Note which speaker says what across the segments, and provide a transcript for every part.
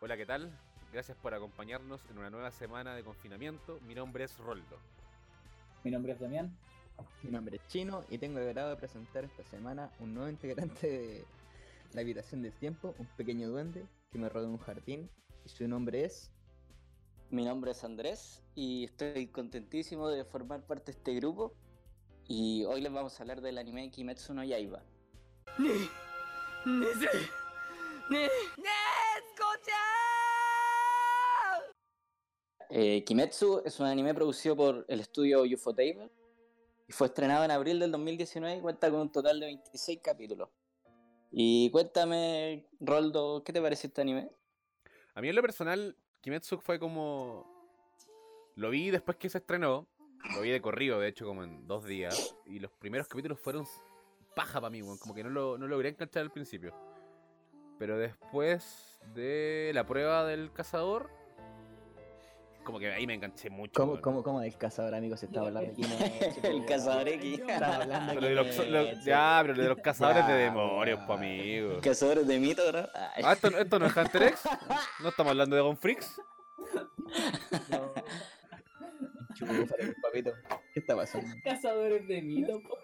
Speaker 1: Hola, ¿qué tal? Gracias por acompañarnos en una nueva semana de confinamiento. Mi nombre es Roldo.
Speaker 2: Mi nombre es Damián.
Speaker 3: Mi nombre es Chino y tengo el agrado de presentar esta semana un nuevo integrante de la habitación del tiempo, un pequeño duende que me rodea un jardín y su nombre es...
Speaker 4: Mi nombre es Andrés y estoy contentísimo de formar parte de este grupo y hoy les vamos a hablar del anime Kimetsu no Yaiba. Eh, Kimetsu es un anime producido por el estudio Ufotable y fue estrenado en abril del 2019 y cuenta con un total de 26 capítulos. Y cuéntame, Roldo, ¿qué te pareció este anime?
Speaker 1: A mí en lo personal, Kimetsu fue como... Lo vi después que se estrenó, lo vi de corrido, de hecho, como en dos días, y los primeros capítulos fueron paja para mí, weón, como que no lo no logré enganchar al principio. Pero después de la prueba del cazador, como que ahí me enganché mucho.
Speaker 3: ¿Cómo,
Speaker 1: weón.
Speaker 3: cómo, cómo del cazador, amigos? Estaba hablando aquí.
Speaker 4: El cazador X.
Speaker 3: Estaba hablando
Speaker 1: Pero
Speaker 3: aquí
Speaker 1: de los,
Speaker 3: de-
Speaker 1: lo- ya, pero de los cazadores de
Speaker 3: Ya,
Speaker 1: demonios,
Speaker 3: weón.
Speaker 1: po, amigo.
Speaker 4: Cazadores de mito, ¿no? Ay.
Speaker 1: Ah, esto, no- esto no es Hunter X. No estamos hablando de Gonfrix.
Speaker 3: No. Chúfale, papito. ¿Qué está pasando?
Speaker 2: Cazadores de mito. po.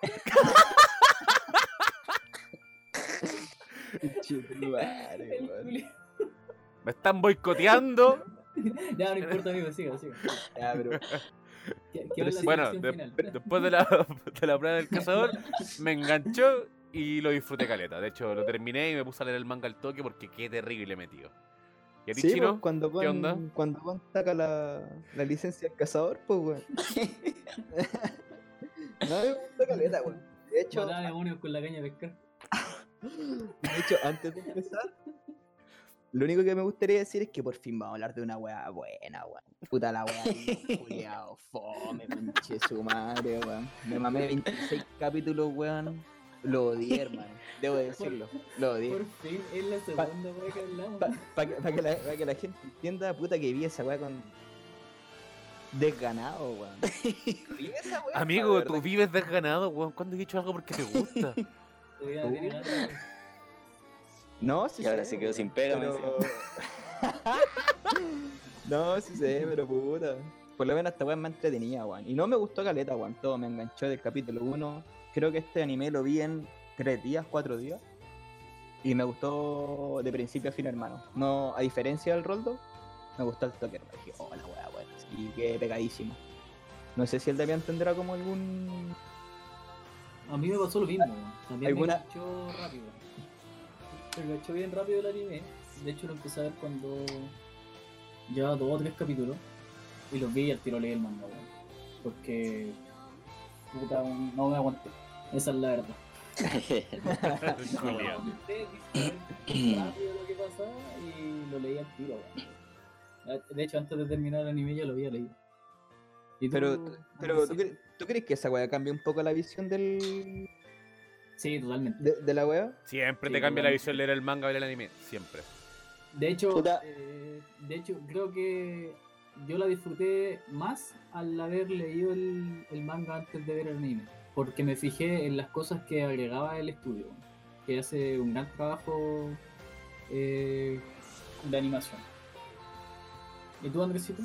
Speaker 3: Chúfale,
Speaker 2: El
Speaker 3: weón.
Speaker 2: culiao.
Speaker 1: Me están boicoteando.
Speaker 2: Ya, no importa, amigo, siga, siga.
Speaker 3: Ya, pero
Speaker 2: ¿Qué,
Speaker 3: Pero sí,
Speaker 1: Bueno, de- después de la, de la prueba del cazador, me enganchó y lo disfruté caleta. De hecho, lo terminé y me puse a leer el manga al toque porque qué terrible metido. ¿Y a ti,
Speaker 3: Sí,
Speaker 1: chino?
Speaker 3: pues, cuando Juan,
Speaker 1: onda?
Speaker 3: Cuando Juan saca la, la licencia del cazador, pues, weón. no, me gusta caleta, weón. De hecho,
Speaker 2: Mataba demonios con la caña de pescar.
Speaker 3: de hecho, antes de empezar, lo único que me gustaría decir es que por fin vamos a hablar de una weá buena, weón. Puta la weá, culiao, fome, pinche su madre, weón. Me mamé 26 capítulos, weón. Lo odié, hermano. Debo decirlo. Lo odié.
Speaker 2: Por fin es la segunda weá que hablamos.
Speaker 3: Para que, la- pa' que la gente entienda, puta que vi esa weá con. Desganado, weón. Vi esa weá, la
Speaker 1: Amigo,
Speaker 3: verdad.
Speaker 1: tú vives desganado, weón. ¿Cuándo he dicho algo porque te gusta?
Speaker 2: Todavía no tiene nada.
Speaker 3: No, sí
Speaker 4: Y ahora
Speaker 3: sé,
Speaker 4: se quedó
Speaker 3: weón,
Speaker 4: sin pega, me
Speaker 3: pero- No, sí sé, pero puta. Por lo menos esta weá me entretenía, weón. Y no me gustó caleta, weón. Todo me enganchó del capítulo 1. Creo que este anime lo vi en 3 días, 4 días. Y me gustó de principio a fin, hermano. No, a diferencia del Roldo, me gustó el toque. hermano. Dije, oh, la weá, weón. Y quedé pegadísimo. No sé si el Damián tendrá como algún
Speaker 2: A mí me pasó lo mismo. weón. También
Speaker 3: ¿Alguna-
Speaker 2: me enganchó rápido. Me enganchó bien rápido el anime. De hecho, lo empecé a ver cuando llevaba dos o tres capítulos. Y los vi y al tiro leí el manga, weón. Porque. Puta, weón, no me aguanté. Esa es la verdad.
Speaker 1: Culiao.
Speaker 2: Ustedes dicen rápido lo que pasaba y lo leí al tiro, weón. De hecho, antes de terminar el anime ya lo había leído. ¿Y tú,
Speaker 3: Pero, pero ¿tú,
Speaker 2: Andresito?
Speaker 3: cre- tú crees que esa weá cambia un poco la visión del,
Speaker 2: Sí, totalmente.
Speaker 3: de, de la weá?
Speaker 1: Siempre
Speaker 3: pues,
Speaker 1: te
Speaker 2: Sí,
Speaker 1: cambia la
Speaker 2: weón.
Speaker 1: visión leer el manga o leer el anime. Siempre.
Speaker 2: De hecho,
Speaker 4: Puta.
Speaker 2: eh, de hecho, creo que yo la disfruté más al haber leído el, el manga antes de ver el anime. Porque me fijé en las cosas que agregaba el estudio, que hace un gran trabajo eh, de animación. ¿Y tú, Andresito?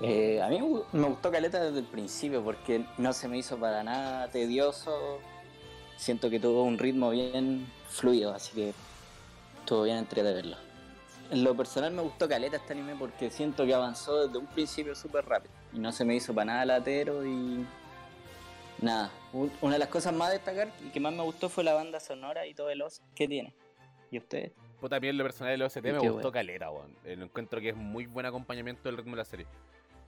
Speaker 4: Eh, a mí me gu- me gustó Caleta desde el principio porque no se me hizo para nada tedioso. Siento que tuvo un ritmo bien fluido, así que estuvo bien entretenido verlo. En lo personal me gustó Caleta este anime porque siento que avanzó desde un principio súper rápido y no se me hizo para nada latero y nada. Un- Una de las cosas más a destacar y que más me gustó fue la banda sonora y todo el os que tiene. ¿Y ustedes?
Speaker 1: Pues también lo personal del OST me
Speaker 4: Y qué
Speaker 1: gustó
Speaker 4: bueno.
Speaker 1: caleta, weón. Eh, Lo encuentro que es muy buen acompañamiento del ritmo de la serie.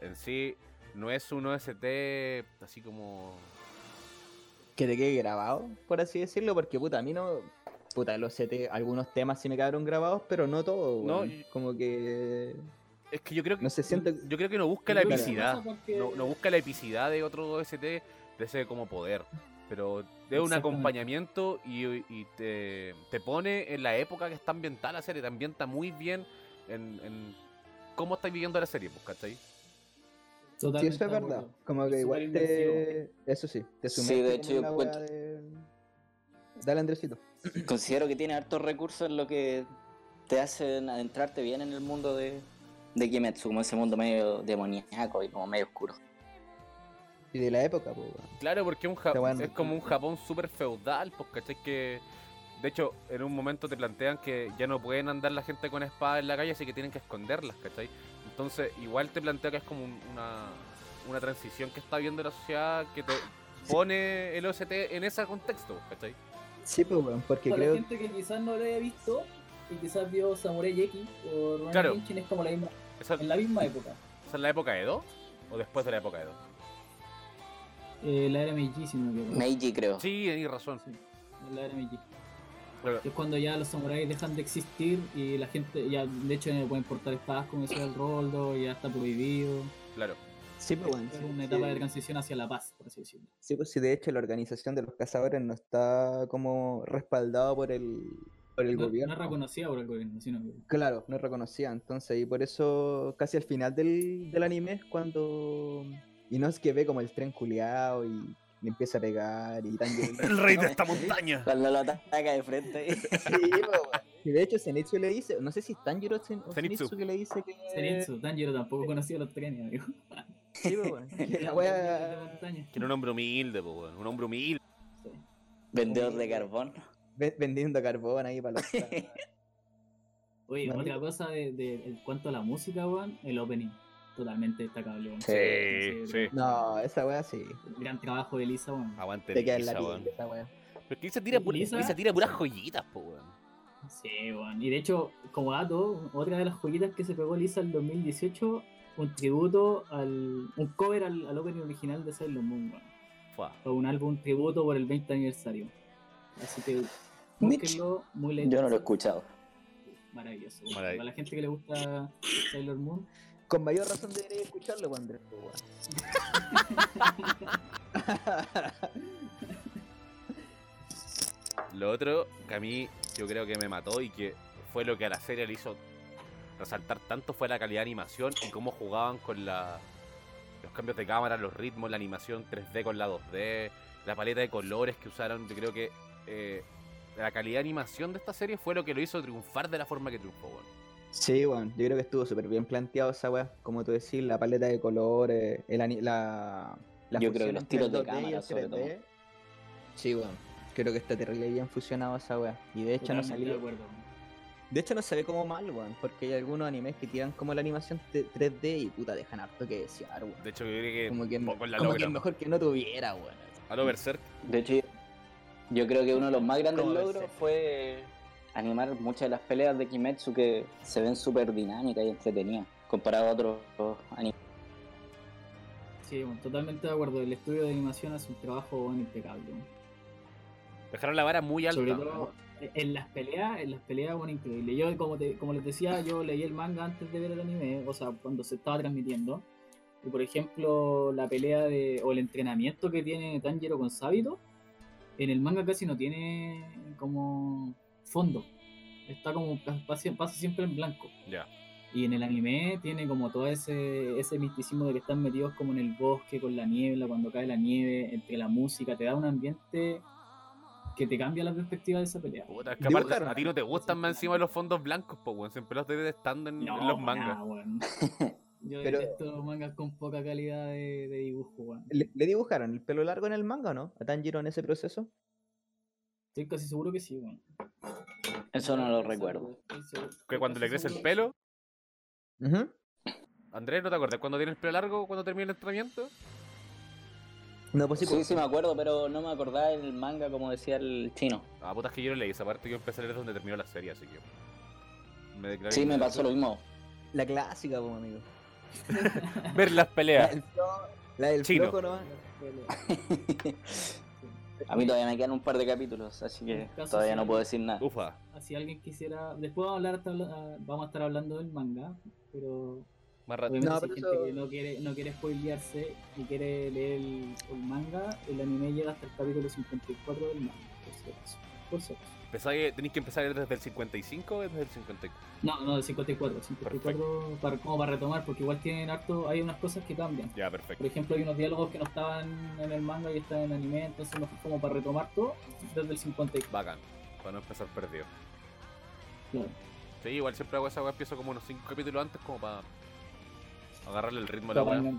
Speaker 1: En sí, no es un OST así como.
Speaker 3: Que te quede grabado, por así decirlo, porque puta, a mí no. Puta, los CT, algunos temas sí me quedaron grabados, pero no todos,
Speaker 1: No,
Speaker 3: weón.
Speaker 1: y-
Speaker 3: Como que.
Speaker 1: Es que yo creo que.
Speaker 3: No se siente.
Speaker 1: Yo creo que no busca la
Speaker 2: Yo creo que
Speaker 1: epicidad.
Speaker 2: pasa porque-
Speaker 1: No, no busca la epicidad de otro OST de ese como poder. Pero de un
Speaker 2: Exactamente.
Speaker 1: acompañamiento y, y te, te pone en la época que está ambientada la serie. Te ambienta muy bien en, en cómo estás viviendo la serie, pues, ¿cachai?
Speaker 3: Sí,
Speaker 2: Totalmente
Speaker 3: eso es
Speaker 2: de
Speaker 3: verdad.
Speaker 2: acuerdo.
Speaker 3: Como que
Speaker 2: Es
Speaker 3: igual
Speaker 2: súper
Speaker 3: te. Eso sí, te
Speaker 4: Sí,
Speaker 3: sumerge
Speaker 4: de
Speaker 3: como
Speaker 4: hecho,
Speaker 3: en
Speaker 4: yo
Speaker 3: la weá
Speaker 4: encuentro-
Speaker 3: de- Dale, Andresito.
Speaker 4: Considero que tiene hartos recursos en lo que te hacen adentrarte bien en el mundo de, de Kimetsu, como ese mundo medio demoníaco y como medio oscuro.
Speaker 3: Y de la época, pues,
Speaker 1: Claro, porque un Ja-
Speaker 3: Pero bueno.
Speaker 1: es como un Japón súper feudal, pues, ¿cachai? Que, de hecho, en un momento te plantean que ya no pueden andar la gente con espadas en la calle, así que tienen que esconderlas, ¿cachai? Entonces, igual te plantea que es como un- una, una transición que está viendo la sociedad que te pone el OST en ese contexto, ¿cachai?
Speaker 3: Sí, pues, weón, porque
Speaker 2: Para
Speaker 3: creo
Speaker 2: la gente que quizás no lo haya visto y quizás vio Samurai X o Ronin
Speaker 1: Claro.
Speaker 2: Kenshin, es como la misma,
Speaker 1: ¿Esa,
Speaker 2: en la misma época.
Speaker 1: esa es la época de Edo? ¿O después de la época de Edo?
Speaker 2: Eh, la era Meiji, si no me equivoco.
Speaker 4: Meiji, creo.
Speaker 1: Sí, tenés razón.
Speaker 2: Sí, la era Meiji.
Speaker 1: Claro.
Speaker 2: Es cuando ya los samuráis dejan de existir y la gente, ya de hecho ya no pueden portar espadas como decía el Roldo, ya está prohibido.
Speaker 1: claro.
Speaker 3: Sí, pues, weón,
Speaker 2: Es
Speaker 3: sí,
Speaker 2: una
Speaker 3: sí.
Speaker 2: etapa de transición hacia la paz, por así decirlo.
Speaker 3: Sí, pues sí, de hecho la organización de los cazadores no está como respaldado por el, por el
Speaker 2: No, no
Speaker 3: gobierno.
Speaker 2: es reconocida por el gobierno, sino que-
Speaker 3: Claro, no es reconocida, entonces, y por eso casi al final del, del anime es cuando Inosuke ve como el tren culeado y le empieza a pegar y tan
Speaker 1: El rey de esta montaña.
Speaker 4: Cuando lo ataca de frente.
Speaker 3: Y de hecho Zenitsu le dice, no sé si es Tanjiro o Zen- o
Speaker 1: Zenitsu.
Speaker 3: Zenitsu que le dice que...
Speaker 2: Eh. Zenitsu, Tanjiro tampoco conocía los trenes, amigo.
Speaker 3: Sí, pues, weón, que la wea-
Speaker 2: montaña.
Speaker 1: Que era un hombre humilde, po, weón, un hombre humilde.
Speaker 2: Sí.
Speaker 4: Vendedor de carbón.
Speaker 3: ve- vendiendo carbón ahí para los...
Speaker 2: Oye,
Speaker 3: Bueno,
Speaker 2: otra
Speaker 3: amigo.
Speaker 2: cosa de, de- en cuanto a la música, weón, el opening. Totalmente destacable, weón.
Speaker 4: Sí,
Speaker 2: No sé,
Speaker 1: sí. Ah.
Speaker 3: No, esa wea sí.
Speaker 2: Gran trabajo de Lisa, weón.
Speaker 1: Aguante
Speaker 3: Te queda en
Speaker 1: Lisa,
Speaker 3: la piel
Speaker 1: weón.
Speaker 3: esa wea.
Speaker 1: Pero es que Lisa tira, pura-
Speaker 2: Lisa-
Speaker 1: Lisa tira puras joyitas, po, weón.
Speaker 2: Sí, weón. Y de hecho, como dato, otra de las joyitas que se pegó Lisa en 2018, un tributo al. un cover al, al opening original de Sailor Moon, weón.
Speaker 1: Fua.
Speaker 2: Fue un álbum tributo por el 20 aniversario. Así que. Búsquenlo, muy lento.
Speaker 4: Yo no lo he escuchado.
Speaker 2: Maravilloso. weón.
Speaker 1: Marav-
Speaker 2: Para la gente que le gusta Sailor Moon,
Speaker 3: Con mayor razón debería escucharlo, weón, Andrés, pues, weón.
Speaker 1: Lo otro que a mí yo creo que me mató y que fue lo que a la serie le hizo resaltar tanto fue la calidad de animación y cómo jugaban con la, los cambios de cámara, los ritmos, la animación 3D con la 2D, la paleta de colores que usaron. Yo creo que eh, la calidad de animación de esta serie fue lo que lo hizo triunfar de la forma que triunfó. weón.
Speaker 3: Sí, bueno, yo creo que estuvo súper bien planteado esa weá, como tú decís, la paleta de colores, el ani- la, la
Speaker 4: Yo creo
Speaker 3: fusión
Speaker 4: que los
Speaker 3: entre el
Speaker 4: tiros de
Speaker 3: 2D y
Speaker 4: cámara,
Speaker 3: el
Speaker 4: sobre todo.
Speaker 3: 3D. Sí, bueno, creo que está terrible bien fusionado esa weá. Y de hecho no
Speaker 2: totalmente de
Speaker 3: salió,
Speaker 2: acuerdo. weón.
Speaker 3: de hecho no se ve como mal, weón, porque hay algunos animes que tiran como la animación te- 3D y puta dejan harto que desear, weón.
Speaker 1: De hecho, yo creo que
Speaker 3: Como que,
Speaker 1: Eh, poco la
Speaker 3: como que
Speaker 1: logran.
Speaker 3: es mejor que no tuviera, weón.
Speaker 1: a lo Berserk
Speaker 4: De hecho, yo creo que uno de los más grandes
Speaker 3: Como
Speaker 4: logros
Speaker 3: Berserk.
Speaker 4: fue animar muchas de las peleas de Kimetsu que se ven súper dinámicas y entretenidas comparado a otros animes.
Speaker 2: Sí, weón, totalmente de acuerdo. El estudio de animación hace un trabajo weón, impecable. weón.
Speaker 1: dejaron la vara muy alta.
Speaker 2: Sobre
Speaker 1: weón.
Speaker 2: todo en las peleas, en las peleas, bueno, increíble. Yo, como, te- como les decía, yo leí el manga antes de ver el anime, o sea, cuando se estaba transmitiendo. Y por ejemplo, la pelea de, o el entrenamiento que tiene Tanjiro con Sabito, en el manga casi no tiene como fondo. Está como, pasa, pasa siempre en blanco.
Speaker 1: Ya.
Speaker 2: Y en el anime tiene como todo ese, ese misticismo de que están metidos como en el bosque, con la niebla, cuando cae la nieve, entre la música, te da un ambiente que te cambia la perspectiva de esa pelea.
Speaker 1: Puta, es que aparte
Speaker 3: Dibujaron.
Speaker 1: a ti no te gustan más encima de los fondos blancos, po, weón. Siempre los estoy detestando en, en los
Speaker 2: pa'
Speaker 1: mangas.
Speaker 2: nada, weón. Yo
Speaker 3: Pero-
Speaker 2: detesto los mangas con poca calidad de, de dibujo, weón.
Speaker 3: ¿Le, le dibujaron el pelo largo en el manga o no? ¿A Tanjiro en ese proceso?
Speaker 2: Estoy casi seguro que sí, weón.
Speaker 4: Eso no lo recuerdo.
Speaker 2: Estoy seguro-
Speaker 1: Que
Speaker 2: estoy
Speaker 1: cuando le
Speaker 2: casi
Speaker 1: crece el
Speaker 2: seguro
Speaker 1: pelo,
Speaker 2: que
Speaker 3: Ujú.
Speaker 1: Andrés, ¿no te acuerdas cuando tiene el pelo largo o cuando termina el entrenamiento?
Speaker 3: No, pues sí,
Speaker 4: Sí,
Speaker 3: pues,
Speaker 4: sí me acuerdo, pero no me acordaba del manga como decía el chino.
Speaker 1: Ah, puta, es que yo no leí esa parte, yo empecé a leer donde terminó la serie, así que... Me declaro
Speaker 4: Sí, me
Speaker 1: ignorante.
Speaker 4: pasó lo mismo.
Speaker 3: la clásica, pues, amigo.
Speaker 1: Ver las
Speaker 3: La
Speaker 1: peleas.
Speaker 3: del, flo- la del
Speaker 1: Chino.
Speaker 3: flojo nomás.
Speaker 4: A mí todavía me quedan un par de capítulos, así que
Speaker 2: Caso
Speaker 4: todavía
Speaker 2: sí.
Speaker 4: no puedo decir nada.
Speaker 1: Ufa.
Speaker 2: sí. Ah, Si alguien quisiera. Después vamos a, hablar, hasta habla- ah, vamos a estar hablando del manga, pero
Speaker 1: Más rato.
Speaker 2: Obviamente si
Speaker 3: No, pero
Speaker 2: hay
Speaker 3: eso-
Speaker 2: gente que no quiere, no quiere spoilearse y quiere leer el, el manga, el anime llega hasta el capítulo 54 del manga, por si acaso. Por si acaso.
Speaker 1: Pensaba que tenéis que empezar a leer desde el 55 o desde el 54.
Speaker 2: No, no, el 54, 54 para, como para retomar, porque igual tienen harto, hay unas cosas que cambian.
Speaker 1: Ya,
Speaker 2: Por
Speaker 1: perfecto.
Speaker 2: ejemplo, hay unos diálogos que no estaban en el manga y están en anime, entonces no fue como para retomar todo desde el 54.
Speaker 1: Bacán. Para no empezar perdido.
Speaker 2: Claro.
Speaker 1: Yo Sí, igual siempre hago esa weá, empiezo como unos 5 capítulos antes como para agarrarle el ritmo a la weá.
Speaker 2: Claro,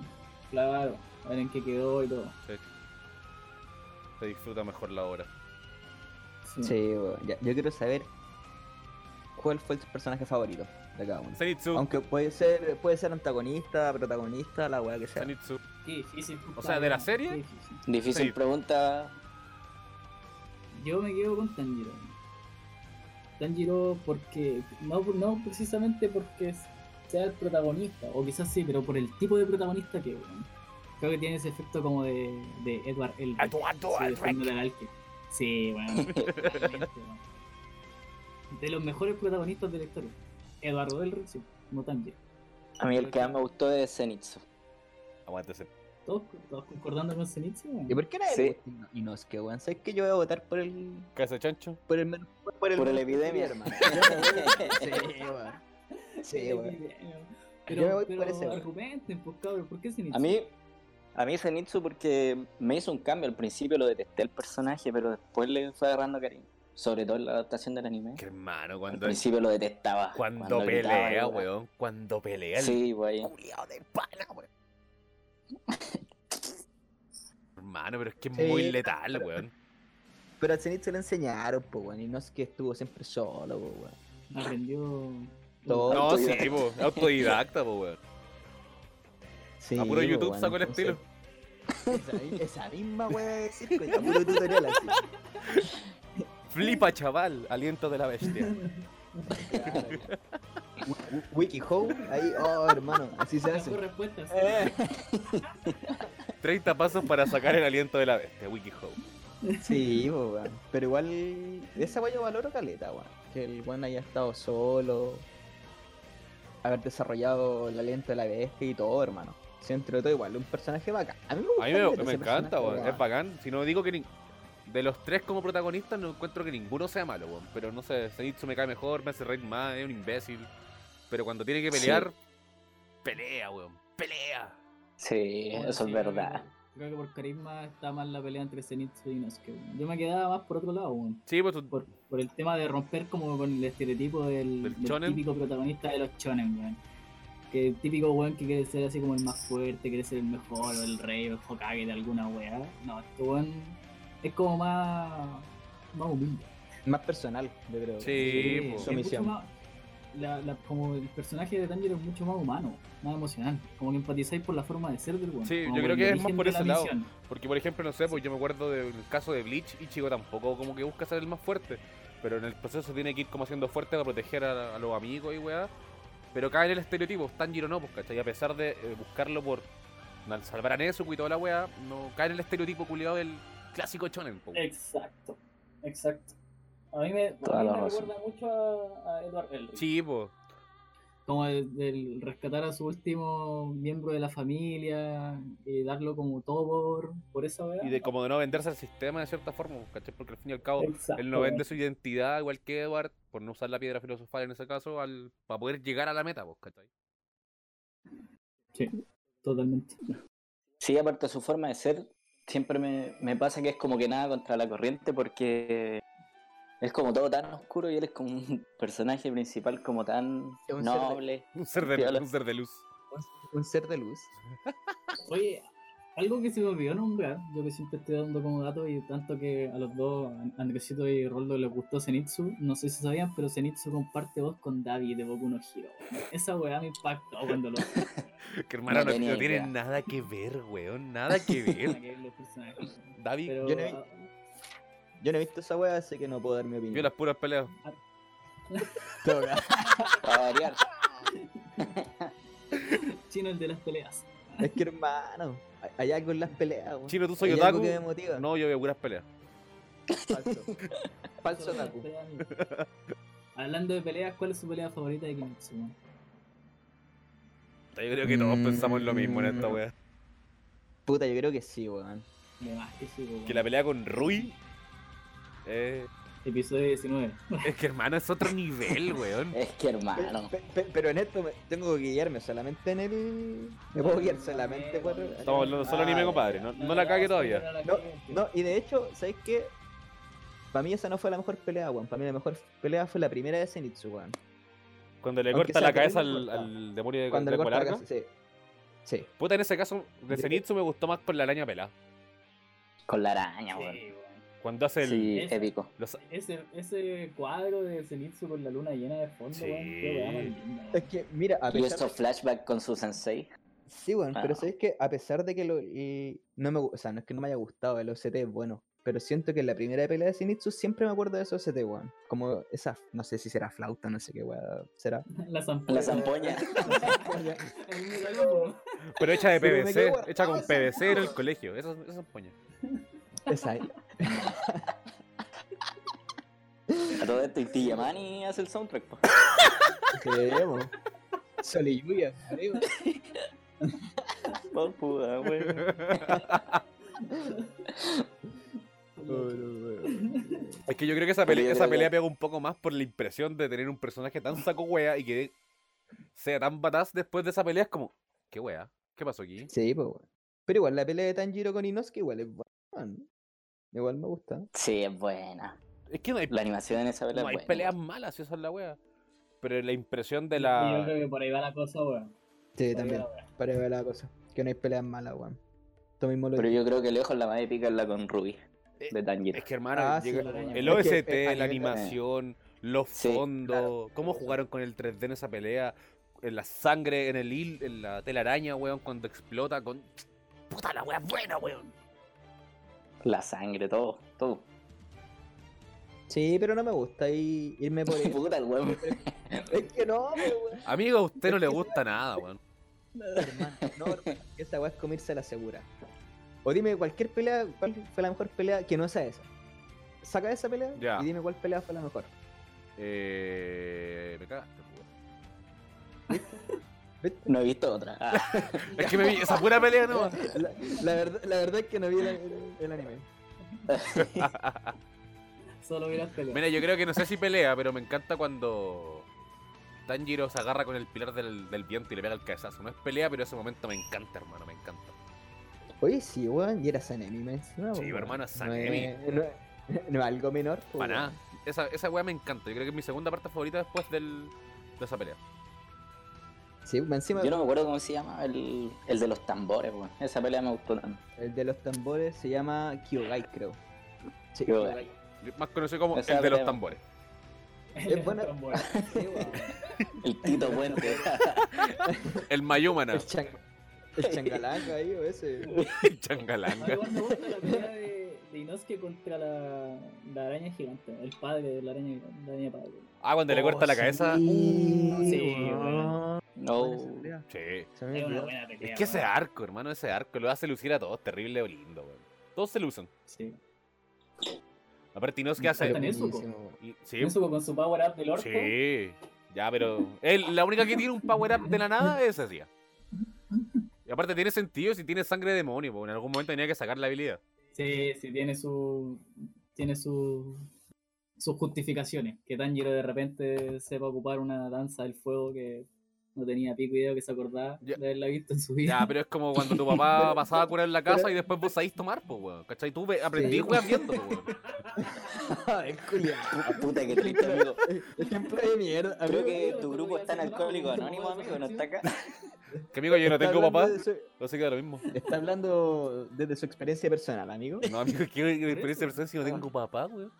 Speaker 2: claro, a ver en qué quedó y todo.
Speaker 1: Se disfruta mejor la obra.
Speaker 2: Sí.
Speaker 3: Sí, weón. Ya, Yo quiero saber cuál fue tu personaje favorito de cada uno.
Speaker 1: Zenitsu,
Speaker 3: Aunque puede ser, puede ser antagonista, protagonista, la weá que sea.
Speaker 1: Zenitsu.
Speaker 2: Qué difícil, puta
Speaker 1: O sea, ¿de la
Speaker 2: madre,
Speaker 1: serie?
Speaker 2: qué difícil.
Speaker 4: Difícil
Speaker 1: Sí.
Speaker 4: pregunta.
Speaker 2: Yo me quedo con Tanjiro. Tanjiro porque no, no precisamente porque sea el protagonista, o quizás sí, pero por el tipo de protagonista que weón. Creo que tiene ese efecto como de, de Edward Elric. sí, de Fundo de Alque. Sí, bueno, totalmente, weón. De los mejores protagonistas de la historia. Eduardo Elric, sí, no Tanjiro.
Speaker 4: A mí el que más me gustó es Zenitsu.
Speaker 1: Aguante ese.
Speaker 2: ¿Todos, todos concordando con Zenitsu? weón?
Speaker 3: ¿Y por qué era
Speaker 4: Sí.
Speaker 3: el Inosuke, weón? ¿Sabes que yo voy a votar por el.
Speaker 1: Casa de chancho.
Speaker 3: por el menos. por el,
Speaker 4: Por el
Speaker 3: menos
Speaker 4: epidemia,
Speaker 3: popular,
Speaker 4: hermano.
Speaker 3: sí, weón. Sí, weón.
Speaker 2: Pero,
Speaker 3: Yo me voy
Speaker 2: pero
Speaker 3: por ese, weón.
Speaker 2: argumenten, pues cabrón, ¿por qué Zenitsu?
Speaker 4: A mí, a mí Zenitsu porque me hizo un cambio. Al principio lo detesté el personaje, pero después le fue agarrando cariño. Sobre todo en la adaptación del anime.
Speaker 1: Que hermano,
Speaker 4: Al
Speaker 1: cuando,
Speaker 4: principio lo detestaba.
Speaker 1: cuando,
Speaker 4: gritaba,
Speaker 1: pelea,
Speaker 4: weón.
Speaker 1: weón. Cuando pelea el
Speaker 4: Sí, güey.
Speaker 1: culiao del pana, weón. Hermano, pero es que es
Speaker 3: Sí,
Speaker 1: muy
Speaker 3: pero-
Speaker 1: letal, weón.
Speaker 3: Pero a Zenith se lo enseñaron, po, weón. Inosuke estuvo siempre solo, po, weón.
Speaker 2: Aprendió.
Speaker 3: Todo.
Speaker 1: No, sí,
Speaker 4: autodidacta.
Speaker 1: po, autodidacta, po, weón.
Speaker 3: Sí,
Speaker 1: A puro
Speaker 3: po,
Speaker 1: YouTube
Speaker 3: weón,
Speaker 1: sacó el
Speaker 3: entonces-
Speaker 1: estilo.
Speaker 3: Esa, esa misma weá de circo, a puro tutorial así.
Speaker 1: Flipa, chaval, aliento de la bestia.
Speaker 3: Wi- WikiHow, ahí, oh hermano, así se
Speaker 2: Sacó
Speaker 3: hace.
Speaker 2: respuestas.
Speaker 1: Eh, 30 pasos para sacar el aliento de la bestia, WikiHow.
Speaker 3: Sí, po, weón. Pero igual, esa weá yo valoro caleta, weón. Que el weón haya estado solo, haber desarrollado el aliento de la bestia y todo, hermano. Si entre todo, igual, un personaje bacán. A mí me gusta.
Speaker 1: A mí me, me
Speaker 3: caleta ese
Speaker 1: encanta,
Speaker 3: personaje,
Speaker 1: weón. Es bacán. Si no digo que nin- de los tres como protagonistas, no encuentro que ninguno sea malo, weón. Pero no sé, Zenitsu me cae mejor, me hace reír más, es un imbécil. Pero cuando tiene que pelear, pelea, weón. Pelea.
Speaker 4: Sí, eso es verdad.
Speaker 2: Creo que por carisma está más la pelea entre Zenitsu y Inosuke. weón. Yo me quedaba más por otro lado, weón.
Speaker 1: Sí, pues tú-
Speaker 2: Por, por el tema de romper como con el estereotipo del,
Speaker 1: ¿Del
Speaker 2: del
Speaker 1: shonen?
Speaker 2: típico protagonista de los shonen, weón. Que el típico weón que quiere ser así como el más fuerte, quiere ser el mejor, o el rey, o el Hokage de alguna weá. No, este weón es como más, más humilde.
Speaker 3: Más personal, yo creo.
Speaker 1: Sí,
Speaker 2: Sí,
Speaker 1: po.
Speaker 2: Eh, es
Speaker 3: Su misión.
Speaker 2: mucho más- la- la- como el personaje de Tanjiro es mucho más humano, más emocional. Como que empatizáis por la forma de ser del weón.
Speaker 1: Sí,
Speaker 2: como
Speaker 1: yo
Speaker 2: por
Speaker 1: creo
Speaker 2: el
Speaker 1: que es
Speaker 2: origen
Speaker 1: más por
Speaker 2: de la
Speaker 1: ese lado.
Speaker 2: misión.
Speaker 1: Porque, por ejemplo, no sé, pues yo me acuerdo del caso de Bleach y Chico tampoco como que busca ser el más fuerte. Pero en el proceso tiene que ir como siendo fuerte para proteger a, a los amigos y weá. Pero cae en el estereotipo, Tanjiro no, pues, ¿cachai? A pesar de eh, buscarlo por na- salvar a Nezuko y toda la weá, no cae en el estereotipo culiado del clásico shonen, po.
Speaker 2: Eh, Exacto, exacto. A mí me, a
Speaker 4: Toda
Speaker 2: mí
Speaker 4: la
Speaker 2: me
Speaker 4: razón.
Speaker 2: recuerda mucho a, a Edward Elric.
Speaker 1: Sí, po.
Speaker 2: Como el, del rescatar a su último miembro de la familia y darlo como todo por, por esa weá.
Speaker 1: Y de como de no venderse al sistema de cierta forma, pues, ¿cachai? Porque al fin y al cabo,
Speaker 2: Exacto,
Speaker 1: él no vende su identidad, igual que Edward, por no usar la piedra filosofal en ese caso, al, para poder llegar a la meta, pues, ¿cachai?
Speaker 2: Totalmente.
Speaker 4: Sí, aparte de su forma de ser, siempre me, me pasa que es como que nada contra la corriente porque es como todo tan oscuro y él es como un personaje principal como tan
Speaker 3: Es un ser de-
Speaker 4: noble.
Speaker 1: Un ser de,
Speaker 4: Piola.
Speaker 1: un ser de luz.
Speaker 3: Un ser de luz.
Speaker 2: Oye, algo que se me olvidó nombrar, yo que siempre estoy dando como dato y tanto que a los dos, a Andresito y Roldo, les gustó Zenitsu, no sé si sabían, pero Zenitsu comparte voz con Davi de Boku no Hero. Esa weá me impactó cuando lo
Speaker 1: Que hermano, no,
Speaker 4: tenía
Speaker 1: no tiene
Speaker 4: idea.
Speaker 1: nada que ver, weón. Nada que ver.
Speaker 2: que los personajes.
Speaker 1: David
Speaker 2: Pero, ah,
Speaker 3: Yo no he- Yo no he visto esa weá, así que no puedo dar mi opinión.
Speaker 1: vio las puras peleas.
Speaker 3: Toga.
Speaker 4: Para variar.
Speaker 2: chino el de las peleas.
Speaker 3: Es que hermano, hay- hay algo en las peleas, weón.
Speaker 1: Chino, ¿tú soy
Speaker 3: Hay algo
Speaker 1: otaku?
Speaker 3: que me motiva.
Speaker 1: No, yo veo puras peleas.
Speaker 3: Falso. Falso otaku.
Speaker 2: Hablando de peleas, ¿cuál es su pelea favorita de Kimetsu? weón?
Speaker 1: Yo creo que todos
Speaker 3: Mm.
Speaker 1: pensamos en lo mismo en esta weá.
Speaker 3: Puta, yo creo que sí, weón.
Speaker 2: De más que sí, weón.
Speaker 1: Que la pelea con Rui. eh,
Speaker 2: Episodio 19.
Speaker 1: es que hermano, es otro nivel, weón.
Speaker 3: Eh,
Speaker 4: Es que hermano.
Speaker 3: Pe- pe- Pero en esto me- tengo que guiarme solamente en el. Me puedo guiar solamente por.
Speaker 1: Estamos hablando solo
Speaker 3: Ah,
Speaker 1: anime,
Speaker 3: ya,
Speaker 1: compadre.
Speaker 3: ya.
Speaker 1: No, no la cague todavía.
Speaker 3: No, Ah, no, y de hecho, ¿sabes qué? Para mí esa no fue la mejor pelea, weón. Para mí la mejor pelea fue la primera de Zenitsu, weón.
Speaker 1: Cuando le
Speaker 3: Aunque
Speaker 1: corta
Speaker 3: sea
Speaker 1: la cabeza
Speaker 3: terrible
Speaker 1: al,
Speaker 3: corta.
Speaker 1: al demonio de,
Speaker 3: Cuando
Speaker 1: de
Speaker 3: le
Speaker 1: cola
Speaker 3: corta la
Speaker 1: larga.
Speaker 3: cabeza, sí. Sí.
Speaker 1: Puta, en ese caso, de
Speaker 3: Yo-
Speaker 1: Zenitsu me gustó más por la araña pelada.
Speaker 4: Con la araña,
Speaker 2: Sí,
Speaker 4: weón.
Speaker 2: weón.
Speaker 1: Cuando hace el.
Speaker 4: Sí,
Speaker 2: Esa.
Speaker 4: épico.
Speaker 1: los-
Speaker 2: Ese, ese cuadro de Zenitsu con la luna llena de fondo,
Speaker 1: Sí.
Speaker 2: weón, qué weá más linda, weón.
Speaker 3: Es que, mira, a
Speaker 4: Y
Speaker 3: pesar
Speaker 4: estos flashbacks con su sensei.
Speaker 3: Sí, bueno, pero
Speaker 4: Ah.
Speaker 3: sabes que a pesar de que lo, y no me, gu- o sea, no es que no me haya gustado, el OCT es bueno, pero siento que en la primera pelea de Zenitsu siempre me acuerdo de ese OCT, weón. Como esa, no sé si será flauta, no sé qué weón será.
Speaker 2: La zampoña.
Speaker 4: La zampoña.
Speaker 2: El megalófono.
Speaker 1: Pero hecha de
Speaker 3: Pero me
Speaker 1: PVC,
Speaker 3: quedo
Speaker 1: hecha
Speaker 3: guardado
Speaker 1: con
Speaker 3: esa
Speaker 1: PVC en el
Speaker 3: mierda.
Speaker 1: colegio. Eso, eso es poña.
Speaker 3: Esa es.
Speaker 4: A todo esto, y Tillamani hace el soundtrack. po.
Speaker 3: que debo. Sol y lluvia, amigo.
Speaker 4: Por Oh, puta, weón.
Speaker 1: Es que yo creo que esa
Speaker 4: Pero
Speaker 1: pelea,
Speaker 4: yo
Speaker 1: esa
Speaker 4: creo
Speaker 1: pelea
Speaker 4: que-
Speaker 1: pega un poco más por la impresión de tener un personaje tan saco wea y que sea tan badass después de esa pelea. Es como, ¿qué wea? ¿Qué pasó aquí?
Speaker 3: Sí, pues, weón. Pero igual la pelea de Tanjiro con Inosuke igual es buena, weón. Igual me gusta.
Speaker 4: Sí, es buena.
Speaker 1: Es que no hay,
Speaker 4: La animación en esa
Speaker 1: no
Speaker 4: pelea
Speaker 1: hay
Speaker 4: es buena.
Speaker 1: peleas malas, si esa es la wea. Pero la impresión de
Speaker 2: Yo creo
Speaker 1: la.
Speaker 2: que por ahí va la cosa, weón.
Speaker 3: Sí,
Speaker 2: Por ahí va
Speaker 3: también,
Speaker 2: la weá.
Speaker 3: para ver la cosa. Que no hay peleas malas, weón. Tú mismo lo
Speaker 4: Pero yo creo que lejos la más épica es la con Ruby.
Speaker 1: Eh,
Speaker 4: De Tanjiro.
Speaker 1: Es que, hermana,
Speaker 3: Ah, sí,
Speaker 1: llega-
Speaker 2: la araña.
Speaker 1: el
Speaker 3: Es que,
Speaker 1: OST,
Speaker 3: eh, a
Speaker 1: la
Speaker 3: nivel de-
Speaker 1: animación, los
Speaker 4: Sí, claro.
Speaker 1: fondos, cómo jugaron con el 3D en esa pelea, en la sangre, en el hil, en la telaraña, weón, cuando explota con. ¡Puta la wea es buena, weón!
Speaker 4: La sangre, todo. Todo.
Speaker 3: Sí, pero no me gusta y- irme por ahí.
Speaker 4: Puta el weón.
Speaker 3: es que no, pues, weón.
Speaker 1: Amigo, a usted no
Speaker 3: Es
Speaker 1: le
Speaker 3: que-
Speaker 1: gusta nada, weón.
Speaker 3: Hermano, no, hermano, que esa weá es comerse a la segura. O dime cualquier pelea, cuál fue la mejor pelea que no sea esa. Saca esa pelea
Speaker 1: Ya.
Speaker 3: y dime cuál pelea fue la mejor.
Speaker 1: Eh, me cagaste, weón.
Speaker 3: ¿Viste?
Speaker 4: No he visto otra. Ah,
Speaker 1: Es que me vi esa pura pelea, no.
Speaker 3: La, la verdad, la verdad es que no vi el, el- el anime.
Speaker 2: Solo vi las peleas.
Speaker 1: Mira, yo creo que no sé si pelea, pero me encanta cuando. Tanjiro se agarra con el pilar del, del viento y le pega el cabezazo. No es pelea, pero ese momento me encanta, hermano, me encanta.
Speaker 3: Oye, sí, weón, y era Sanemi, me encima.
Speaker 1: Sí,
Speaker 3: weón.
Speaker 1: hermano,
Speaker 3: No
Speaker 1: Sanemi.
Speaker 3: es- No, es- no es algo menor. pues,
Speaker 4: Uh.
Speaker 1: Para nada.
Speaker 3: weón.
Speaker 1: Esa, esa weá me encanta. Yo creo que es mi segunda parte favorita después del, de esa pelea.
Speaker 3: Sí, más encima
Speaker 4: Yo no me acuerdo cómo se llama el, el de los tambores, weón. Esa pelea me gustó tanto.
Speaker 3: el de los tambores se llama Kyogai, creo. Sí,
Speaker 4: Kyogai.
Speaker 3: Kyogai.
Speaker 1: Más conocido como
Speaker 4: Esa
Speaker 1: el de los
Speaker 4: pelea.
Speaker 1: tambores.
Speaker 3: es buena.
Speaker 2: Tan buena.
Speaker 3: Sí, weón.
Speaker 4: El Tito Puente.
Speaker 1: El Mayumana.
Speaker 3: El, chan, el changalanga ahí, o ese.
Speaker 1: El
Speaker 2: No,
Speaker 1: Changalanga.
Speaker 2: igual me gusta la pelea de, de Inosuke contra la, la araña gigante, el padre de la araña, la araña padre.
Speaker 1: Ah, cuando le
Speaker 3: Oh,
Speaker 1: corta la cabeza.
Speaker 3: Sí,
Speaker 2: Sí,
Speaker 3: weón.
Speaker 2: weón.
Speaker 4: No.
Speaker 3: Buena esa pelea.
Speaker 1: Sí.
Speaker 3: Se me
Speaker 2: Es una
Speaker 3: olvidó.
Speaker 2: buena pelea.
Speaker 1: Es que ese
Speaker 2: weón.
Speaker 1: arco, hermano, ese arco lo hace lucir a todos terrible lindo, weón. Todos se lucen.
Speaker 2: Sí.
Speaker 1: Aparte, no es que hace.
Speaker 2: Hasta Nezuko.
Speaker 3: buenísimo, weón.
Speaker 1: y- Sí.
Speaker 2: Inosuke con su power up del orco.
Speaker 1: Sí. Ya, pero. él- la única que tiene un power up de la nada es así. Y aparte tiene sentido si tiene sangre de demonio, porque en algún momento tenía que sacar la habilidad.
Speaker 2: Sí, sí, tiene su. Tiene su. Sus justificaciones. Que Tanjiro de repente sepa ocupar una danza del fuego que no tenía pico idea que se acordaba
Speaker 1: Ya.
Speaker 2: de haberla visto en su vida.
Speaker 1: Ya, pero es como cuando tu papá pasaba a curar en la casa
Speaker 3: pero-
Speaker 1: y después vos sabís tomar, pues, weón. ¿Cachai? Tú ve- aprendí
Speaker 3: Sí.
Speaker 1: weón, viendo, po, weón.
Speaker 3: Ay, Julián.
Speaker 4: Ah, Puta que triste, amigo.
Speaker 3: Ejemplo de mierda.
Speaker 4: Creo
Speaker 3: amigo.
Speaker 4: que tu grupo es tan alcohólico anónimo, amigo, no está acá.
Speaker 1: Que amigo, yo no
Speaker 3: Está
Speaker 1: tengo
Speaker 3: hablando
Speaker 1: papá.
Speaker 3: de su-
Speaker 1: Así que da lo mismo.
Speaker 3: Está hablando desde su experiencia personal, amigo.
Speaker 1: No, amigo, ¿qué qué diferencia de persona si no
Speaker 3: Ah.
Speaker 1: tengo papá, weón?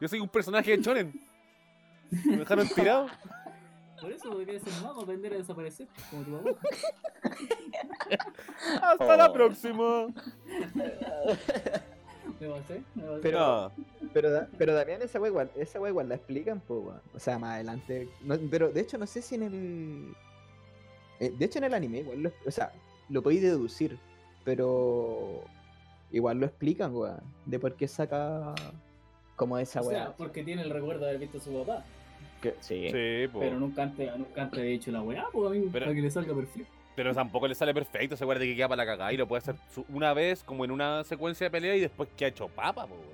Speaker 1: Yo soy un personaje de Chonen. Me dejaron tirado.
Speaker 2: Por eso porque ser mago, aprender a desaparecer, como tu papá.
Speaker 1: Hasta la
Speaker 4: Oh.
Speaker 1: próxima.
Speaker 2: Me pasé, me pasé.
Speaker 3: Pero-
Speaker 1: No.
Speaker 3: Pero, da- pero Damián, esa wea igual, esa wea igual la explican, po, weón. O sea, más adelante. No- pero de hecho, no sé si en el. eh, de hecho, en el anime, igual lo, o sea, lo podéis deducir. Pero. Igual lo explican, weón. De por qué saca. Como esa
Speaker 2: o
Speaker 3: wea.
Speaker 2: sea, porque tiene el recuerdo de haber visto a su papá.
Speaker 3: que- sí.
Speaker 1: Sí, po.
Speaker 2: Pero nunca antes, nunca antes había hecho la weá, pues amigo,
Speaker 1: Pero-
Speaker 2: para que le salga perfecto.
Speaker 1: Pero tampoco le sale perfecto. Se acuerda que queda para la cagada y lo puede hacer su- una vez, como en una secuencia de pelea y después queda hecho papa, po, weón.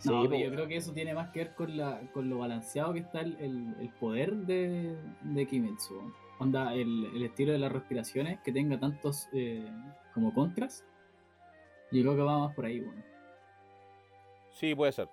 Speaker 3: Sí,
Speaker 2: No,
Speaker 3: po,
Speaker 2: pero yo
Speaker 3: weón.
Speaker 2: creo que eso tiene más que ver con, la, con lo balanceado que está el, el- el poder de, de Kimetsu. weón. Onda, el, el estilo de las respiraciones, que tenga tantos eh, como contras. Yo creo que va más por ahí, weón.
Speaker 1: Sí, puede ser.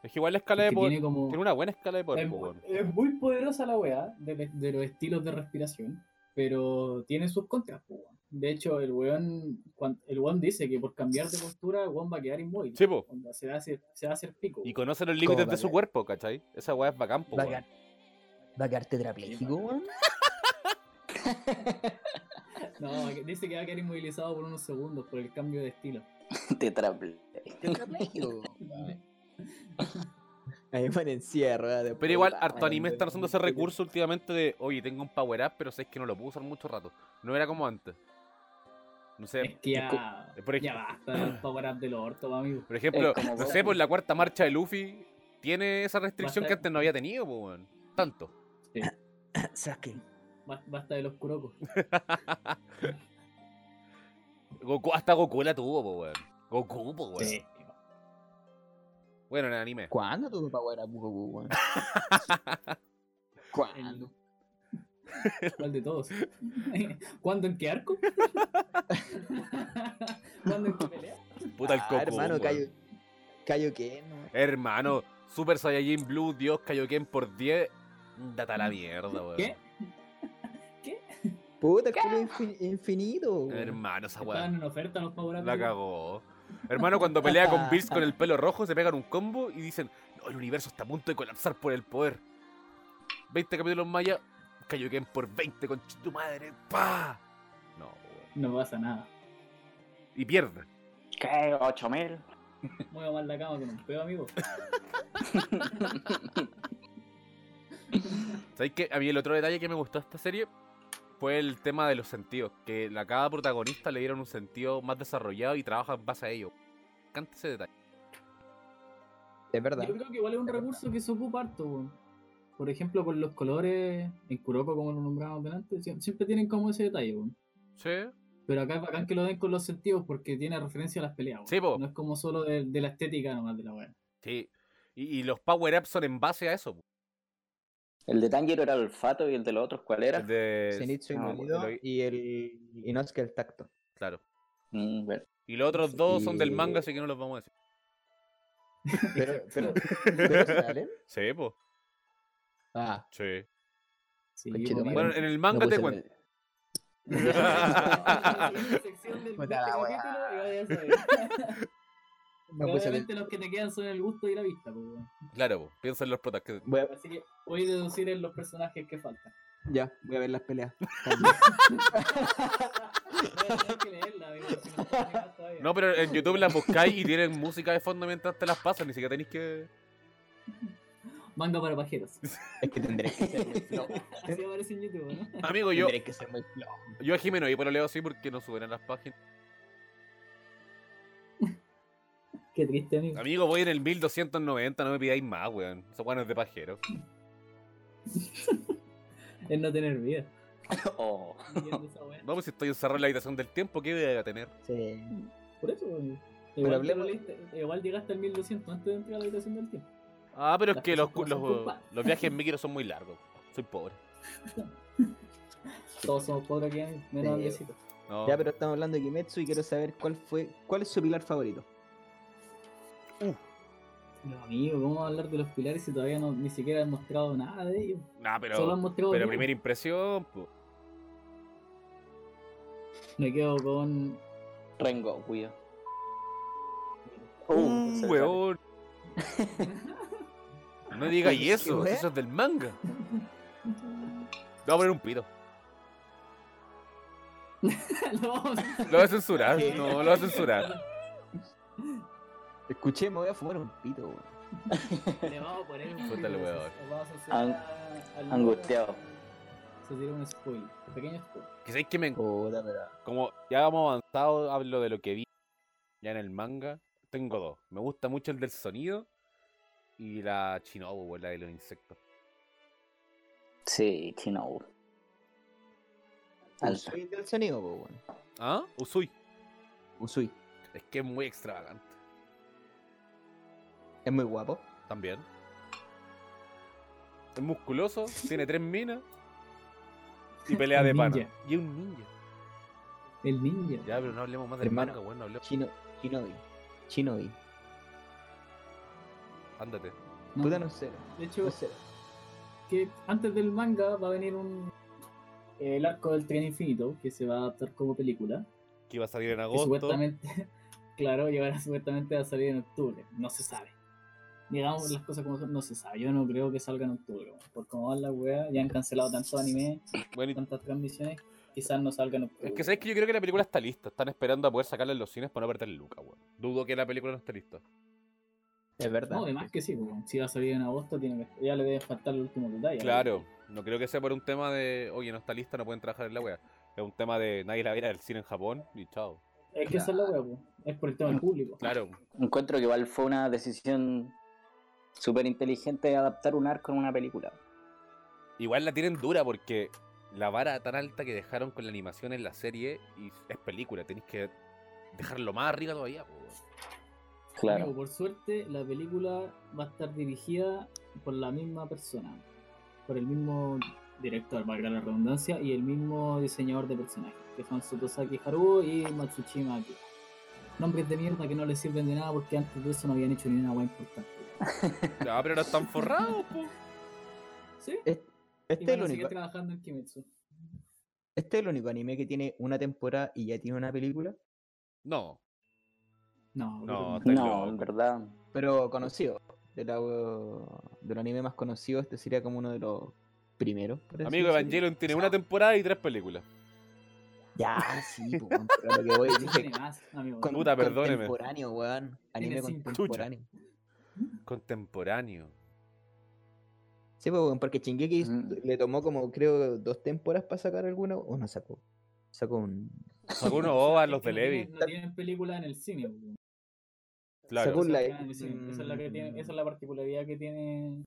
Speaker 1: Es que igual la escala de
Speaker 2: que
Speaker 1: poder.
Speaker 2: tiene como-
Speaker 1: pues, Tiene una buena escala de poder,
Speaker 2: es,
Speaker 1: po,
Speaker 2: mu-
Speaker 1: weón.
Speaker 2: es muy poderosa la weá de, le- de los estilos de respiración, pero tiene sus contras, po, weón. De hecho, el weón, cuan- el weón dice que por cambiar de postura, el weón va a quedar inmóvil.
Speaker 1: Sí, po.
Speaker 2: Onda, se, va a hacer, se va a hacer pico.
Speaker 1: Y
Speaker 2: weón.
Speaker 1: conoce los límites de
Speaker 3: bacán.
Speaker 1: su cuerpo, ¿cachai? Esa weá es bacán, po,
Speaker 3: Va a
Speaker 1: weón.
Speaker 3: quedar- va a quedar tetrapléjico, weón.
Speaker 2: No, que- dice que va a quedar inmovilizado por unos segundos por el cambio de estilo.
Speaker 4: Tetraple.
Speaker 3: Tetrapléjico. Ahí fue el encierro, ¿verdad? Después
Speaker 1: Pero igual,
Speaker 3: puta,
Speaker 1: harto
Speaker 3: weón,
Speaker 1: anime están usando ese
Speaker 3: weón.
Speaker 1: recurso últimamente de, oye, tengo un power up, pero sé que no lo puedo usar mucho rato. No era como antes. No
Speaker 2: Es
Speaker 1: sé.
Speaker 2: que
Speaker 1: es co-
Speaker 2: ya,
Speaker 1: por ej-
Speaker 2: ya basta del power up del orto, pa, amigo.
Speaker 1: Por ejemplo,
Speaker 4: Es como
Speaker 1: no
Speaker 4: vos.
Speaker 1: sé, por la cuarta marcha de Luffy tiene esa restricción que
Speaker 2: Basta.
Speaker 1: antes no había tenido, po, weón. Tanto.
Speaker 3: Sasuke.
Speaker 2: Ba- Basta de los curocos.
Speaker 1: Goku, hasta Goku la tuvo, po, weón. Goku, po, weón.
Speaker 2: Sí.
Speaker 1: Bueno, en el anime.
Speaker 3: ¿Cuándo tuvo Power Up Goku, weón?
Speaker 2: El-
Speaker 3: ¿Cuándo?
Speaker 2: ¿Cuál de todos? ¿Cuándo en qué arco? ¿Cuándo en qué pelea?
Speaker 1: Puta el
Speaker 3: Ah,
Speaker 1: Goku.
Speaker 3: hermano,
Speaker 1: weón.
Speaker 3: Cayo. Cayo que no.
Speaker 1: Hermano, Super Saiyajin Blue, Dios, Kaioken por 10. Data la mierda, weón.
Speaker 2: ¿Qué?
Speaker 3: Puta, el culo infin- infinito. weón.
Speaker 1: Hermano, esa
Speaker 2: Estaban
Speaker 1: weón.
Speaker 2: en oferta los Power Up.
Speaker 1: La cagó. Hermano, cuando pelea con Bills con el pelo rojo, se pegan un combo y dicen: No, el universo está a punto de colapsar por el poder. 20 capítulos maya, Kaioken por 20 con tu madre. ¡Pah! No, weón.
Speaker 2: No pasa nada.
Speaker 1: Y pierde.
Speaker 4: ¿Qué? ¿8000?
Speaker 2: Mueva mal la cama con un pedo, amigo.
Speaker 1: ¿Sabéis que a mí el otro detalle que me gustó de esta serie fue el tema de los sentidos? Que a cada protagonista le dieron un sentido más desarrollado y trabaja en base a ello. Me encanta ese detalle.
Speaker 3: Es verdad.
Speaker 2: Yo creo que igual es un recurso que se ocupa harto, weón. Por ejemplo, con los colores, en Kuroko, como lo nombramos delante, sie- siempre tienen como ese detalle, weón.
Speaker 1: Sí.
Speaker 2: Pero acá es bacán que lo den con los sentidos porque tiene referencia a las peleas, weón.
Speaker 1: Sí, po.
Speaker 2: No es como solo de, de la estética nomás de la weá.
Speaker 1: Sí. Y, y los power-ups son en base a eso. po.
Speaker 4: El de Tanjiro era el olfato y el de los otros, ¿cuál era?
Speaker 1: El de-
Speaker 3: Zenitsu
Speaker 4: no,
Speaker 3: inválido
Speaker 1: lo-
Speaker 3: y el Inosuke el tacto.
Speaker 1: Claro.
Speaker 4: Mm, ver-
Speaker 1: Y los otros dos son del
Speaker 3: Y-
Speaker 1: manga, así que no los vamos a decir.
Speaker 3: Pero, pero, pero salen.
Speaker 1: Sí, po.
Speaker 3: Ah,
Speaker 1: Sí.
Speaker 2: Sí,
Speaker 3: Conchito
Speaker 2: po,
Speaker 3: madre.
Speaker 2: amigo.
Speaker 1: Bueno, en el manga
Speaker 3: no
Speaker 1: te
Speaker 3: puse
Speaker 1: cuento.
Speaker 3: el-
Speaker 2: La siguiente sección del- de
Speaker 3: Puta
Speaker 2: este
Speaker 3: la weá.
Speaker 2: capítulo y vaya a saber.
Speaker 3: No puse el-
Speaker 2: Probablemente los que te quedan son el gusto y la vista, po, weón.
Speaker 1: Claro, po. piensa en los protas. que-
Speaker 3: Voy a-
Speaker 2: Así que voy a deducir en los personajes que faltan.
Speaker 3: ya, voy a ver las peleas.
Speaker 2: Voy a tener que leerla, amigo, si no está animada todavía.
Speaker 1: No, pero en YouTube las buscáis y tienen música de fondo mientras te las pasan, ni siquiera tenéis que.
Speaker 2: Manga para pajeros.
Speaker 3: es que tendré que ser muy flojo.
Speaker 2: Así aparece en YouTube, ¿no?
Speaker 1: Amigo, yo,
Speaker 3: Tendré que ser muy flojo.
Speaker 1: yo a Jimeno, y por lo leo así porque no suben a las páginas.
Speaker 2: Qué triste, amigo.
Speaker 1: Amigo, voy en el 1290, no me pidáis más, weón. Esa weón es de pajero.
Speaker 2: Es no tener vida.
Speaker 4: Oh.
Speaker 2: Viendo esa weá.
Speaker 1: No, pues si estoy encerrado en la habitación del tiempo, ¿qué voy a tener?
Speaker 3: Sí.
Speaker 2: Por eso, amigo. Igual, te lo
Speaker 3: hablemos-
Speaker 2: leíste- igual llegaste al 1200 antes de entrar a la habitación del tiempo.
Speaker 1: Ah, pero es
Speaker 2: Las
Speaker 1: que los,
Speaker 2: cosas
Speaker 1: los,
Speaker 2: como son, compa.
Speaker 1: los viajes en micro son muy largos. Soy pobre.
Speaker 2: Todos somos pobres aquí, amigo, menos
Speaker 3: Sí.
Speaker 2: Andresito.
Speaker 1: No.
Speaker 3: Ya, pero estamos hablando de Kimetsu y quiero saber cuál fue, cuál es su pilar favorito.
Speaker 2: No, amigo, ¿cómo vamos a hablar de los pilares si todavía no, ni siquiera han mostrado nada de ellos?
Speaker 1: Nah, pero,
Speaker 2: Solo han mostrado.
Speaker 1: pero
Speaker 2: uno.
Speaker 1: primera impresión, po.
Speaker 2: Me quedo con.
Speaker 4: Rengo, cuido.
Speaker 1: Uh,
Speaker 4: se
Speaker 1: weón. No digáis
Speaker 3: ¿Qué
Speaker 1: eso,
Speaker 3: fue?
Speaker 1: eso es del manga. Le voy a poner un pito.
Speaker 2: no,
Speaker 1: Lo voy a censurar, no, lo voy a censurar.
Speaker 3: Escuché, me voy a fumar un pito, weón.
Speaker 2: le vamos a poner un
Speaker 1: Puta el weón.
Speaker 2: le vamos a censurar
Speaker 4: Ang-
Speaker 2: al-
Speaker 4: angustiado.
Speaker 2: Se tiró un spoiler, un pequeño spoiler.
Speaker 1: Quizás que me.
Speaker 3: Puta, pero.
Speaker 1: Como ya hemos avanzado, hablo de lo que vi ya en el manga. Tengo dos. Me gusta mucho el del sonido y la chinobu, weón, la de los insectos.
Speaker 4: Sí, Chino. Alta.
Speaker 3: Usui del sonido, po, weón.
Speaker 1: ¿Ah? Usui.
Speaker 3: Usui.
Speaker 1: Es que es muy extravagante.
Speaker 3: Es muy guapo.
Speaker 1: También. Es musculoso, tiene tres minas y pelea
Speaker 2: Un
Speaker 1: de pana.
Speaker 2: ninja.
Speaker 1: Y es un ninja.
Speaker 2: El ninja.
Speaker 1: Ya, pero no hablemos más del
Speaker 3: Hermano.
Speaker 1: manga, weón, no hablemos.
Speaker 3: Chino, Shinobi. Shinobi.
Speaker 1: Ándate.
Speaker 2: No.
Speaker 3: Puta, no sé.
Speaker 2: De hecho,
Speaker 3: No sé.
Speaker 2: que antes del manga va a venir un el arco del tren infinito que se va a adaptar como película.
Speaker 1: Que iba a salir en
Speaker 2: Que
Speaker 1: agosto.
Speaker 2: supuestamente, claro, llevará supuestamente a salir en octubre. No se sabe. Digamos las cosas como son, no se sabe. Yo no creo que salga en octubre. weón. Por cómo van las weas, ya han cancelado tantos animes,
Speaker 1: Bueno, y-
Speaker 2: tantas transmisiones, quizás no salga en octubre.
Speaker 1: es que sabes que yo creo que la película está lista. Están esperando a poder sacarla en los cines para no perder lucas, weón. Dudo que la película no esté lista.
Speaker 3: Es verdad.
Speaker 2: No, además que sí, weón. si va a salir en agosto, tiene que- ya le debe faltar los últimos detalles.
Speaker 1: Claro, no creo que sea por un tema de, oye, no está lista, no pueden trabajar en la wea. Es un tema de nadie la verá el cine en Japón y chao.
Speaker 2: Es que esa es la wea, weón. es por el tema del público.
Speaker 1: Claro,
Speaker 4: Encuentro que igual fue una decisión súper inteligente de adaptar un arco en una película.
Speaker 1: igual la tienen dura porque la vara tan alta que dejaron con la animación en la serie y es película, tenéis que dejarlo más arriba todavía. po, weón.
Speaker 2: Amigo, por suerte, la película va a estar dirigida por la misma persona, por el mismo director, valga la redundancia, y el mismo diseñador de personajes, que son Sotosaki Haruo y Matsushima Akira. Nombres de mierda que no les sirven de nada porque antes de eso no habían hecho ni una wea importante.
Speaker 1: No, pero no están forrados, po.
Speaker 2: ¿Sí?
Speaker 3: Es-
Speaker 2: Y
Speaker 3: Este es,
Speaker 2: van
Speaker 3: el
Speaker 2: a seguir
Speaker 3: único,
Speaker 2: trabajando en Kimetsu.
Speaker 3: este es el único anime que tiene una temporada y ya tiene una película.
Speaker 1: No,
Speaker 2: No,
Speaker 1: No,
Speaker 2: weón.
Speaker 1: Estoy
Speaker 4: No,
Speaker 1: loco.
Speaker 4: en verdad.
Speaker 3: Pero conocido. De la- del anime más conocido, este sería como uno de los primeros. por así
Speaker 1: amigo
Speaker 3: decirlo.
Speaker 1: Evangelion tiene una temporada y tres películas.
Speaker 3: Ya, sí, po, weón, pero lo que voy
Speaker 2: Sí,
Speaker 3: dije
Speaker 2: tiene más, amigo.
Speaker 3: con-
Speaker 1: Puta, perdóneme.
Speaker 3: contemporáneo, weón. Anime
Speaker 2: Tiene cinco.
Speaker 3: contemporáneo.
Speaker 1: Contemporáneo.
Speaker 3: Sí, po, weón, porque Chingeki
Speaker 4: Mm.
Speaker 3: le tomó como, creo, dos temporadas para sacar alguna, o no sacó. Sacó un.
Speaker 1: Sacó unos ovas los
Speaker 2: Es
Speaker 1: de
Speaker 2: que no tienen-
Speaker 1: Levi.
Speaker 2: No tienen película en el cine, weón.
Speaker 1: Claro.
Speaker 3: Sacó un
Speaker 2: Esa
Speaker 3: live.
Speaker 2: es la- sí, esa es la que tiene- esa es la particularidad que tiene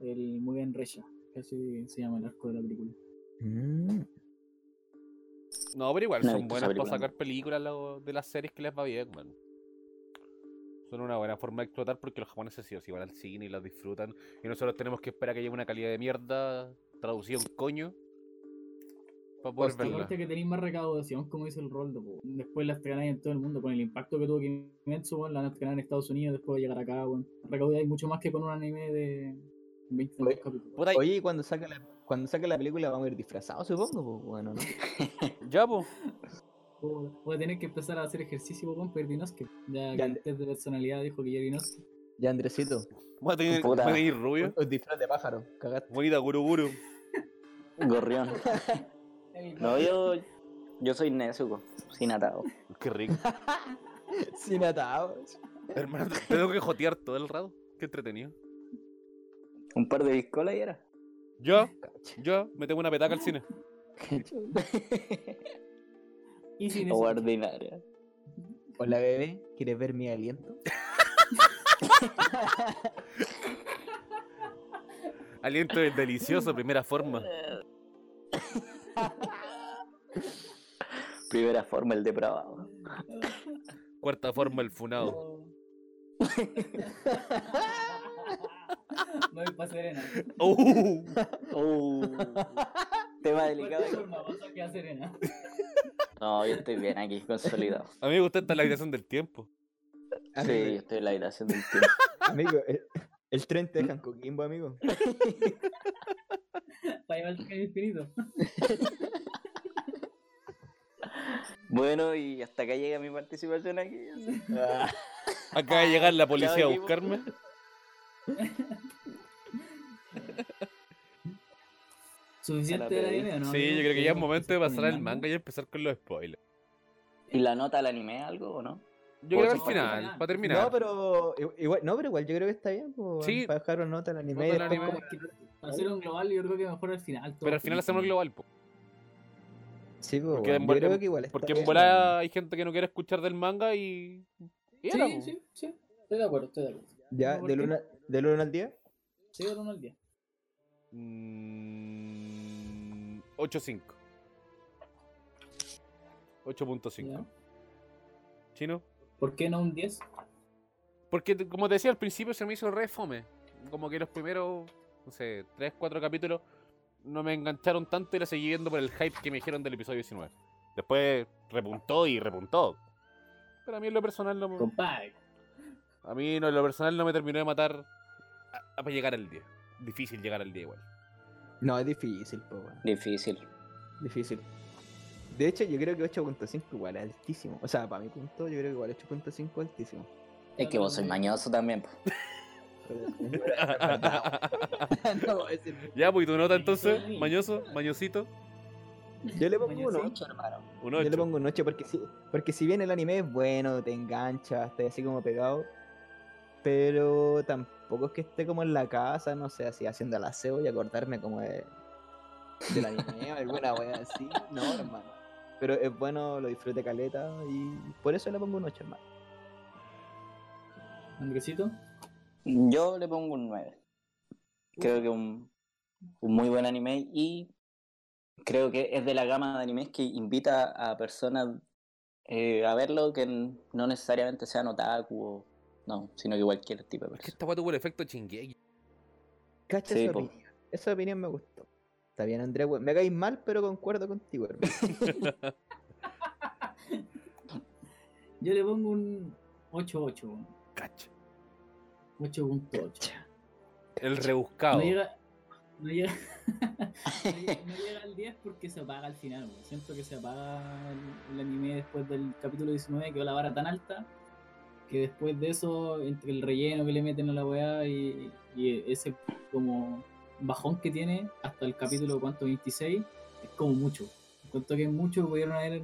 Speaker 2: el Mugen Reya, que así se llama el arco de la película.
Speaker 3: Mm.
Speaker 1: No, pero igual
Speaker 4: No he
Speaker 1: son
Speaker 4: visto
Speaker 1: buenas para
Speaker 4: esa película.
Speaker 1: sacar películas lo- de las series que les va bien, man. Son una buena forma de explotar porque los japoneses sí o sí van al cine y las disfrutan. Y nosotros tenemos que esperar a que llegue una calidad de mierda traducida a un coño para poder
Speaker 3: Hostia.
Speaker 1: verla.
Speaker 2: Aparte que tenéis más recaudación, como dice el Roldo, po. después la estrenáis en todo el mundo, con el impacto que tuvo Kimetsu, weón, la van a estrenar en Estados Unidos, después de llegar acá, weón. recaudáis mucho más que con un anime de 22
Speaker 3: Oye,
Speaker 2: capítulos.
Speaker 1: Puta, y-
Speaker 3: Oye, ¿y cuando saque la, cuando saque la película vamos a ir disfrazados, supongo, pues, bueno, ¿no?
Speaker 1: ya, po.
Speaker 2: Voy a- voy a tener que empezar a hacer ejercicio con Perdinoski, ya que
Speaker 3: Ya.
Speaker 2: el test de personalidad dijo que yo Inosuke.
Speaker 3: Ya, Andresito.
Speaker 1: Voy a tener,
Speaker 4: Puta.
Speaker 1: voy a tener rubio.
Speaker 3: Un disfraz de pájaro, cagaste.
Speaker 1: Bonita, guru guru.
Speaker 4: Gorrión. No, yo, yo soy Nezuko, sin atado.
Speaker 1: Qué rico.
Speaker 3: Sin atados.
Speaker 1: Hermano, te tengo que jotear todo el rato. Qué entretenido.
Speaker 4: Un par de biscolas y era.
Speaker 1: Yo, yo, me tengo una petaca al cine.
Speaker 2: Y sin
Speaker 4: o
Speaker 2: eso,
Speaker 4: ordinaria.
Speaker 3: Hola, bebé. ¿Quieres ver mi aliento?
Speaker 1: Aliento del delicioso, primera forma.
Speaker 4: Primera forma, el depravado.
Speaker 1: Cuarta forma, el funado.
Speaker 2: no es para Serena.
Speaker 1: Uh.
Speaker 4: Uh, tema
Speaker 2: Cualquier
Speaker 4: delicado.
Speaker 2: forma, pasa que a Serena.
Speaker 4: No, yo estoy bien aquí, consolidado.
Speaker 1: Amigo, usted está en la habitación del tiempo.
Speaker 3: Ah,
Speaker 4: Sí, yo estoy en la habitación del tiempo.
Speaker 3: Amigo, el, el tren te deja en Coquimbo, amigo.
Speaker 1: Eh,
Speaker 2: Para llevar el infinito.
Speaker 4: Bueno, y hasta acá llega mi participación aquí. así.
Speaker 1: Acaba de llegar la
Speaker 4: Ya
Speaker 1: policía a
Speaker 4: venimos.
Speaker 1: buscarme.
Speaker 2: ¿Suficiente
Speaker 4: Ya
Speaker 2: del
Speaker 4: la pedí.
Speaker 2: anime o no?
Speaker 1: Sí, yo creo que ya es momento de pasar al manga y empezar con los spoilers.
Speaker 4: ¿Y la nota al anime algo o no?
Speaker 1: Yo
Speaker 4: Por
Speaker 1: creo que al
Speaker 4: supuesto.
Speaker 1: final, para terminar.
Speaker 3: No, pero i- igual, no, pero igual yo creo que está bien. Pues,
Speaker 1: Sí.
Speaker 3: Para dejar una nota al anime.
Speaker 1: Nota
Speaker 3: y
Speaker 1: al
Speaker 3: después
Speaker 1: anime.
Speaker 3: como-
Speaker 2: Para hacer un global, yo creo que mejor al final. todo
Speaker 1: Pero al final
Speaker 2: junto.
Speaker 1: hacemos el global, po.
Speaker 3: Sí, pues,
Speaker 1: Porque
Speaker 3: bueno,
Speaker 1: en
Speaker 3: yo
Speaker 1: vol-
Speaker 3: creo
Speaker 1: en-
Speaker 3: que igual está
Speaker 1: porque en
Speaker 3: bien,
Speaker 1: volada hay gente que no quiere escuchar del manga y. y era,
Speaker 2: Sí,
Speaker 1: po.
Speaker 2: sí, sí. Estoy de acuerdo, estoy de acuerdo.
Speaker 3: bueno. Ya,
Speaker 2: ¿Por
Speaker 3: del
Speaker 2: qué?
Speaker 3: 1 del uno al 10.
Speaker 2: Sí, del uno al día.
Speaker 1: Mm, 8.5. 8.5. ¿Chino?
Speaker 2: ¿Por qué no un 10?
Speaker 1: Porque, te- como te decía al principio, se me hizo re fome. Como que los primeros, no sé, 3, 4 capítulos no me engancharon tanto y la seguí viendo por el hype que me dijeron del episodio 19. Después repuntó y repuntó. Pero a mí en lo personal no me...
Speaker 2: Compadre.
Speaker 1: A mí, no, en lo personal, no me terminó de matar a- a- para llegar al 10. Difícil llegar al 10 igual.
Speaker 3: No, es difícil, po, weón.
Speaker 4: Difícil.
Speaker 3: Difícil. De hecho, yo creo que 8.5 igual es altísimo. O sea, para mi punto, yo creo que igual 8.5 es altísimo.
Speaker 4: Es que vos sois mañoso también. po.
Speaker 3: no, es el-
Speaker 1: ya, pues, ¿y tu nota entonces? Mañoso, mañosito,
Speaker 3: Yo le pongo
Speaker 2: Mañoso.
Speaker 3: uno.
Speaker 4: Ocho, hermano.
Speaker 1: un
Speaker 3: Yo le
Speaker 1: 8.
Speaker 3: pongo un 8 porque si, porque si bien el anime es bueno, te engancha, estás así como pegado, pero tampoco es que esté como en la casa, no sé, así haciendo el aseo y acordarme como de, del anime o alguna wea así. No, hermano. Pero es bueno, lo disfrute caleta y por eso le pongo un 8, hermano.
Speaker 2: Andresito.
Speaker 4: Yo le pongo un 9. Creo que un, un muy buen anime y creo que es de la gama de animes que invita a personas eh, a verlo que n- no necesariamente sean otaku o no, sino que cualquier tipo
Speaker 1: Es
Speaker 4: de
Speaker 1: que
Speaker 4: persona.
Speaker 1: esta weá tuvo el efecto chingue.
Speaker 3: Cacha
Speaker 4: Sí,
Speaker 3: esa
Speaker 4: po.
Speaker 3: Este opinión. Esa opinión me gustó. Está bien, Andrés, weón. Me caes mal, pero concuerdo contigo, hermano.
Speaker 2: Yo le pongo un 8-8, weón.
Speaker 1: Cacha.
Speaker 2: 8.8.
Speaker 1: El
Speaker 2: No
Speaker 1: rebuscado.
Speaker 2: llega, no llega, no llega- no llega al 10 porque se apaga al final, weón. Siento que se apaga el, el anime después del capítulo 19, quedó la vara tan alta que después de eso, entre el relleno que le meten a la weá y, y ese como bajón que tiene hasta el capítulo cuánto 26, es como mucho. Cuanto que es mucho, pudieron haber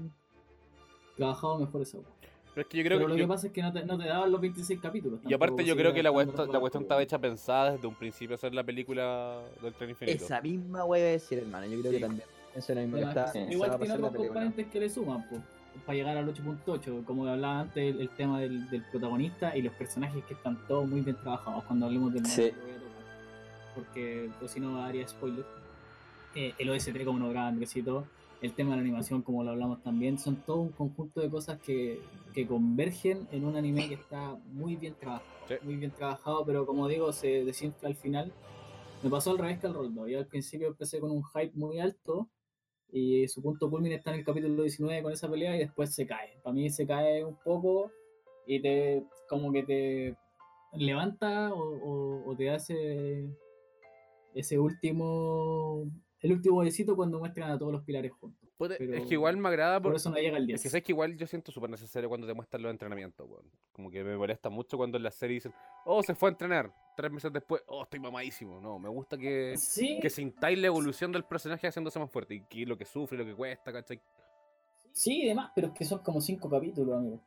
Speaker 2: trabajado mejor esa weá.
Speaker 1: Pero es que yo creo
Speaker 2: Pero lo
Speaker 1: que.
Speaker 2: que
Speaker 1: yo-
Speaker 2: pasa es que no te, no te daban los 26 capítulos.
Speaker 1: Y aparte,
Speaker 2: tampoco,
Speaker 1: yo
Speaker 2: si
Speaker 1: creo
Speaker 2: era
Speaker 1: que la,
Speaker 2: tan
Speaker 1: weá esta-
Speaker 2: largo
Speaker 1: la
Speaker 2: el
Speaker 1: cuestión
Speaker 2: capítulo.
Speaker 1: estaba hecha pensada desde un principio hacer la película del tren infinito.
Speaker 3: Esa misma wea iba a decir, hermano. Yo creo que
Speaker 1: Sí.
Speaker 3: también. Eso es lo mismo que
Speaker 2: Además,
Speaker 3: está.
Speaker 4: sí.
Speaker 3: pensado
Speaker 2: Igual
Speaker 3: para
Speaker 2: tiene
Speaker 3: hacer la
Speaker 2: otros
Speaker 3: película.
Speaker 2: componentes que le suman, para llegar al 8.8, como hablaba antes, el, el tema del, del protagonista y los personajes que están todos muy bien trabajados. Cuando hablemos del
Speaker 4: Sí.
Speaker 2: lo voy a tocar, porque pues, si no haría spoiler. Eh, el OST, como nombraba Andresito, el tema de la animación, como lo hablamos también, son todo un conjunto de cosas que, que convergen en un anime que está muy bien trabajado.
Speaker 1: Sí.
Speaker 2: Muy bien trabajado, pero como digo, se desinfla al final. Me pasó al revés que al Roldo. Yo al principio empecé con un hype muy alto y su punto culmine está en el capítulo 19 con esa pelea y después se cae. Para mí se cae un poco y te como que te levanta o, o- o te hace ese último el último besito cuando muestran a todos los pilares juntos.
Speaker 1: Puta, Es
Speaker 2: pero-
Speaker 1: que igual me agrada
Speaker 2: Por
Speaker 1: por-
Speaker 2: eso no llega el 10.
Speaker 1: Es que sabes que igual yo siento súper necesario cuando te muestran los entrenamientos, weón. Como que me molesta mucho cuando en la serie dicen, oh, se fue a entrenar. Tres meses después, oh, estoy mamadísimo. No, me gusta que,
Speaker 2: Sí,
Speaker 1: que sintáis la evolución del personaje haciéndose más fuerte. Y que lo que sufre, lo que cuesta, ¿cachai?
Speaker 2: sí, y demás, pero es que son como cinco capítulos, amigo.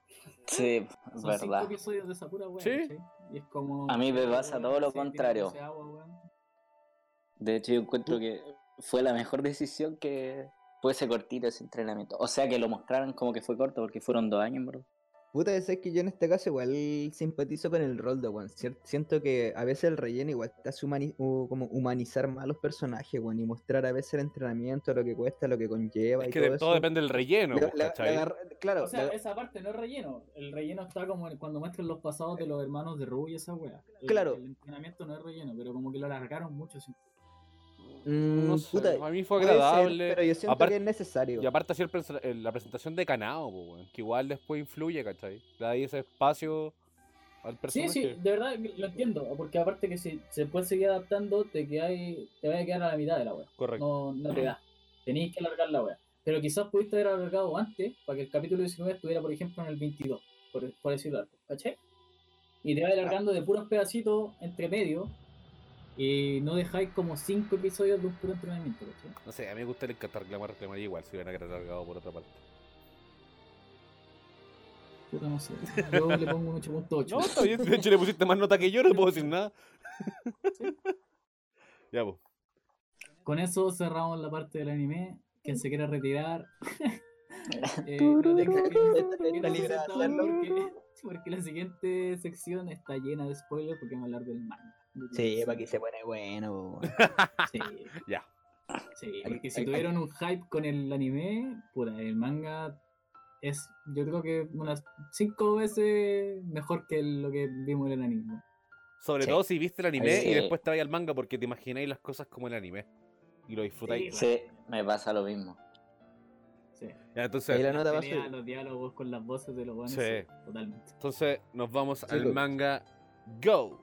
Speaker 4: Sí, es
Speaker 2: Son cinco
Speaker 4: verdad.
Speaker 2: episodios de esa pura wea,
Speaker 1: Sí.
Speaker 2: ¿cachai? Y es como eh,
Speaker 4: A mí me pasa todo lo
Speaker 2: Sí, tirándose
Speaker 4: contrario.
Speaker 2: agua, weón.
Speaker 4: De hecho, yo encuentro que fue la mejor decisión que fuese cortito ese entrenamiento. O sea, que lo mostraran como que fue corto porque fueron dos años, bro.
Speaker 3: Puta, es que yo en este caso igual simpatizo con el rol de weón. cier- Siento que a veces el relleno igual te hace humani- o como humanizar más a los personajes, weón, y mostrar a veces el entrenamiento, lo que cuesta, lo que conlleva
Speaker 1: Es
Speaker 3: y
Speaker 1: que
Speaker 3: todo
Speaker 1: de todo
Speaker 3: eso.
Speaker 1: depende del relleno,
Speaker 3: Le-
Speaker 1: pues,
Speaker 3: le- le
Speaker 1: ¿cachai?
Speaker 3: agarra- claro,
Speaker 2: O sea,
Speaker 3: le-
Speaker 2: esa parte no es relleno. El relleno está como en- cuando muestran los pasados de los hermanos de Ruby y esa wea. El,
Speaker 3: Claro.
Speaker 2: El entrenamiento no es relleno, pero como que lo alargaron mucho. sí.
Speaker 1: No
Speaker 3: mm,
Speaker 1: sé,
Speaker 3: puta,
Speaker 1: a mí fue
Speaker 3: puede ser,
Speaker 1: agradable.
Speaker 3: pero yo siento
Speaker 1: Aparte-
Speaker 3: que es necesario.
Speaker 1: Y aparte así el perso- el- la presentación de Canao, po, weón, que igual después influye, ¿cachai? Le da ahí ese espacio al
Speaker 2: Sí,
Speaker 1: personaje.
Speaker 2: sí, de verdad que lo entiendo. Porque aparte que si se puede seguir adaptando, te, quedáis- te vas a quedar a la mitad de la wea.
Speaker 1: Correcto.
Speaker 2: No, no te da. Tenéis que alargar la wea. Pero quizás pudiste haber alargado antes para que el capítulo 19 estuviera, por ejemplo, en el 22, por, por decirlo algo. ¿Caché? Y te vas alargando de puros pedacitos entre medio y no dejáis como cinco episodios de un puro entrenamiento, ¿cachai?
Speaker 1: No sé, a mí me gusta el encantar reclamar, reclamar igual, si hubieran alargado por otra parte.
Speaker 2: Puta, no sé. Yo le pongo un 8.8.
Speaker 1: No, está bien. De hecho, le pusiste más nota que yo, no puedo decir nada. ya, pues.
Speaker 2: Con eso cerramos la parte del anime. Quien se quiera retirar. eh, no tenga que-
Speaker 3: Está libre de hacerlo.
Speaker 2: porque, porque la siguiente sección está llena de spoilers porque vamos a hablar del manga.
Speaker 3: Sí, para que se pone bueno, po, weón.
Speaker 2: Sí,
Speaker 1: Ya.
Speaker 2: sí,
Speaker 3: Hay-
Speaker 2: porque
Speaker 3: hay-
Speaker 2: si
Speaker 3: hay-
Speaker 2: tuvieron un hype con el anime, puta, el manga es, yo creo que unas cinco veces mejor que lo que vimos en el anime.
Speaker 1: Sobre
Speaker 4: Sí.
Speaker 1: todo si viste el anime
Speaker 4: Sí.
Speaker 1: y después te vais al manga porque te imagináis las cosas como el anime. Y lo disfrutáis.
Speaker 2: Sí.
Speaker 4: Sí, me pasa lo mismo.
Speaker 2: Sí.
Speaker 1: Ya,
Speaker 3: Ahí
Speaker 1: entonces,
Speaker 3: la nota va a
Speaker 2: Pelea,
Speaker 3: subir.
Speaker 2: los diálogos con las voces de los buenos,
Speaker 1: Sí.
Speaker 2: totalmente.
Speaker 1: entonces nos vamos al
Speaker 3: pues.
Speaker 1: manga Go.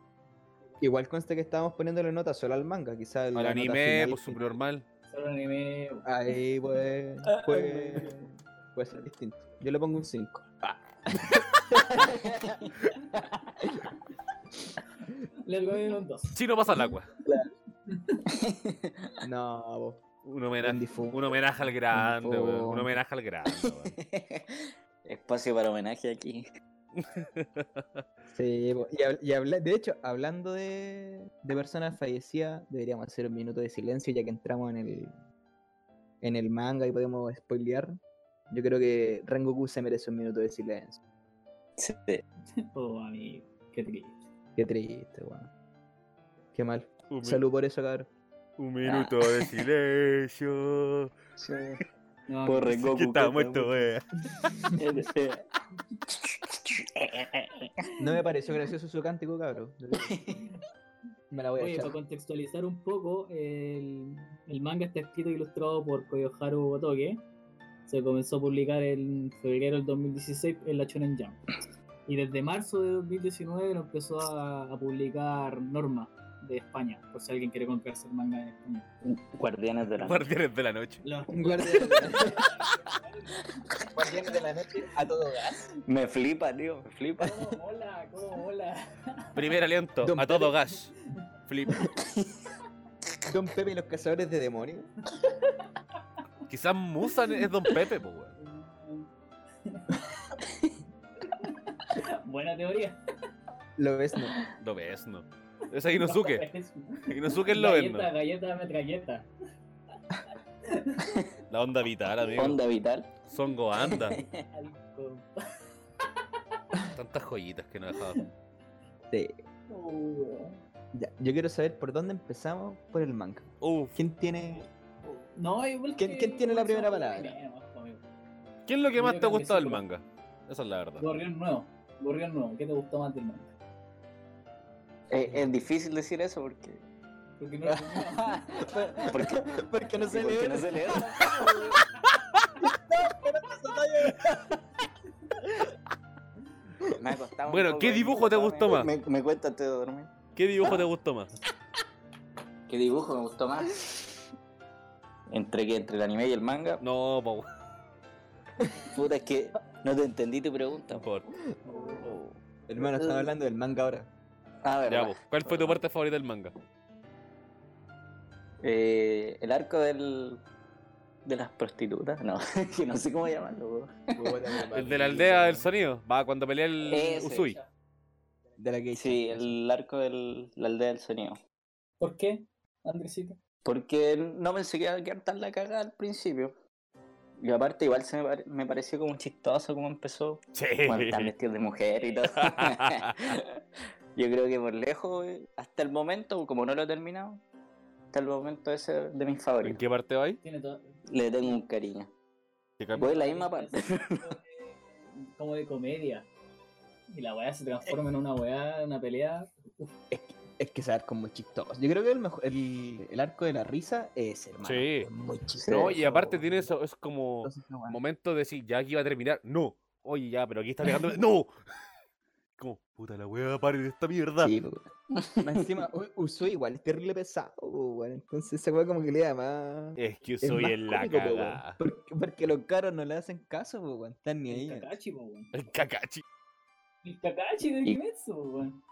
Speaker 3: Igual conste que estábamos poniéndole nota solo al manga, quizás el
Speaker 1: Al anime, pues super normal.
Speaker 2: Solo anime. weón.
Speaker 3: Ahí pues, puede, puede ser distinto. Yo le pongo un 5.
Speaker 2: Le dieron dos.
Speaker 1: Chino pasa al agua.
Speaker 3: No, vos.
Speaker 1: Un
Speaker 3: Un
Speaker 1: homenaje,
Speaker 3: difunto.
Speaker 1: un homenaje al grande,
Speaker 3: Un
Speaker 1: weón. Un
Speaker 3: difunto.
Speaker 1: homenaje al grande, weón.
Speaker 4: Espacio para homenaje aquí.
Speaker 3: Sí, po. y, habl- y habla- de hecho, hablando de, de personas fallecidas, deberíamos hacer un minuto de silencio ya que entramos en el, en el manga y podemos spoilear. Yo creo que Rengoku se merece un minuto de silencio.
Speaker 4: Sí.
Speaker 2: Oh, amigo. Qué triste.
Speaker 3: Qué triste, weón. Qué mal.
Speaker 1: Un, mi-
Speaker 3: Salud por eso, cabrón.
Speaker 1: un minuto de silencio.
Speaker 2: No, pues,
Speaker 4: Por
Speaker 2: amigo.
Speaker 4: Rengoku.
Speaker 1: que está muerto, weón.
Speaker 4: Este,
Speaker 3: No me pareció gracioso su cántico, cabrón. Me la voy a
Speaker 2: Oye,
Speaker 3: echar.
Speaker 2: para contextualizar un poco, el, el manga está escrito e ilustrado por Koyoharu Botoque. Se comenzó a publicar en febrero del 2016 en la Shonen Jump. Y desde marzo de 2019 lo empezó a, a publicar Norma de España, por si alguien quiere comprarse el manga en español.
Speaker 4: Guardianes de la
Speaker 1: Guardianes de la noche.
Speaker 2: Los-
Speaker 3: Guardia de la noche. Guardián de la noche a todo gas.
Speaker 4: Me flipa, tío, me flipa.
Speaker 2: ¿Cómo hola? ¿Cómo hola?
Speaker 1: Primer aliento,
Speaker 3: Don
Speaker 1: a todo gas. Flip.
Speaker 3: Don Pepe y los cazadores de demonios.
Speaker 1: Quizás Musan es Don Pepe, pues, weón.
Speaker 2: Buena teoría.
Speaker 3: Lo ves, no.
Speaker 1: Lo ves, no. Es ahí Inosuke. Inosuke es lo ves, no.
Speaker 2: Galleta, galleta, metralleta.
Speaker 1: La onda vital, amigo.
Speaker 4: Onda vital.
Speaker 1: Son Goanda.
Speaker 2: Al compa-
Speaker 1: Tantas joyitas que nos dejaban.
Speaker 3: Sí.
Speaker 2: Oh.
Speaker 3: Ya, yo quiero saber por dónde empezamos por el manga.
Speaker 1: Uf.
Speaker 3: ¿Quién tiene
Speaker 2: No, igual
Speaker 3: ¿Quién-
Speaker 2: que-
Speaker 3: quién tiene la
Speaker 2: igual
Speaker 3: primera
Speaker 2: son-
Speaker 1: ¿Qué es lo que
Speaker 2: Yo
Speaker 1: más
Speaker 2: creo
Speaker 1: te ha
Speaker 2: que
Speaker 1: gustado
Speaker 2: sí,
Speaker 1: del
Speaker 2: por-
Speaker 1: manga? Esa es la verdad.
Speaker 2: Gorrión nuevo, gorrión nuevo, ¿qué te gustó más del manga?
Speaker 4: Eh, Es, difícil decir eso porque.
Speaker 2: Porque no es nuevo.
Speaker 4: Porque,
Speaker 3: Porque no se
Speaker 4: porque
Speaker 3: lee.
Speaker 4: no se lee. Me ha costado un
Speaker 1: Bueno,
Speaker 4: poco
Speaker 1: ¿qué
Speaker 4: ahí,
Speaker 1: dibujo te
Speaker 4: me-
Speaker 1: gustó más?
Speaker 4: Me, me cuesta antes de dormir.
Speaker 1: ¿Qué dibujo te gustó más?
Speaker 4: ¿Qué dibujo me gustó más? ¿Entre qué? ¿Entre el anime y el manga?
Speaker 1: No, po,
Speaker 4: Puta, es que no te entendí tu pregunta. po.
Speaker 1: por favor.
Speaker 3: Hermano, están hablando del manga ahora.
Speaker 4: Ah,
Speaker 1: Oh. Ya,
Speaker 4: verdad.
Speaker 1: po. ¿Cuál fue tu parte favorita del manga?
Speaker 4: Eh, el arco del. de las prostitutas. No, que no sé cómo llamarlo. po.
Speaker 1: ¿El de la aldea del sonido? Va, cuando pelea el
Speaker 4: Ese.
Speaker 1: Eh, Usui.
Speaker 3: De la que
Speaker 4: Sí, el arco de la aldea del sonido.
Speaker 2: ¿Por qué, Andresito?
Speaker 4: Porque no pensé que iba a quedar tan la cagada al principio. Y aparte, igual se me, pare- me pareció como chistoso como empezó.
Speaker 1: Sí.
Speaker 4: Cuando están vestidos de mujer y todo. Yo creo que por lejos, eh, hasta el momento, como no lo he terminado, hasta el momento ese de mis
Speaker 1: ¿En
Speaker 4: favoritos.
Speaker 1: qué parte va ahí?
Speaker 2: Tiene todo.
Speaker 4: Le tengo un cariño.
Speaker 1: ¿Qué cambio?
Speaker 4: Voy la misma parte.
Speaker 2: Como de comedia. Y la weá se transforma en una weá, una pelea.
Speaker 3: Es que ese arco es muy chistoso. Yo creo que el, mejor, el, el arco de la risa es, hermano.
Speaker 1: Sí.
Speaker 3: es Muy chistoso.
Speaker 1: No, y aparte tiene eso, es como
Speaker 3: Entonces, ah. no, bueno.
Speaker 1: momento de decir, ya aquí va a terminar. No. Oye, ya, pero aquí está pegando. ¡No! Como, puta la weá, pare de esta mierda.
Speaker 3: Sí, pues, más Encima, u- Usui igual es terrible pesado, pues, weón. Entonces esa weá como que le da más.
Speaker 1: Es que
Speaker 3: es
Speaker 1: soy
Speaker 3: más
Speaker 1: en la
Speaker 3: cómico, pues, weón.
Speaker 1: cagada.
Speaker 3: Porque, porque los caros no le hacen caso, pues, weón. Están ni ahí.
Speaker 2: El
Speaker 3: weón.
Speaker 2: Kakashi, po, weón.
Speaker 1: El Kakashi.
Speaker 2: El Kakashi de
Speaker 3: Y-
Speaker 2: Kimetsu, po, weón.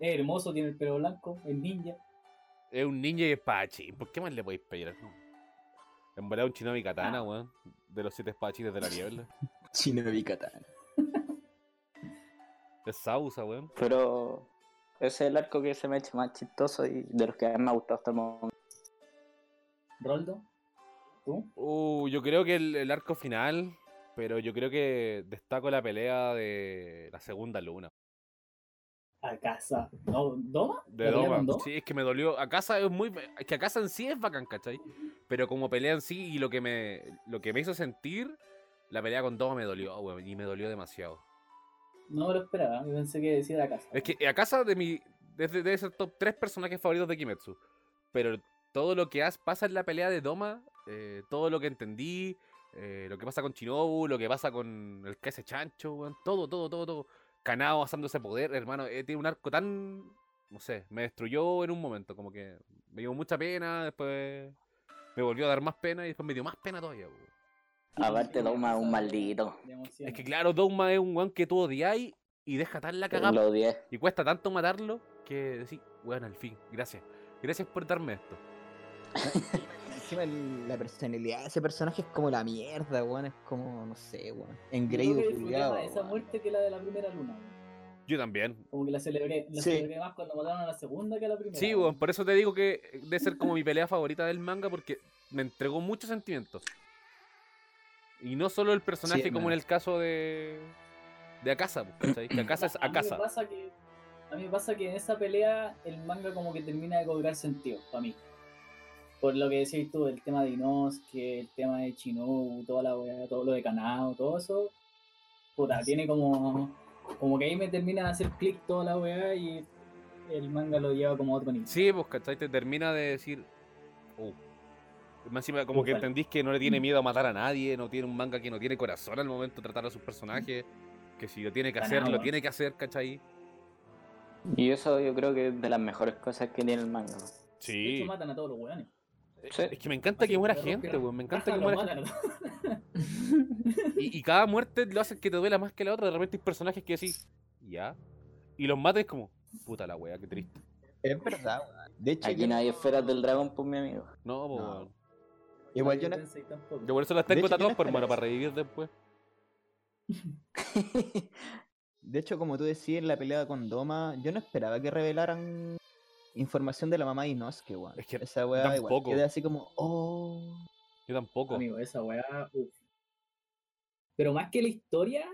Speaker 2: Es hermoso, tiene el pelo blanco, es ninja.
Speaker 1: Es un ninja y es pachín. ¿Por qué más le podéis pedir? En verdad, un chino
Speaker 3: Ah.
Speaker 1: katana, weón. De los siete espadachines de la niebla.
Speaker 3: Chino de Bicatán.
Speaker 1: Es Sausa, weón.
Speaker 4: Pero ese es el arco que se me ha hecho más chistoso y de los que más me ha gustado hasta el momento.
Speaker 2: Roldo, ¿tú?
Speaker 1: Uh, yo creo que el, el arco final. Pero yo creo que destaco la pelea de la segunda luna.
Speaker 2: A casa. No, ¿Doma?
Speaker 1: De
Speaker 2: ¿La pelea
Speaker 1: Doma.
Speaker 2: con Doma?
Speaker 1: Sí, es que me dolió. Akasa es muy. Es que Akasa en sí es bacán, ¿cachai? Pero como pelea en sí y lo que me, lo que me hizo sentir. La pelea con Doma me dolió, weón. Y me dolió demasiado.
Speaker 2: No me lo esperaba, yo pensé que decía la casa.
Speaker 1: Es que Akasa de mi, es de- debe ser top 3 personajes favoritos de Kimetsu. Pero todo lo que has- pasa en la pelea de Doma, eh, todo lo que entendí, eh, lo que pasa con Shinobu, lo que pasa con el que hace chancho, weón, todo, todo, todo, todo. Kanao ese poder, hermano, eh, tiene un arco tan. No sé, me destruyó en un momento, como que me dio mucha pena, después me volvió a dar más pena y después me dio más pena todavía. weón. pues,
Speaker 4: Aparte, Dogma es un maldito.
Speaker 2: de emoción.
Speaker 1: Es que claro, Dogma es un weón que tú odiáis y deja tan la cagada
Speaker 4: Lo odié.
Speaker 1: y cuesta tanto matarlo que decís, weón, al fin, gracias. Gracias por darme esto.
Speaker 3: Encima el- la personalidad de ese personaje es como la mierda, weón. Es como, no sé,
Speaker 2: Yo
Speaker 3: weón.
Speaker 2: creo
Speaker 3: Engreído,
Speaker 2: que disfruté
Speaker 3: culiao,
Speaker 2: más esa
Speaker 3: weón.
Speaker 2: muerte que la de la primera luna. weón.
Speaker 1: Yo también.
Speaker 2: Como que la celebré, la
Speaker 3: Sí.
Speaker 2: celebré más cuando mataron a la segunda que a la primera.
Speaker 1: Sí, weón, por eso te digo que debe ser como mi pelea favorita del manga porque me entregó muchos sentimientos. Y no solo el personaje como
Speaker 3: hermano.
Speaker 1: en el caso de. de Akasa, pues, ¿cachai? Que Akasa es
Speaker 2: A mí me
Speaker 1: Akasa.
Speaker 2: pasa que- A mí me pasa que en esa pelea el manga como que termina de cobrar sentido, para mí. Por lo que decís tú, el tema de Inosuke, el tema de Chinobu, toda la weá, todo lo de Kanao, todo eso. Puta, tiene como. Como que ahí me termina de hacer clic toda la weá y el manga lo lleva como a otro nivel.
Speaker 1: Sí, pues, ¿cachai? Te termina de decir. "Oh". Más encima, como que
Speaker 2: Ufale.
Speaker 1: entendís que no le
Speaker 2: Mm.
Speaker 1: tiene miedo a matar a nadie, no tiene un manga que no tiene corazón al momento de tratar a sus personajes, que si lo tiene que
Speaker 2: Para
Speaker 1: hacer,
Speaker 2: nada,
Speaker 1: lo
Speaker 2: weón.
Speaker 1: tiene que hacer, ¿cachai?
Speaker 4: Y eso yo creo que es de las mejores cosas que tiene el manga.
Speaker 2: De hecho, matan a todos los weones.
Speaker 4: Sí.
Speaker 1: Es que me encanta que muera gente, weón. Me encanta que muera gente. Y, y cada muerte lo hacen que te duela más que la otra. De repente hay personajes que decís, ya. Y los matas y es como, puta la wea, qué triste.
Speaker 3: Es verdad, weón. De hecho,
Speaker 4: Aquí
Speaker 3: yo-
Speaker 4: nadie esferas del dragón, pues mi amigo.
Speaker 1: No, po,
Speaker 3: No.
Speaker 1: weón.
Speaker 3: Igual yo no.
Speaker 1: Yo por eso las
Speaker 3: De
Speaker 1: tengo
Speaker 3: hecho, yo
Speaker 1: tatuadas,
Speaker 3: las
Speaker 1: por hermano,
Speaker 3: tengo.
Speaker 1: para revivir después.
Speaker 3: De hecho, como tú decías en la pelea con Doma, yo no esperaba que revelaran información de la mamá de Inosuke, weón.
Speaker 1: Es que
Speaker 3: esa weá igual
Speaker 1: tampoco.
Speaker 3: quedé así como, oh.
Speaker 1: Yo tampoco.
Speaker 2: Amigo, esa weá. uf. Pero más que la historia,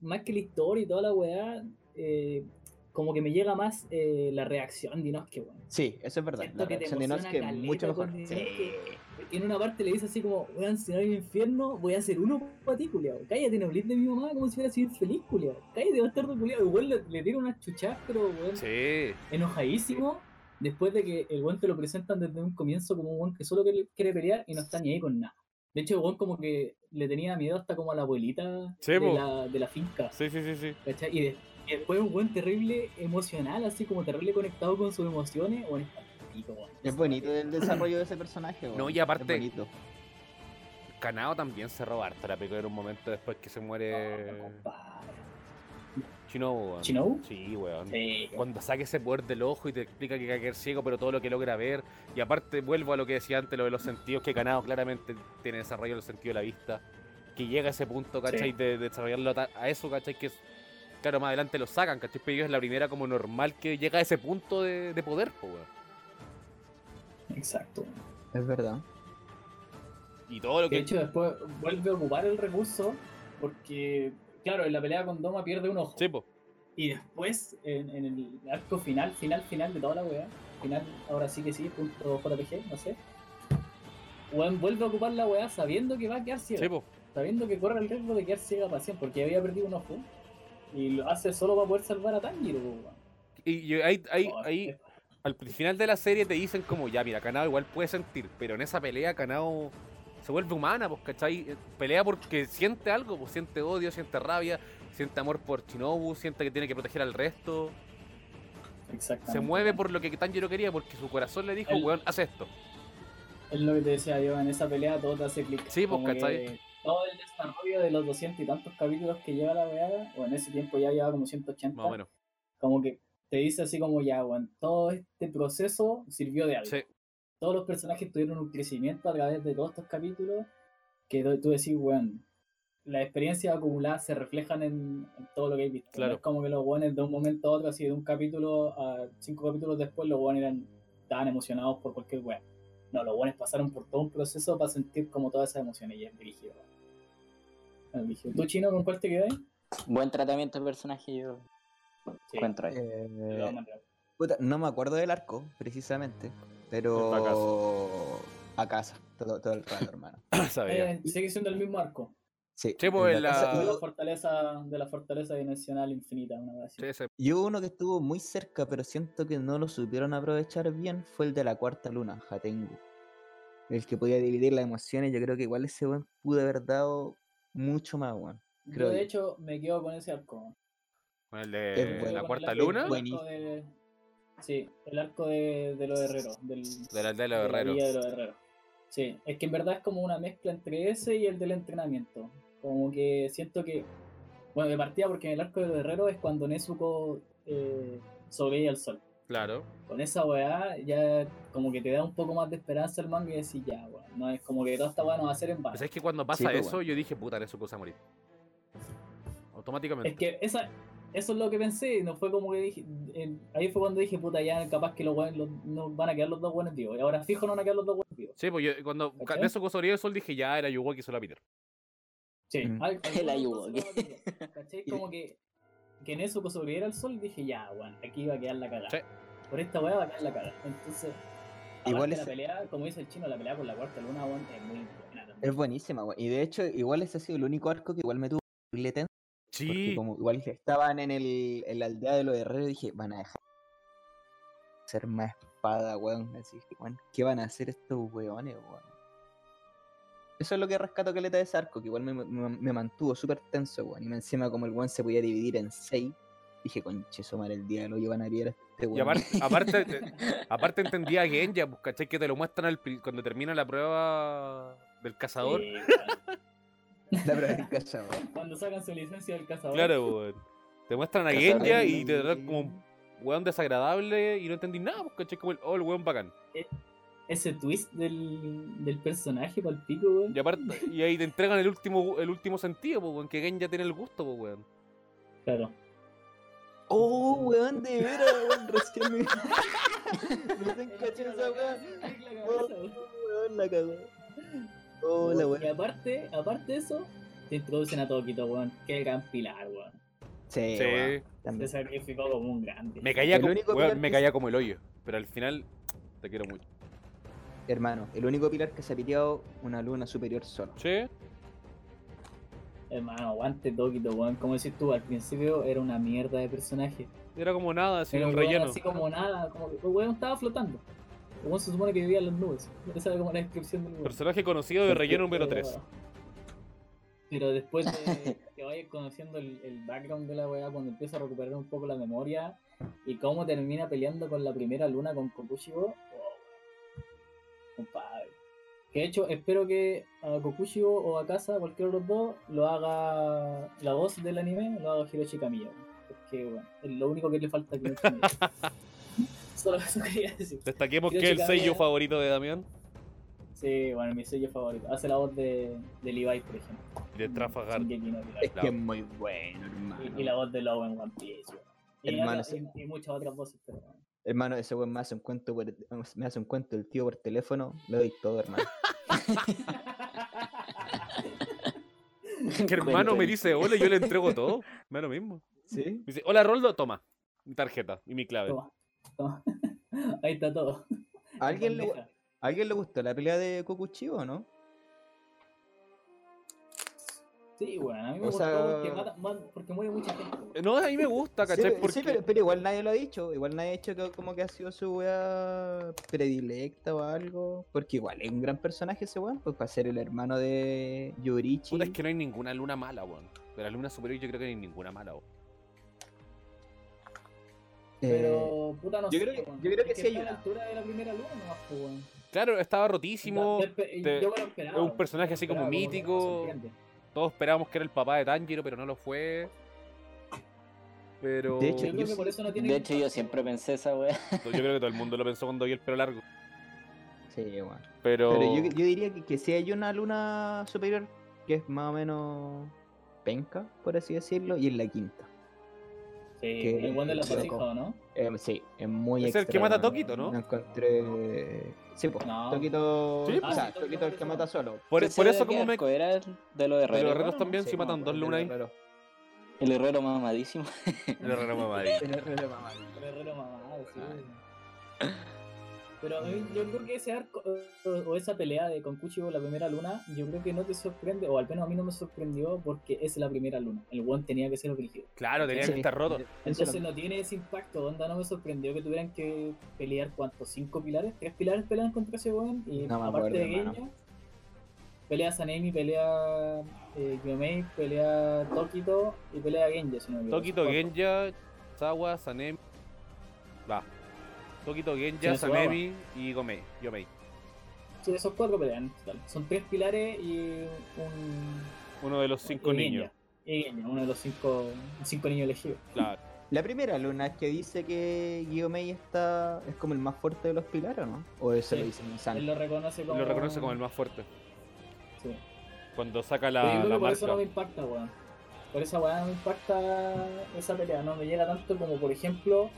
Speaker 2: más que la historia y toda la weá, eh, como que me llega más eh, la reacción de Inosuke, weón.
Speaker 3: Sí, eso es verdad.
Speaker 2: Siento
Speaker 3: La
Speaker 2: que te
Speaker 3: reacción de
Speaker 2: emociona
Speaker 3: Inosuke es
Speaker 2: caleta
Speaker 3: mucho mejor.
Speaker 2: con el
Speaker 3: Sí.
Speaker 2: Inosuke. Porque en una parte le dice así como, weón, si no hay infierno, voy a hacer uno para ti, culiao. Cállate, no hables de mi mamá como si fuera sido feliz, culiao. Cállate, bastardo, culiao. Igual le, le tira unas chuchas, pero weón,
Speaker 1: Sí.
Speaker 2: enojadísimo. Después de que el weón te lo presentan desde un comienzo como un weón que solo quiere, quiere pelear y no está ni ahí con nada. De hecho, el weón como que le tenía miedo hasta como a la abuelita
Speaker 1: Sí,
Speaker 2: de,
Speaker 1: po.
Speaker 2: la, de la finca.
Speaker 1: Sí, sí, sí, sí.
Speaker 2: ¿cachai? Y, de- y después un weón terrible emocional, así como terrible conectado con sus emociones. Bueno, está pico, weón.
Speaker 3: Es bonito el desarrollo de ese personaje, weón.
Speaker 1: No, y
Speaker 3: Es
Speaker 1: aparte-
Speaker 3: bonito.
Speaker 1: Kanao también se roba harta la pico en un momento después que se
Speaker 2: No,
Speaker 1: muere
Speaker 2: compadre.
Speaker 1: Chinobu, weón.
Speaker 2: ¿Chinobu?
Speaker 1: Sí, weón.
Speaker 2: Sí,
Speaker 1: Cuando saque ese poder del ojo y te explica que hay que caer ciego, pero todo lo que logra ver. Y aparte, vuelvo a lo que decía antes, lo de los sentidos, que Canado claramente tiene desarrollo el sentido de la vista. Que llega a ese punto, ¿cachai?
Speaker 2: Sí.
Speaker 1: De, de desarrollarlo a, ta- a eso, ¿cachai? Que es- claro, más adelante lo sacan, ¿cachai? Pero ellos es la primera como normal que llega a ese punto de, de poder, po, weón.
Speaker 2: exacto.
Speaker 3: Es verdad.
Speaker 1: Y todo lo
Speaker 2: De
Speaker 1: que.
Speaker 2: hecho, después vuelve a ocupar el recurso porque, claro, en la pelea con Doma pierde un ojo.
Speaker 1: Sí, po.
Speaker 2: Y después, en, en el arco final, final, final de toda la weá, final, ahora sí que sí, punto JPG, no sé. Weón vuelve a ocupar la weá sabiendo que va a quedar ciega,
Speaker 1: Sí, po.
Speaker 2: sabiendo que corre el riesgo de quedar ciega para siempre, porque había perdido un ojo. Y lo hace solo para poder salvar a Tanjiro, po, weón.
Speaker 1: Y, y ahí, ahí,
Speaker 2: Oh,
Speaker 1: ahí,
Speaker 2: es-
Speaker 1: al final de la serie te dicen como, ya, mira, Canado igual puede sentir, pero en esa pelea Canado se vuelve humana, pues, ¿cachai? Eh, Pelea porque siente algo, pues, siente odio, siente rabia, siente amor por Shinobu, siente que tiene que proteger al resto,
Speaker 2: Exactamente.
Speaker 1: se mueve por lo que Tanjiro quería, porque su corazón le dijo,
Speaker 2: El-
Speaker 1: weón, haz esto.
Speaker 2: Es lo que te decía yo, en esa pelea todo te hace clic.
Speaker 1: Sí, pues,
Speaker 2: Como que
Speaker 1: ¿cachai?
Speaker 2: Todo el desarrollo de los 200 y tantos capítulos que lleva la weá, o en ese tiempo ya lleva como 180.
Speaker 1: Más o menos.
Speaker 2: como que te dice así como ya, weón, todo este proceso sirvió de algo.
Speaker 1: Sí,
Speaker 2: Todos los personajes tuvieron un crecimiento a través de todos estos capítulos que do- tú decís, weón, la experiencia acumulada se reflejan en, en todo lo que has visto. No
Speaker 1: Claro.
Speaker 2: es como que los weones de un momento a otro, así de un capítulo a cinco capítulos después, los weones eran tan emocionados por cualquier weón. No, los weones pasaron por todo un proceso para sentir como todas esas emociones y es brígido. weón. Es brígido. ¿Tú, Chino, con cuál te quedas?
Speaker 4: Buen tratamiento de personaje yo
Speaker 2: Sí,
Speaker 4: encuentro ahí.
Speaker 2: de todas
Speaker 3: Eh,
Speaker 2: maneras.
Speaker 3: puta, no me acuerdo del arco, precisamente.
Speaker 1: Es pa' casa.
Speaker 3: Pero. A casa, todo, todo el rato, hermano.
Speaker 1: sabía.
Speaker 2: Eh, sigue siendo el mismo arco.
Speaker 3: Sí,
Speaker 1: Sí, pues,
Speaker 3: en la
Speaker 1: la-
Speaker 3: casa-
Speaker 2: de
Speaker 3: yo-
Speaker 2: la fortaleza de la fortaleza dimensional infinita una vez
Speaker 1: Sí, ese-
Speaker 3: Y hubo uno que estuvo muy cerca, pero siento que no lo supieron aprovechar bien, fue el de la cuarta luna, Jatengu. El que podía dividir las emociones, yo creo que igual ese weón pudo haber dado mucho más, weón.
Speaker 2: yo
Speaker 3: creo
Speaker 2: de
Speaker 3: yo.
Speaker 2: hecho me quedo con ese arco
Speaker 1: Con el de
Speaker 3: Es bueno.
Speaker 1: Eh, la
Speaker 2: Con
Speaker 1: cuarta
Speaker 2: el arco-
Speaker 1: luna.
Speaker 2: el
Speaker 3: Buenísimo.
Speaker 2: arco de- Sí, el arco de, de los herreros. Del,
Speaker 1: De la aldea de los
Speaker 2: de la
Speaker 1: herreros.
Speaker 2: villa de los herreros. Sí, es que en verdad es como una mezcla entre ese y el del entrenamiento. Como que siento que. Bueno, de partida, porque en el arco de los herreros es cuando Nezuko eh, sobreveía al sol.
Speaker 1: Claro.
Speaker 2: Con esa weá, ya como que te da un poco más de esperanza el manga y decís, ya, weá. No es como que toda esta weá no va a ser en vano.
Speaker 1: Pues es que cuando pasa
Speaker 3: pues,
Speaker 1: eso,
Speaker 3: bueno.
Speaker 1: yo dije, puta, Nezuko se va a morir. Automáticamente.
Speaker 2: Es que esa, eso es lo que pensé, y no fue como que dije. en- ahí fue cuando dije, puta, ya capaz que los weones los- no van a quedar los dos buenos vivos. Y ahora fijo no van a quedar los dos buenos vivos.
Speaker 1: Sí, pues yo cuando ca-
Speaker 2: ¿Cachai?
Speaker 1: Nezuko sobrevivió el sol dije, ya era Yugo que hizo la Peter.
Speaker 2: Sí,
Speaker 3: Mm.
Speaker 2: al-
Speaker 4: El
Speaker 2: algunos
Speaker 4: Ayuwoki.
Speaker 2: pasos lo van a pillar, ¿cachai? Como que, que en eso pues, sobreviviera el sol, dije ya, bueno, aquí va a quedar la cagada.
Speaker 1: Sí.
Speaker 2: Por esta weá va a quedar la cagada. Entonces,
Speaker 3: Igual
Speaker 2: igual
Speaker 3: ese-
Speaker 2: la pelea, como dice el chino, la pelea con la cuarta luna, weón, es muy buena también.
Speaker 3: Es buenísima, weón. Y de hecho, igual ese ha sido el único arco que igual me tuvo horrible tenso, Porque
Speaker 1: Sí.
Speaker 3: como igual estaban en, el, en la aldea de los herreros, dije, van a dejar ser más espada, weón. Así que, weón, ¿qué van a hacer estos weones, weón? Eso es lo que rescato caleta de ese arco, que igual me, me- me mantuvo súper tenso, weón. Y encima, como el weón se podía dividir en seis, dije, conche, somar el diablo, llevan a pillar a este weón.
Speaker 1: Y aparte, aparte, te- aparte entendía a Genja, pues, ¿cachai? Que te lo muestran al pri- cuando termina la prueba del cazador.
Speaker 2: Sí, weón.
Speaker 3: La prueba del cazador.
Speaker 2: Cuando sacan su licencia del cazador.
Speaker 1: Claro, weón. Te muestran a
Speaker 4: Cazador.
Speaker 1: Genja y te tratan como un weón desagradable y no entendí nada, pues, ¿cachai? Como el, oh, el weón bacán.
Speaker 2: Ese twist del, del personaje para el pico, weón.
Speaker 1: Y aparte, y ahí te entregan el último, gu- el último sentido, pues, weón, que Genja tiene el gusto, pues, weón.
Speaker 2: Claro.
Speaker 3: Oh, weón, de veras, weón, recién me. recién caché esa weón. Oh, weón, la cagó. Oh, la
Speaker 2: Y
Speaker 3: weón.
Speaker 2: aparte, aparte de eso, te introducen a Tokito, weón. Qué gran pilar, weón.
Speaker 3: Sí,
Speaker 1: Sí.
Speaker 3: weón,
Speaker 2: Se
Speaker 3: también.
Speaker 2: sacrificó como un grande.
Speaker 1: Me caía,
Speaker 3: El
Speaker 1: como,
Speaker 3: único
Speaker 1: weón,
Speaker 3: pilar
Speaker 1: me
Speaker 3: que-
Speaker 1: caía como el hoyo. Pero al final, te quiero mucho.
Speaker 3: Hermano, el único pilar que se ha piteado una luna superior solo.
Speaker 1: Sí,
Speaker 2: Hermano, aguante Tokito, weón. Como decís tú, al principio era una mierda de personaje.
Speaker 1: era como nada, así,
Speaker 2: era
Speaker 1: el
Speaker 2: un weón
Speaker 1: relleno.
Speaker 2: así como nada, como que el weón estaba flotando. El weón se supone que vivía en las nubes. Esa era como la descripción del weón.
Speaker 1: Personaje conocido de relleno número
Speaker 2: Pero-
Speaker 1: 3.
Speaker 2: Pero después de que vayas conociendo el, el background de la weá, cuando empieza a recuperar un poco la memoria y cómo termina peleando con la primera luna con Kokushibo, wow, compadre. Que de hecho, espero que a Kokushibo o a Casa, cualquiera de los dos, lo haga la voz del anime, lo haga Hiroshi Kamiya. weón. Porque, bueno, es lo único que le falta a Hiroshi Kamiya. Solo eso quería decir.
Speaker 1: Destaquemos que
Speaker 2: Quiero
Speaker 1: es el
Speaker 2: checar
Speaker 1: sello
Speaker 2: bien.
Speaker 1: favorito de Damián
Speaker 2: Sí, bueno, mi sello favorito. Hace la voz de, de Levi, por ejemplo.
Speaker 1: y de Trafagar.
Speaker 2: Shingeki no Kyojin.
Speaker 3: Es
Speaker 1: La-
Speaker 3: que es muy bueno, hermano.
Speaker 2: Y, y la voz de Lobo en One Piece, weón. Y,
Speaker 3: Hermano,
Speaker 2: otra-
Speaker 3: sí.
Speaker 2: y- y muchas otras voces, pero.
Speaker 3: Hermano, ese weón me hace un cuento por- me hace un cuento el tío por teléfono, le doy todo, hermano.
Speaker 1: Que hermano me dice hola y yo le entrego todo. Me da lo mismo.
Speaker 3: ¿Sí?
Speaker 1: Me dice, hola Roldo, toma. Mi tarjeta y mi clave.
Speaker 2: Toma, toma. Ahí está todo.
Speaker 3: ¿A alguien le,
Speaker 2: Bandeja.
Speaker 3: a alguien le gustó la pelea de Kokuchi o no?
Speaker 2: Sí, bueno, a mí me
Speaker 3: O
Speaker 2: gustó
Speaker 3: sea-
Speaker 2: porque, mata- man- porque muere mucha gente. weón.
Speaker 1: Eh, No, a mí me gusta,
Speaker 3: Sí,
Speaker 1: ¿cachai?
Speaker 3: pe-
Speaker 1: Porque
Speaker 3: sí, pero, pero igual nadie lo ha dicho. Igual nadie ha dicho que como que ha sido su weá predilecta o algo. Porque igual es un gran personaje ese weón, pues para ser el hermano de Yurichi.
Speaker 1: puta, es que no hay ninguna luna mala, weón. De la luna superior yo creo que no hay ninguna mala, weón.
Speaker 3: Eh,
Speaker 2: Pero, puta, no
Speaker 3: yo
Speaker 2: sé,
Speaker 3: creo que-
Speaker 2: weón.
Speaker 3: yo creo que
Speaker 2: Es
Speaker 3: sí
Speaker 2: está a la
Speaker 3: ayuda.
Speaker 2: altura de la primera luna, nomás, pues, weón.
Speaker 1: Claro, estaba rotísimo.
Speaker 2: Yo- yo espe-
Speaker 1: te-
Speaker 2: yo me lo esperaba,
Speaker 1: es un
Speaker 2: weón.
Speaker 1: personaje así como
Speaker 2: Esperaba que
Speaker 1: mítico.
Speaker 2: se entiende.
Speaker 1: Todos esperábamos que era el papá de Tanjiro, pero no lo fue. Pero
Speaker 3: De
Speaker 2: Yo
Speaker 3: hecho,
Speaker 1: yo,
Speaker 2: creo que
Speaker 3: sí-
Speaker 2: por eso no tiene
Speaker 4: De hecho, yo
Speaker 2: impacto,
Speaker 4: siempre
Speaker 2: weón.
Speaker 4: pensé esa wea.
Speaker 1: creo que todo el mundo lo pensó cuando vio el pelo largo.
Speaker 3: Sí, weón.
Speaker 1: Pero,
Speaker 3: Pero yo, yo diría que, que si hay una luna superior que es más o menos penca, por así decirlo, y es la quinta.
Speaker 2: Sí,
Speaker 3: que-
Speaker 2: el weón de la
Speaker 3: que-
Speaker 2: vasija, ¿o ¿no?
Speaker 3: Eh, sí, es muy
Speaker 1: Es el
Speaker 3: extra,
Speaker 1: que mata a
Speaker 3: weón.
Speaker 1: Tokito, ¿no?
Speaker 3: Lo encontré. Sí, pues.
Speaker 2: No.
Speaker 3: Toquito.
Speaker 1: Sí,
Speaker 3: o
Speaker 2: pues.
Speaker 3: sea, Toquito es el que mata solo.
Speaker 1: por, e,
Speaker 4: Entonces,
Speaker 1: por
Speaker 4: ¿de
Speaker 1: eso
Speaker 4: qué
Speaker 1: como me...
Speaker 4: arco Era el de los
Speaker 1: Pero los
Speaker 4: herreros.
Speaker 1: retos también
Speaker 3: Sí,
Speaker 1: si matan
Speaker 3: no,
Speaker 1: dos
Speaker 3: el
Speaker 1: lunas ahí.
Speaker 3: herrero.
Speaker 4: El herrero mamadísimo.
Speaker 1: El herrero mamadísimo.
Speaker 3: El herrero, mamá.
Speaker 2: El herrero mamado, sí.
Speaker 3: Ah.
Speaker 2: Pero a mí- yo creo que ese arco o, o esa pelea de con Kuchibo la primera luna, yo creo que no te sorprende, o al menos a mí no me sorprendió porque es la primera luna. El one tenía que ser original.
Speaker 1: Claro, tenía que
Speaker 3: Sí,
Speaker 1: estar roto.
Speaker 3: eso es lo
Speaker 2: Entonces no tiene ese impacto, onda, no me sorprendió que tuvieran que pelear cuántos, cinco pilares, tres pilares pelean contra ese weón y
Speaker 3: No me
Speaker 2: aparte
Speaker 3: acuerdo,
Speaker 2: de
Speaker 3: hermano.
Speaker 2: Genya, pelea Sanemi, pelea eh, Gyomei, pelea Tokito y pelea Genja, si no me equivoco.
Speaker 1: Tokito,
Speaker 2: Cuatro.
Speaker 1: Genja, Sawa, Sanemi. Va. Tokito, Genja,
Speaker 2: Tiene su agua.
Speaker 1: Sanemi y Gomei. Yomei.
Speaker 2: Sí, esos cuatro pelean en total. Son tres pilares y un.
Speaker 1: Uno de los cinco
Speaker 2: y Genja.
Speaker 1: niños.
Speaker 2: Y Genja, uno de los cinco, cinco niños elegidos.
Speaker 1: Claro.
Speaker 3: La primera luna es que dice que Guillaume está es como el más fuerte de los pilares, ¿o ¿no? O eso
Speaker 2: Sí.
Speaker 3: lo dicen en
Speaker 2: Él
Speaker 3: San.
Speaker 2: lo reconoce como.
Speaker 1: Lo reconoce como el más fuerte.
Speaker 2: Sí.
Speaker 1: Cuando saca
Speaker 2: Pero yo
Speaker 1: la,
Speaker 2: creo
Speaker 1: la
Speaker 2: que por eso no
Speaker 1: marca.
Speaker 2: me impacta, weón. Por esa weá no me impacta esa pelea, no me llega tanto como, por ejemplo,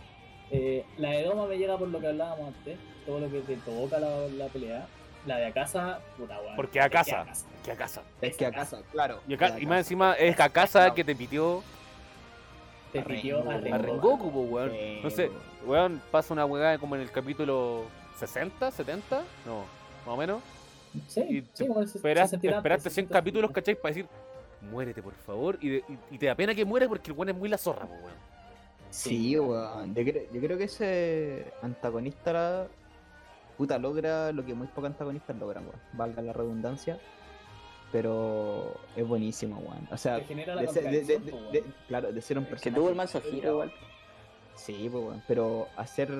Speaker 2: eh, la de Doma me llega por lo que hablábamos antes, todo lo que te provoca la, la pelea. La de Akasa, puta weón.
Speaker 1: Porque Akasa.
Speaker 2: Es
Speaker 1: Que a casa.
Speaker 2: que
Speaker 3: Es que a casa, claro.
Speaker 1: Y,
Speaker 3: es
Speaker 1: acá,
Speaker 3: que
Speaker 1: y
Speaker 3: a
Speaker 1: más
Speaker 3: casa.
Speaker 1: encima es a casa que te pitió
Speaker 2: Te
Speaker 3: a
Speaker 2: pitió a
Speaker 3: Rengoku.
Speaker 1: a
Speaker 2: Rengoku.
Speaker 1: Rengoku, po, weón.
Speaker 3: Sí,
Speaker 1: No sé, weón, pasa una weá como en el capítulo 60, 70, no, más o menos. Y
Speaker 2: Sí,
Speaker 1: te
Speaker 2: sí, weón, se-
Speaker 1: Esperaste,
Speaker 2: se sentirá antes,
Speaker 1: esperaste
Speaker 2: se
Speaker 1: 100
Speaker 2: sentirá
Speaker 1: capítulos,
Speaker 2: antes.
Speaker 1: ¿cachai? Para decir, muérete, por favor. Y, de- y- y te da pena que muera porque el weón es muy la zorra, po, weón.
Speaker 3: Sí, weón. Yo, cre- yo creo que ese antagonista la- puta logra lo que muy pocos antagonistas logran, weón. Valga la redundancia. Pero es buenísimo, weón. O sea,
Speaker 2: Te genera la
Speaker 3: de ser- de- de-
Speaker 2: contradicción, po,
Speaker 3: de-
Speaker 2: weón.
Speaker 3: claro, de ser un
Speaker 4: Que
Speaker 3: personaje.
Speaker 4: tuvo el manso giro igual.
Speaker 3: Sí, pues, weón. Pero hacer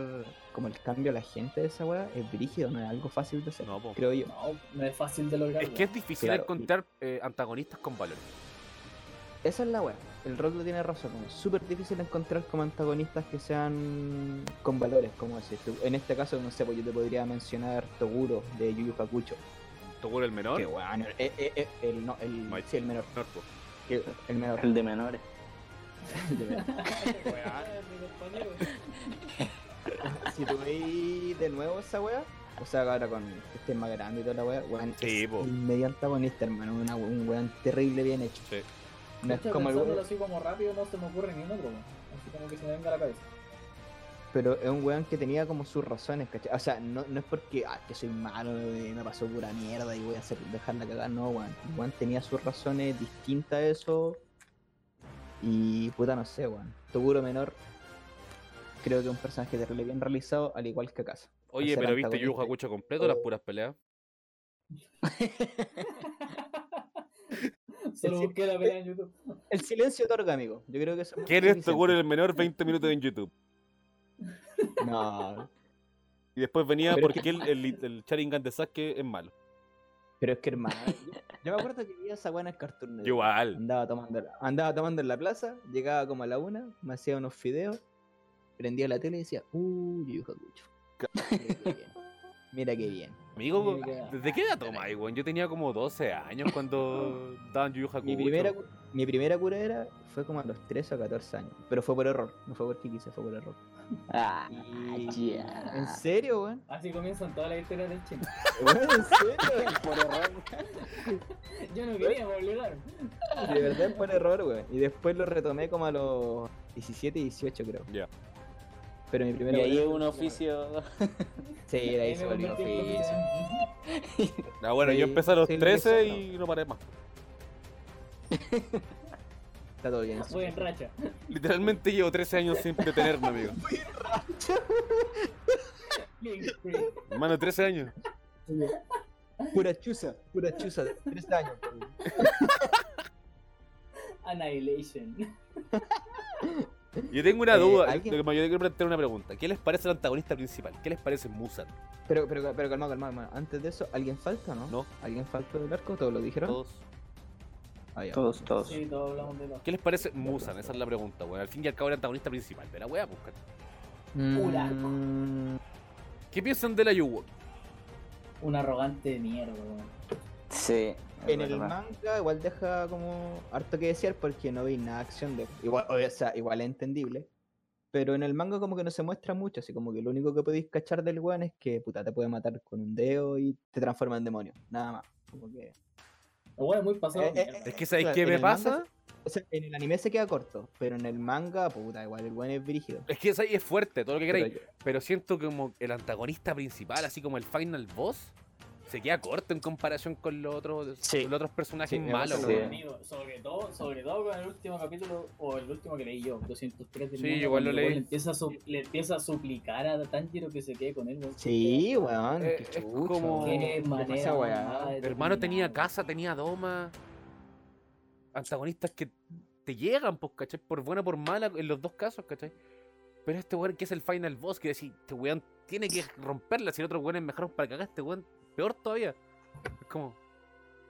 Speaker 3: como el cambio a la gente de esa weá es brígido, no es algo fácil de hacer.
Speaker 1: No, po.
Speaker 3: Creo yo.
Speaker 2: No, no es fácil de lograr.
Speaker 1: Es que es difícil
Speaker 3: Claro.
Speaker 1: encontrar eh, antagonistas con valor.
Speaker 3: Esa es la weá. El Rock tiene razón. weón. Es súper difícil encontrar como antagonistas que sean con valores, como decís tú. En este caso, no sé, pues yo te podría mencionar Toguro de Yuyu Hakucho.
Speaker 1: Toguro el menor.
Speaker 3: Que weón, eh, eh, eh, el, no, el,
Speaker 1: Mike.
Speaker 3: sí, el menor.
Speaker 1: menor, po.
Speaker 3: que- el menor.
Speaker 4: El de menores.
Speaker 3: de verdad.
Speaker 2: weón.
Speaker 3: si tú veis de nuevo esa wea, o sea, ahora con que esté más grande y toda la wea, weón,
Speaker 1: Sí,
Speaker 3: es
Speaker 1: po.
Speaker 3: el medio antagonista, hermano, una- un weón terrible bien hecho.
Speaker 1: Sí.
Speaker 3: No es como el weón,
Speaker 2: así como rápido no se me ocurre ni un otro, weón. Así como que se me venga a la cabeza.
Speaker 3: pero es un weón que tenía como sus razones, ¿cachai? O sea, no, no es porque, ah, que soy malo, eh, me pasó pura mierda y voy a hacer, dejarla cagar, no, weón. El weón tenía sus razones distintas a eso. Y puta, no sé, weón. Toguro menor, creo que es un personaje terrible bien realizado, al igual que Casa.
Speaker 1: Oye,
Speaker 3: Ese
Speaker 1: pero
Speaker 3: era
Speaker 1: viste Yu Yu
Speaker 3: antagonista. Oh.
Speaker 1: Hakucho completo, las puras peleas.
Speaker 2: Solo
Speaker 3: Sí.
Speaker 2: busqué la pelea en YouTube.
Speaker 3: El silencio otorga, amigo. Yo creo que eso es muy
Speaker 1: ¿Quién es
Speaker 3: suficiente.
Speaker 1: Toguro el menor 20 minutos en YouTube?
Speaker 3: No,
Speaker 1: Y después venía
Speaker 3: Pero es
Speaker 1: porque el, el, el Sharingan de Sasuke es malo.
Speaker 3: pero es que hermano, yo- yo me acuerdo que vi esa buena en el Cartoon Network.
Speaker 1: Igual.
Speaker 3: Andaba tomando, andaba tomando en la plaza, llegaba como a la una, me hacía unos fideos, prendía la tele y decía, uy, Yu Yu Hakucho". Mira qué bien. Mira qué bien.
Speaker 1: Amigo,
Speaker 2: Mira que-
Speaker 1: ¿desde qué edad tomáis, weón? Yo tenía como 12 años cuando daban Yu Yu Hakucho.
Speaker 3: Mi primera, cu- mi primera cura era fue como a los 13 o 14 años, pero fue por error, no fue porque quise, fue por error.
Speaker 4: Ah,
Speaker 3: Y- ¿En
Speaker 4: yeah.
Speaker 3: serio, weón?
Speaker 2: Así comienzan todas las historias del chino.
Speaker 3: Weón, ¿En serio?
Speaker 4: Por error.
Speaker 2: Yo no quería, me obligaron.
Speaker 3: De verdad fue un error, güey. Y después lo retomé como a los 17, 18, creo.
Speaker 1: Ya.
Speaker 3: Pero mi primera
Speaker 4: Y ahí
Speaker 3: buena-
Speaker 4: es un oficio.
Speaker 3: Sí, de ahí se volvió un
Speaker 2: convertí en
Speaker 3: oficio.
Speaker 2: profesional.
Speaker 1: Ah, bueno, yo
Speaker 3: Sí,
Speaker 1: empecé a los
Speaker 3: sí,
Speaker 1: 13
Speaker 3: eso,
Speaker 1: y no paré más.
Speaker 3: Está todo bien.
Speaker 2: Voy en racha.
Speaker 1: Literalmente llevo 13 años sin detenerme, amigo.
Speaker 2: Link free.
Speaker 1: Hermano, 13 años.
Speaker 3: Pura chuza, pura chuza, de 3 años. güey.
Speaker 2: Annihilation.
Speaker 1: Yo tengo una
Speaker 3: Eh,
Speaker 1: duda.
Speaker 3: ¿alguien?
Speaker 1: Yo quiero plantear una pregunta. ¿Qué les parece el antagonista principal? ¿Qué les parece Musan?
Speaker 3: Pero, pero, pero calma, calma, hermano. Antes de eso, ¿alguien falta o no?
Speaker 1: No.
Speaker 3: ¿Alguien falta del arco? ¿Todos lo dijeron?
Speaker 1: Todos.
Speaker 3: Ah, ya,
Speaker 4: Todos,
Speaker 3: bueno.
Speaker 4: todos.
Speaker 2: Sí, todos hablamos de todo.
Speaker 1: ¿Qué les parece Musan? Esa es la pregunta, weón. Al fin y al cabo, el antagonista principal de la pues, wea, busca.
Speaker 3: Mm,
Speaker 1: ¿Qué piensan de la Yuwo?
Speaker 2: Un arrogante de mierda, weón.
Speaker 4: Sí.
Speaker 3: en
Speaker 4: es
Speaker 3: el
Speaker 4: verdad.
Speaker 3: manga igual deja como harto que desear porque no vi nada de acción de igual o sea igual es entendible pero en el manga como que no se muestra mucho así como que lo único que podéis cachar del weón es que puta te puede matar con un dedo y te transforma en demonio nada más como que
Speaker 2: El weón es muy pasado. de
Speaker 3: Eh, eh,
Speaker 2: mierda.
Speaker 1: Es que, ¿sabéis
Speaker 3: Claro,
Speaker 1: qué
Speaker 3: en
Speaker 1: me
Speaker 3: el manga
Speaker 1: pasa?
Speaker 3: o sea, en el anime se queda corto pero en el manga puta igual el weón es brígido
Speaker 1: Es que ahí es fuerte, todo lo que
Speaker 3: Pero
Speaker 1: queráis. Pero siento que como el antagonista principal, así como el final boss, se queda corto en comparación con los otros,
Speaker 4: Sí.
Speaker 1: con los otros personajes
Speaker 3: Sí,
Speaker 1: malos.
Speaker 3: sí.
Speaker 1: weón.
Speaker 2: Amigo, sobre todo, sobre todo con el último capítulo, o el último que leí yo, 203 del
Speaker 1: Sí,
Speaker 2: manga,
Speaker 1: igual
Speaker 2: cuando
Speaker 1: lo
Speaker 2: el weón
Speaker 1: leí.
Speaker 2: Le empieza, a su- le empieza a suplicar a Tanjiro que se quede con él. weón.
Speaker 3: Sí, weón.
Speaker 1: Eh,
Speaker 3: qué
Speaker 1: es
Speaker 3: chucha,
Speaker 1: como-
Speaker 3: weón.
Speaker 2: Qué
Speaker 3: ¿Qué
Speaker 2: manera
Speaker 3: pasa, weá?
Speaker 2: más de
Speaker 1: Hermano tenía
Speaker 2: terminar,
Speaker 1: casa, tenía doma. Antagonistas que te llegan, pues, ¿cachai? Por buena por mala, en los dos casos, ¿cachai? Pero este weón que es el final boss, que decís, este weón tiene que romperla, si el otro weón es mejor para cagar, este weón peor todavía. Es como.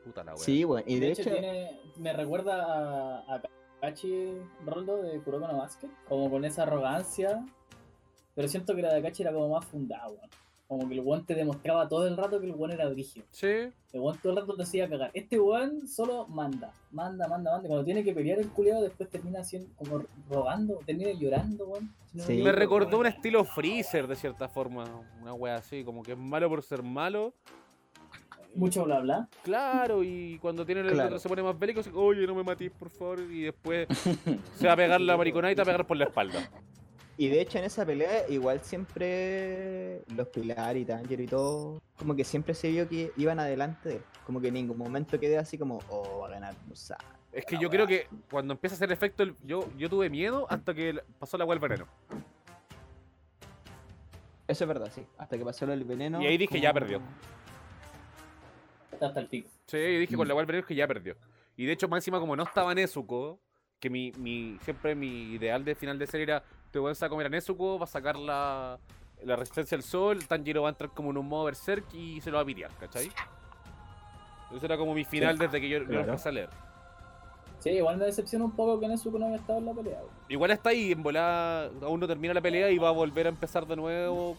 Speaker 1: Puta la weón.
Speaker 3: Sí, weón. Y
Speaker 2: De,
Speaker 3: de
Speaker 2: hecho,
Speaker 3: hecho,
Speaker 2: tiene- me recuerda a, a Kachi Roldo de Kuroko no Basket, como con esa arrogancia. Pero siento que la de Kachi era como más fundada, weón. Como que el weón te demostraba todo el rato que el weón era brígido.
Speaker 1: Sí.
Speaker 2: El weón todo el rato te hacía cagar. Este weón solo manda, manda, manda, manda. Cuando tiene que pelear el culiado, después termina haciendo, como rogando, termina llorando, weón. Si no
Speaker 3: Sí. pues,
Speaker 2: digo,
Speaker 1: Me recordó un
Speaker 2: weón.
Speaker 1: estilo Freezer, de cierta forma. Una wea así, como que es malo por ser malo.
Speaker 2: Mucho bla bla.
Speaker 1: Claro, y cuando tiene el
Speaker 3: Claro.
Speaker 1: otro se pone más bélico, se- oye, no me matís, por favor. Y después se va a pegar la mariconada y te va a pegar por la espalda.
Speaker 3: y de hecho en esa pelea igual siempre los Pilar y Tanger y todo, como que siempre se vio que iban adelante de él. Como que en ningún momento quedé así como, oh, va a ganar Musa.
Speaker 1: Es que
Speaker 3: La
Speaker 1: yo
Speaker 3: wea.
Speaker 1: creo que cuando empieza a hacer efecto, el- yo, yo tuve miedo hasta que la- pasó la wea del veneno.
Speaker 3: Eso es verdad, sí. Hasta que pasó lo del veneno.
Speaker 1: Y ahí dije, ya perdió.
Speaker 2: Está hasta el pico.
Speaker 1: Sí, yo dije
Speaker 3: Mm.
Speaker 1: con la wea del veneno que ya perdió. Y de hecho, más encima, como no estaba Nezuko, que mi, mi, siempre mi ideal de final de serie era: te voy a comer a Nezuko, va a sacar la, la resistencia al sol, Tanjiro va a entrar como en un modo berserk y se lo va a pitear, ¿cachai? Ese era como mi final desde que yo, yo lo
Speaker 3: claro.
Speaker 1: empecé a leer.
Speaker 2: Sí, igual me decepciona un poco que Nezuko no haya estado en la pelea, weón.
Speaker 1: Igual está ahí, en volada, aún no termina la pelea y va a volver a empezar de nuevo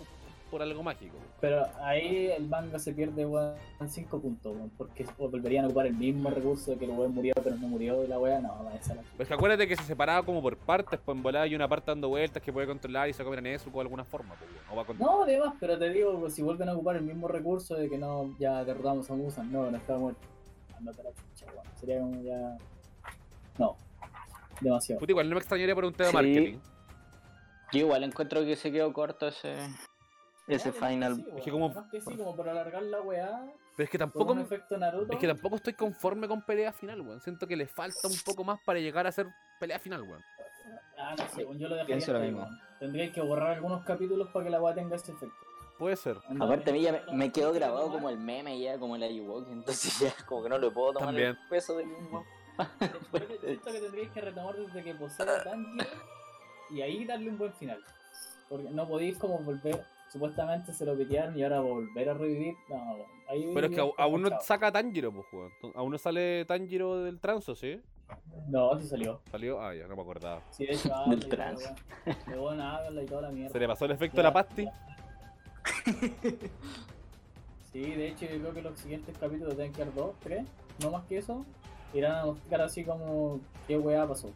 Speaker 1: por algo mágico.
Speaker 2: Pero ahí el manga se pierde, weón, 5 puntos, weón, porque volverían a ocupar el mismo recurso que el weón murió, pero no murió, y la weá, no, va a esa la
Speaker 1: Pues que acuérdate que se separaba como por partes, pues en volada hay una parte dando vueltas que puede controlar y se va a comer a Nezuko de alguna forma, pues, weón. o va a con-
Speaker 2: No, además, pero te digo, pues, si vuelven a ocupar el mismo recurso de que no, ya derrotamos a Musan, no, no está muerto. Andate a la chucha, weón. Sería como ya. No, demasiado.
Speaker 1: Puta, igual no me extrañaría por un tema de
Speaker 4: Sí.
Speaker 1: marketing.
Speaker 4: Yo igual encuentro que se quedó corto ese, ese final.
Speaker 2: Sí, weón.
Speaker 1: Es que como-
Speaker 2: Además que sí, como por alargar la weá,
Speaker 1: Pero es que
Speaker 2: por
Speaker 1: tampoco
Speaker 2: un efecto Naruto.
Speaker 1: es que tampoco estoy conforme con pelea final, weón. Siento que le falta un poco más para llegar a ser pelea final, weón.
Speaker 2: Ah, no sé, weón, yo lo dejaría.
Speaker 3: Pienso lo
Speaker 2: ahí,
Speaker 3: mismo.
Speaker 2: weón. Tendría que borrar algunos capítulos para que la weá tenga ese efecto.
Speaker 1: Puede ser.
Speaker 2: Anda,
Speaker 4: Aparte a mí ya me, me quedó grabado
Speaker 2: nomás.
Speaker 4: como el meme ya, como el Ayuwoki, entonces ya como que no le puedo tomar
Speaker 1: También.
Speaker 4: el peso del mismo.
Speaker 2: Creo que- Siento que tendríais que retomar desde que posea Tanjiro y ahí darle un buen final. Porque no podéis como volver, supuestamente se lo pitearon y ahora volver a revivir. No, ahí
Speaker 1: Pero es que au- aún no
Speaker 2: chao.
Speaker 1: saca Tanjiro, pues, weón. Entonces, Aún no sale Tanjiro del transo, ¿sí?
Speaker 2: No, sí salió.
Speaker 1: Salió. Ah, ya no me acordaba.
Speaker 2: Sí, de hecho, habla
Speaker 4: Del
Speaker 2: y toda la
Speaker 4: trans.
Speaker 2: weá. De buena habla y toda la mierda.
Speaker 1: Se le pasó el efecto de la pasti.
Speaker 2: Sí, de hecho, yo creo que los siguientes capítulos deben quedar dos, tres, no más que eso. Irán a buscar así como qué weá pasó.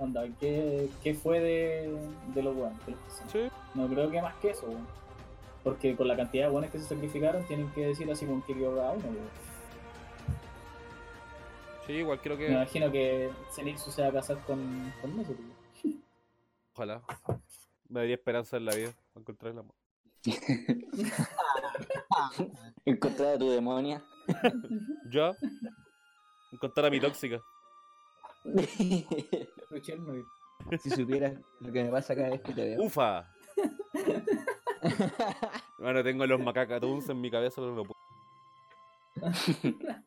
Speaker 2: Anda, qué, qué fue de, de los weones, de los que son.
Speaker 1: Sí.
Speaker 2: No creo que más que eso, weón. Porque con la cantidad de buenos que se sacrificaron, tienen que decir así con qué quedó cada uno, weón.
Speaker 1: Sí, igual creo
Speaker 2: Me
Speaker 1: que.
Speaker 2: imagino que Zenitsu se va a casar con, con Nezuko, weón.
Speaker 1: Ojalá. Me daría esperanza en la vida. para Encontrar el amor.
Speaker 4: Encontrar a tu demonia.
Speaker 1: Ya. Encontrar a mi tóxica.
Speaker 2: Pero Chernobyl.
Speaker 3: Si supieras lo que me pasa cada vez que te veo.
Speaker 1: ¡Ufa! Bueno, tengo los macacatuns en mi cabeza, pero no puedo.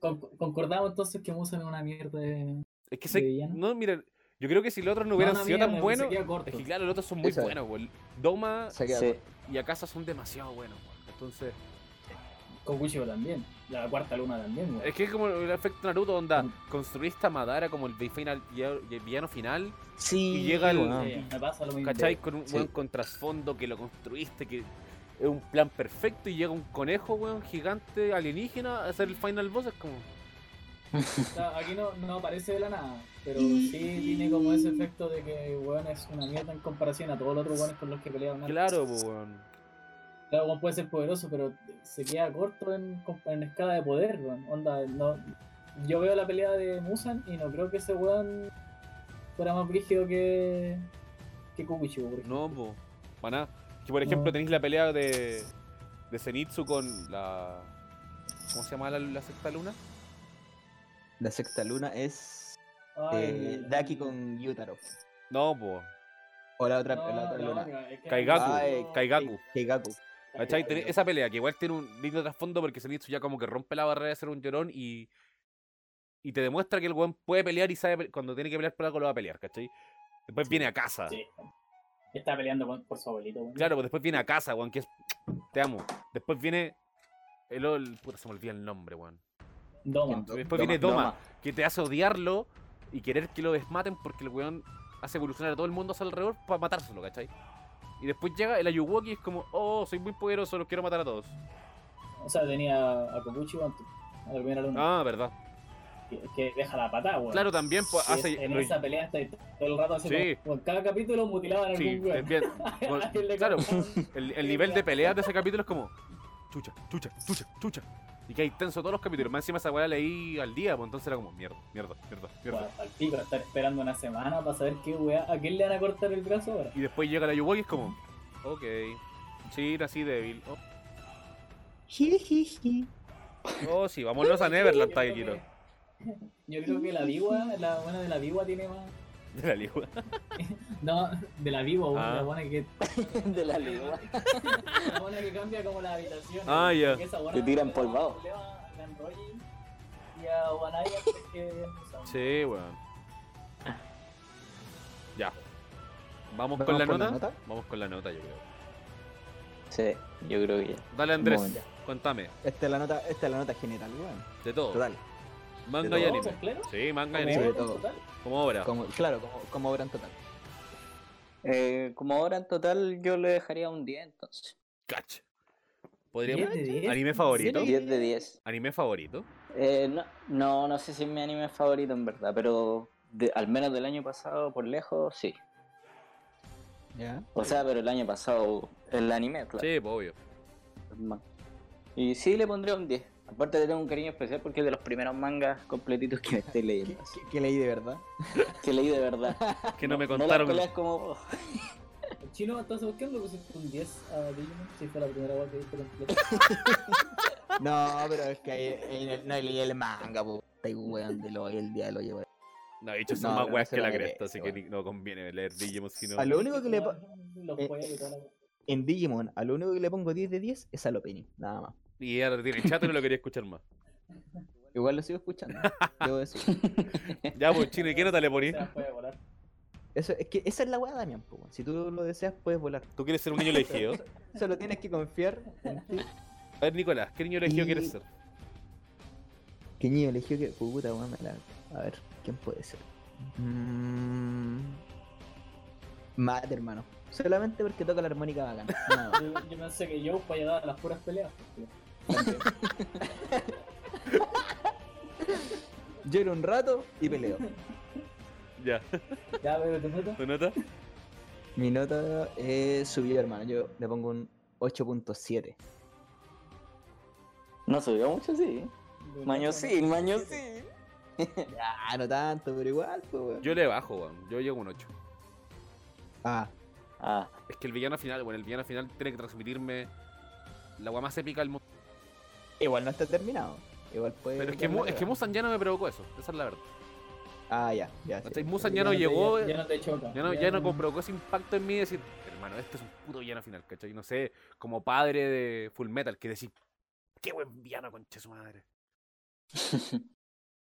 Speaker 2: Con- concordamos entonces que Musan es una mierda de.
Speaker 1: Es que
Speaker 2: ¿De
Speaker 1: sé-
Speaker 2: villano?
Speaker 1: No, miren. Yo creo que si los otros no hubieran
Speaker 2: una
Speaker 1: sido
Speaker 2: mierda,
Speaker 1: tan
Speaker 2: weón,
Speaker 1: buenos.
Speaker 2: se queda corto.
Speaker 1: Es que claro, los otros son muy
Speaker 3: Eso es.
Speaker 1: buenos, weón. Doma
Speaker 3: Se queda-
Speaker 4: Sí.
Speaker 1: y Akasa son demasiado buenos, weón. Entonces,
Speaker 2: Con Kuchigo también. La cuarta luna también, weón.
Speaker 1: es que es como el efecto Naruto, onda.
Speaker 2: Mm.
Speaker 1: Construiste a Madara como el vi- final- y el villano final
Speaker 4: Sí.
Speaker 1: y llega el,
Speaker 3: weón.
Speaker 2: Sí, Ah, me pasa lo mismo.
Speaker 1: ¿Cachai? Con un
Speaker 3: Sí.
Speaker 1: weón con trasfondo que lo construiste, que es un plan perfecto y llega un conejo, weón, gigante, alienígena, a hacer el final boss, es como...
Speaker 2: O sea, aquí no, no aparece de la nada, pero sí tiene como ese efecto de que, weón, es una mierda en comparación a todos los otros weones con los que pelearon. antes.
Speaker 1: Claro, po, weón.
Speaker 2: Claro, weón puede ser poderoso, pero se queda corto en, en escala de poder, weón. Onda, no, yo veo la pelea de Musan y no creo que ese weón fuera más brígido que, que Kukuchi, por
Speaker 1: No,
Speaker 2: ejemplo.
Speaker 1: po. Para nada. Que por ejemplo
Speaker 2: No.
Speaker 1: tenéis la pelea de... de Zenitsu con la. ¿Cómo se llama la, la sexta luna?
Speaker 3: La sexta luna es eh,
Speaker 2: Ay,
Speaker 3: Daki con Yutaro.
Speaker 1: No, po.
Speaker 3: O la otra,
Speaker 2: no,
Speaker 3: la otra
Speaker 2: no,
Speaker 3: luna.
Speaker 2: no, es que-
Speaker 1: Kaigaku.
Speaker 3: Ay,
Speaker 1: Kaigaku.
Speaker 3: Keigaku.
Speaker 1: ¿Cachai? Tenés Esa pelea que igual tiene un lindo trasfondo porque Zenitsu ya como que rompe la barrera de ser un llorón y. Y te demuestra que el weón puede pelear y sabe pe- cuando tiene que pelear por algo lo va a pelear, ¿cachai? Después viene a casa.
Speaker 2: Sí. Está peleando con- por su abuelito. weón.
Speaker 1: Claro, pues después viene a casa, weón, que es. Te amo. Después viene. El, ol- puta, se me olvida el nombre, weón.
Speaker 2: Doma.
Speaker 3: Endo.
Speaker 1: Después viene Doma, que te hace odiarlo y querer que lo desmaten porque el weón hace evolucionar a todo el mundo a su alrededor para matárselo, ¿cachai? Y después llega el Ayuwoki y es como, oh, soy muy poderoso, los quiero matar a todos.
Speaker 2: O sea, tenía a Kokuchi weón, a la primera luna.
Speaker 1: Ah, verdad.
Speaker 2: Que, que deja la patada, weón.
Speaker 1: Claro, también pues,
Speaker 2: Y es-
Speaker 1: hace.
Speaker 2: en
Speaker 1: lo-
Speaker 2: esa pelea está ahí todo el rato así.
Speaker 1: Sí.
Speaker 2: como- como en cada capítulo mutilaban a
Speaker 1: Sí,
Speaker 2: algún weón.
Speaker 1: también. Bueno,
Speaker 2: A alguien le
Speaker 1: claro,
Speaker 2: cortaban.
Speaker 1: el, el nivel de pelea de ese capítulo es como, chucha, chucha, chucha, chucha. Y que hay tenso todos los capítulos. Más encima esa weá leí al día, pues entonces era como, mierda, mierda, mierda, mierda.
Speaker 2: Bueno, al pico, estar esperando una semana para saber qué weá, a quién le van a cortar el brazo ahora.
Speaker 1: Y después llega el Ayuwoki y es como, ok. Sí, era así débil. Oh, oh, sí, vámonos a Neverland,
Speaker 2: Yo creo
Speaker 1: Taikiro.
Speaker 2: que- Yo creo que la Vigua, la buena de la Vigua tiene más.
Speaker 1: De la ligua.
Speaker 2: No, de la Vigua, weón,
Speaker 1: Ah.
Speaker 2: la buena que.
Speaker 4: de la legua.
Speaker 2: La buena que cambia como la habitación.
Speaker 1: Ah, ya.
Speaker 2: Te
Speaker 4: Te tira empolvado.
Speaker 2: Y a Wanai antes que.
Speaker 1: Sí, weón. Ya. ¿Vamos con la
Speaker 3: ¿Vamos por
Speaker 1: nota? Vamos con la nota, yo creo.
Speaker 4: Sí, yo creo que ya.
Speaker 1: Dale, Andrés,
Speaker 4: Momento.
Speaker 1: cuéntame.
Speaker 3: Esta es la nota, esta es la nota general, weón.
Speaker 1: De todo.
Speaker 3: Total.
Speaker 1: Manga y
Speaker 3: todo,
Speaker 1: anime.
Speaker 2: ¿completo?
Speaker 1: Sí, manga y
Speaker 2: Como
Speaker 1: anime.
Speaker 2: obra en
Speaker 3: todo.
Speaker 2: total.
Speaker 1: Como obra.
Speaker 3: Como, claro, como, como obra en total.
Speaker 4: Eh, como ahora en total yo le dejaría un 10 entonces.
Speaker 1: Cach. Podríamos.
Speaker 2: Diez de diez.
Speaker 1: Anime favorito.
Speaker 2: ¿En serio?
Speaker 4: 10 de 10.
Speaker 1: Anime favorito.
Speaker 4: Eh, no, no, no sé si es mi anime favorito en verdad, pero de- al menos del año pasado por lejos, sí.
Speaker 3: ¿Ya?
Speaker 4: O sea, pero el año pasado el anime, claro.
Speaker 1: Sí, pues obvio.
Speaker 4: el man- Y sí le pondría un 10. Aparte le tengo un cariño especial porque es de los primeros mangas completitos que me estoy
Speaker 3: ¿Qué,
Speaker 4: leyendo. así
Speaker 3: qué- qué leí de verdad?
Speaker 4: Que leí de verdad.
Speaker 1: Que no, me
Speaker 4: las
Speaker 1: contaron.
Speaker 4: peleas como...
Speaker 2: Chino, entonces, ¿por qué no le pusiste un 10 a Digimon? Si fue la primera vez que viste completo.
Speaker 3: No, pero es que ahí- ahí no- no leí el manga, po. Estoy weón de lo el día lo llevo.
Speaker 1: no, de hecho son
Speaker 3: No,
Speaker 1: más
Speaker 3: no,
Speaker 1: weas
Speaker 3: se
Speaker 1: que
Speaker 3: la
Speaker 1: la
Speaker 3: merece,
Speaker 1: cresta, así que
Speaker 3: weón.
Speaker 1: ni- no conviene leer Digimon si no.
Speaker 3: A lo único que le pa-
Speaker 2: Los
Speaker 3: Eh,
Speaker 2: juegos y toda la wea.
Speaker 3: en Digimon, a lo único que le pongo 10 de 10 es al opening, nada más.
Speaker 1: Y ahora tiene chato y no lo quería escuchar más.
Speaker 3: Igual lo sigo escuchando, debo decir.
Speaker 1: Ya, pues, chino, ¿y qué nota le poní?
Speaker 2: Se las puede volar.
Speaker 3: Eso, es que esa es la weá, Damián, po, weón. Si tú lo deseas, puedes volar.
Speaker 1: ¿Tú quieres ser un niño elegido?
Speaker 3: Solo tienes que confiar en ti.
Speaker 1: A ver, Nicolás, ¿qué niño elegido
Speaker 3: Y-
Speaker 1: quieres ser?
Speaker 3: ¿Qué niño eligió que puta weón? me la- A ver, ¿quién puede ser? Mm... Mate, hermano. Solamente porque toca la armónica bacán. nada más.
Speaker 2: Yo, yo pensé que yo para llegar a las puras peleas.
Speaker 3: Lloro un rato y peleo.
Speaker 1: Ya,
Speaker 2: Ya, pero te meto.
Speaker 1: ¿tu nota?
Speaker 3: Mi nota es subió, hermano. Yo le pongo un 8.7.
Speaker 4: No subió mucho, sí. Maño sí, maño sí.
Speaker 3: Ah, no tanto, pero igual, pues, weón.
Speaker 1: Yo le bajo, weón. Yo llego a un 8.
Speaker 3: Ah,
Speaker 4: Ah,
Speaker 1: Es que el villano final, bueno, el villano final tiene que transmitirme la guay más épica del mundo.
Speaker 3: igual no está terminado. Igual puede.
Speaker 1: Pero es que, Mu- es que Musan Eh, ya no me provocó eso, esa es la verdad.
Speaker 3: Ah, ya, ya. sí.
Speaker 1: ¿Cachai? Musan ya
Speaker 3: Ya
Speaker 1: no
Speaker 3: no te-
Speaker 1: llegó,
Speaker 2: Ya no te choca.
Speaker 1: ya no, ya no provocó ese impacto en mí de decir, hermano, este es un puto villano final, ¿cachai? No sé, como padre de Full Metal, que decís, qué buen villano, concha su madre.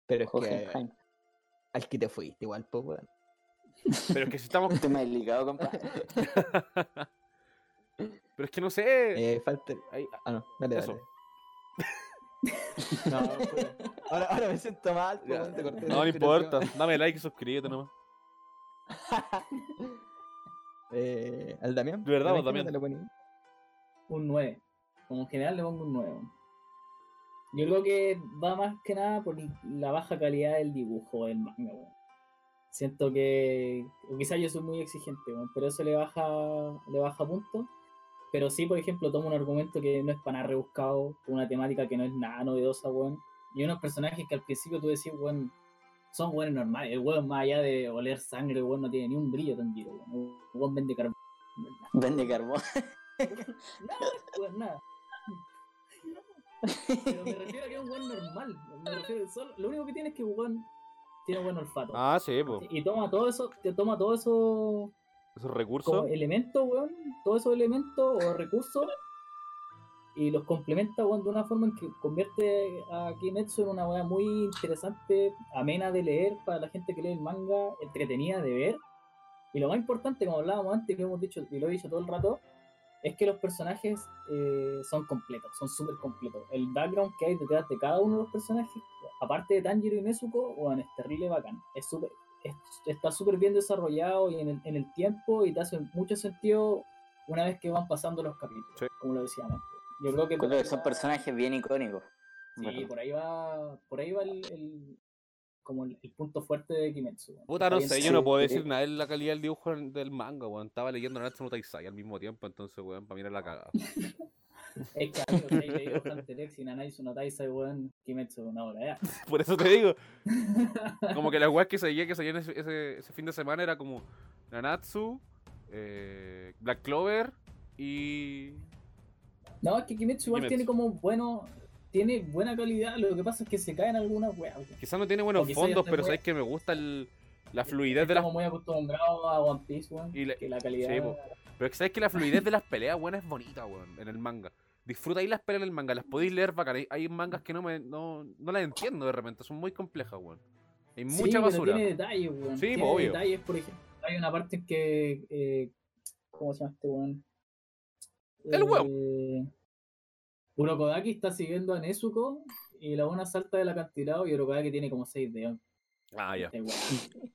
Speaker 3: Pero es que
Speaker 4: Hohenheim.
Speaker 3: al que te fuiste, igual, pues, weón.
Speaker 1: Pero es que si estamos.
Speaker 4: Un tema delicado, compadre.
Speaker 1: Pero es que no sé.
Speaker 3: Eh, falta.
Speaker 1: ahí-
Speaker 3: Ah, no, dale,
Speaker 1: Eso.
Speaker 3: dale. No, pues, ahora, ahora me siento mal, pues,
Speaker 1: ya.
Speaker 3: weón, te corté la
Speaker 1: no, no
Speaker 3: inspiración.
Speaker 1: importa. Dame like y suscríbete nomás.
Speaker 3: Eh, al Damián.
Speaker 1: De verdad, vos,
Speaker 3: ¿qué nota
Speaker 1: Damián.
Speaker 3: le poní?
Speaker 2: Un 9. Como en general le pongo un 9. Yo creo que va más que nada por la baja calidad del dibujo del manga, weón. Siento que. o quizás yo soy muy exigente, weón, pero eso le baja. le baja puntos. Pero sí, por ejemplo, tomo un argumento que no es para nada rebuscado, con una temática que no es nada novedosa, weón. Y unos personajes que al principio tú decís, weón, son weones normales. El weón más allá de oler sangre, weón, no tiene ni un brillo tan giro, weón. El weón vende carbón.
Speaker 4: Vende carbón.
Speaker 2: Nada, pues, nada. Pero me refiero a que es un weón normal. Me refiero, solo- lo único que tiene es que un weón tiene buen olfato.
Speaker 5: Ah, sí, pues.
Speaker 2: Y toma todo eso, que toma todo eso
Speaker 5: Esos
Speaker 2: como eh,
Speaker 5: recursos.
Speaker 2: elementos, weón, todos esos elementos o recursos y los complementa, weón, de una forma en que convierte a Kimetsu en una weá muy interesante, amena de leer para la gente que lee el manga, entretenida de ver. Y lo más importante, como hablábamos antes, que hemos dicho y lo he dicho todo el rato, es que los personajes eh, son completos, son súper completos. El background que hay detrás de cada uno de los personajes, aparte de Tanjiro y Nezuko, weón, es terrible bacán. Es súper es- está súper bien desarrollado y en el, en el tiempo y te hace mucho sentido una vez que van pasando los capítulos,
Speaker 5: Sí.
Speaker 2: como lo decía antes. Yo creo que
Speaker 4: Creo que son personajes bien icónicos.
Speaker 2: sí,
Speaker 4: ¿verdad?
Speaker 2: por ahí va, por ahí va el, el- como el, el punto fuerte de Kimetsu. weón.
Speaker 1: Puta,
Speaker 2: Está
Speaker 1: no
Speaker 2: bien
Speaker 1: sé, yo
Speaker 2: hecho.
Speaker 1: no puedo decir nada de la calidad del dibujo en- del manga, weón. Estaba leyendo Natsu no Taizai al mismo tiempo, entonces, weón, para mí era la cagada.
Speaker 2: Es que amigo, por ahí leí bastante Lex y Nanaisu no Taizai, weón, Kimetsu una hora ya.
Speaker 5: Por eso te digo.
Speaker 1: Como que las weas que seguía, que seguían ese, ese, ese fin de semana era como Nanatsu, eh, Black Clover y.
Speaker 2: No, es que Kimetsu igual
Speaker 1: Kimetsu.
Speaker 2: tiene como bueno, tiene buena calidad, lo que pasa es que se caen algunas weas. weón.
Speaker 1: Quizás no tiene buenos
Speaker 2: quizás ya
Speaker 1: fondos,
Speaker 2: está
Speaker 1: pero
Speaker 2: muy-
Speaker 1: sabéis que me gusta el- la fluidez de las.
Speaker 2: Estamos muy acostumbrados a One Piece, weón,
Speaker 1: Y la-
Speaker 2: que la calidad...
Speaker 1: po. Pero es que sabéis que la fluidez de las peleas, weón, es bonita, weón, en el manga. Disfrutáis las peleas en el manga, las podéis leer bacán. Hay, hay mangas que no, me, no, no las entiendo de repente, son muy complejas, weón. Hay
Speaker 2: Sí,
Speaker 1: mucha
Speaker 2: pero
Speaker 1: basura.
Speaker 2: Tiene detalles, weón.
Speaker 1: Sí,
Speaker 2: tiene
Speaker 1: pues, obvio.
Speaker 2: detalles, por ejemplo. Hay una parte en que. eh, ¿Cómo se llama este weón?
Speaker 1: El
Speaker 2: Eh, Urokodaki está siguiendo a Nezuko y la una salta del acantilado y Urokodaki tiene como 6 de
Speaker 1: Ah, ya.
Speaker 2: este weón.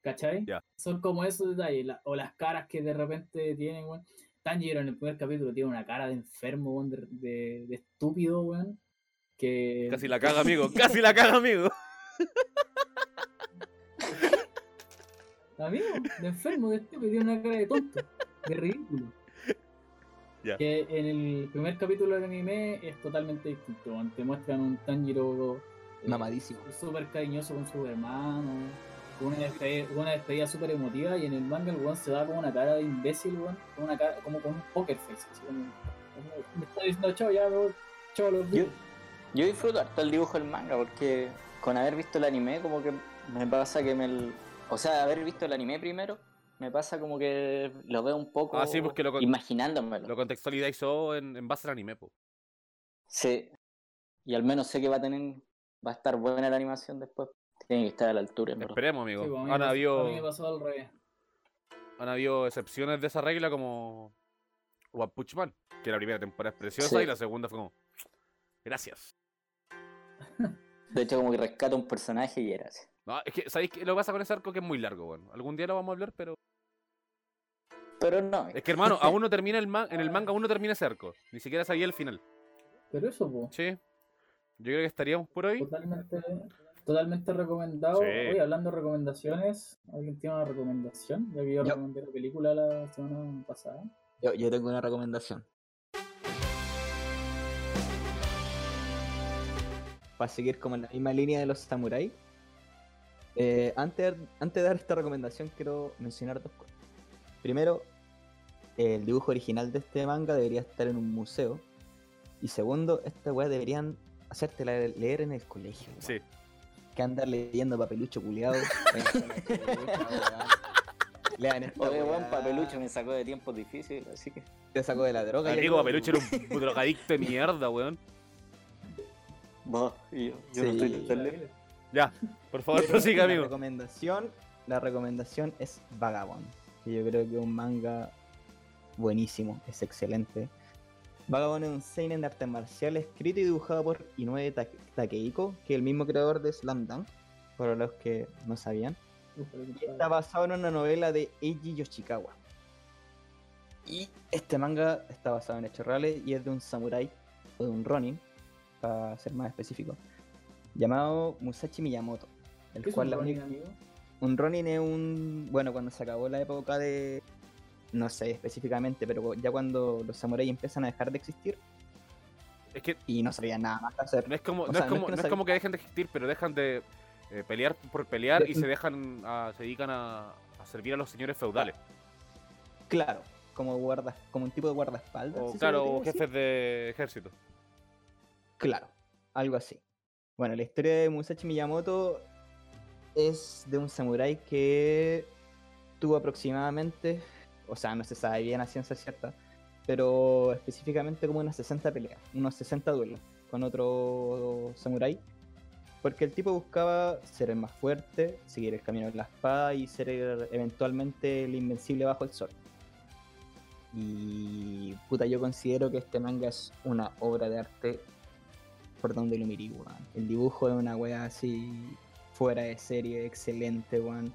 Speaker 2: ¿Cachai?
Speaker 1: Ya.
Speaker 2: Son como esos detalles, la- o las caras que de repente tienen, weón. Tanjiro en el primer capítulo tiene una cara de enfermo, weón, de, de- de estúpido, weón. Que
Speaker 1: Casi la caga, amigo. Casi la caga, amigo.
Speaker 2: Amigo, de enfermo, de estúpido, tiene una cara de tonto, de ridículo.
Speaker 1: Ya.
Speaker 2: Que en el primer capítulo del anime es totalmente distinto. weón. Te muestran un Tanjiro eh,
Speaker 3: Mamadísimo.
Speaker 2: súper cariñoso con su hermano, con una despedida, una despedida súper emotiva. Y en el manga el weón se da como una cara de imbécil, weón, con una cara, como con un poker face. así como- como me está diciendo, chao, ya, me voy, chao, los vi".
Speaker 4: Yo, yo disfruto harto el dibujo del manga porque con haber visto el anime como que me pasa que me... el- O sea, haber visto el anime primero me pasa como que lo veo un poco
Speaker 1: Ah, sí, porque lo con-
Speaker 4: imaginándomelo.
Speaker 1: Lo contextualizó en, en base al anime, po.
Speaker 4: Sí. Y al menos sé que va a tener... Va a estar buena la animación después. Tiene que estar a la altura, en verdad.
Speaker 1: Esperemos,
Speaker 2: Sí,
Speaker 1: amigo.
Speaker 2: pues, a mí me
Speaker 1: han,
Speaker 2: pasó-
Speaker 1: habido,
Speaker 2: a mí me pasó al revés.
Speaker 1: han habido excepciones de esa regla como One Punch Man, que la primera temporada es preciosa
Speaker 4: Sí.
Speaker 1: y la segunda fue como... Gracias.
Speaker 4: De hecho, como que rescata un personaje y era así.
Speaker 1: No, es que, ¿sabéis qué? Lo que pasa con ese arco que es muy largo, bueno. Algún día lo vamos a hablar, pero...
Speaker 4: Pero no.
Speaker 1: Es que, hermano, aún no termina el man en el manga, aún no termina ese arco. Ni siquiera sabía el final.
Speaker 2: Pero eso, pues.
Speaker 1: Sí. Yo creo que estaríamos por hoy.
Speaker 2: Totalmente, totalmente recomendado.
Speaker 1: Sí.
Speaker 2: Oye, hablando de recomendaciones, ¿alguien tiene una recomendación? Ya que yo
Speaker 3: Yo.
Speaker 2: recomendé la película la semana pasada.
Speaker 3: Yo, yo tengo una recomendación. Para seguir como en la misma línea de los samuráis. eh, antes, antes de dar esta recomendación quiero mencionar dos cosas. Primero, el dibujo original de este manga debería estar en un museo. Y segundo, esta weá deberían hacértela leer en el colegio. weón.
Speaker 1: Sí.
Speaker 3: Que andar leyendo papelucho culiado. Lean esta
Speaker 4: Oye, buen
Speaker 3: weá,
Speaker 4: papelucho me sacó de tiempos difíciles, así que...
Speaker 3: Te sacó de la droga. ya
Speaker 1: Amigo,
Speaker 3: tú-
Speaker 1: Papelucho era un drogadicto de mierda, weón.
Speaker 4: Vos y yo, yo no
Speaker 3: Sí.
Speaker 4: estoy tan lejos.
Speaker 1: Por favor,
Speaker 3: Pero
Speaker 1: prosiga,
Speaker 3: la
Speaker 1: amigo.
Speaker 3: recomendación, la recomendación es Vagabond, que yo creo que es un manga buenísimo, es excelente. Vagabond es un seinen de artes marciales escrito y dibujado por Inoue Ta- Takeiko, que es el mismo creador de Slam Dunk, para los que no sabían.
Speaker 2: Híjole,
Speaker 3: Y está basado en una novela de Eiji Yoshikawa. Y este manga está basado en hechos reales y es de un samurái, o de un ronin, para ser más específico, llamado Musashi Miyamoto, el
Speaker 2: ¿Qué es
Speaker 3: cual
Speaker 2: un
Speaker 3: la
Speaker 2: Ronin,
Speaker 3: única-
Speaker 2: amigo?
Speaker 3: un Ronin es un. Bueno, cuando se acabó la época de. No sé específicamente, pero ya cuando los samuráis empiezan a dejar de existir
Speaker 1: Es que
Speaker 3: y no sabían nada más que hacer.
Speaker 1: No es como,
Speaker 3: O
Speaker 1: no
Speaker 3: sea,
Speaker 1: es
Speaker 3: no es
Speaker 1: como,
Speaker 3: que
Speaker 1: no
Speaker 3: no
Speaker 1: es
Speaker 3: sabe-
Speaker 1: como que dejen de existir, pero dejan de eh, pelear por pelear y se dejan
Speaker 3: Dejan-
Speaker 1: a- se dedican a, a servir a los señores feudales.
Speaker 3: Ah, Claro, como guarda, como un tipo de guardaespaldas.
Speaker 1: O
Speaker 3: ¿sí se
Speaker 1: claro,
Speaker 3: podría
Speaker 1: o
Speaker 3: decir?
Speaker 1: jefes de ejército.
Speaker 3: Claro, algo así. Bueno, la historia de Musashi Miyamoto es de un samurái que tuvo aproximadamente, o sea, no se sabe bien a ciencia cierta, pero específicamente como unas 60 peleas, unos 60 duelos con otro samurái, porque el tipo buscaba ser el más fuerte, seguir el camino de la espada y ser el- eventualmente el invencible bajo el sol. Y puta, yo considero que este manga es una obra de arte por donde lo mirí, weón. El dibujo es una wea así fuera de serie, excelente, weón.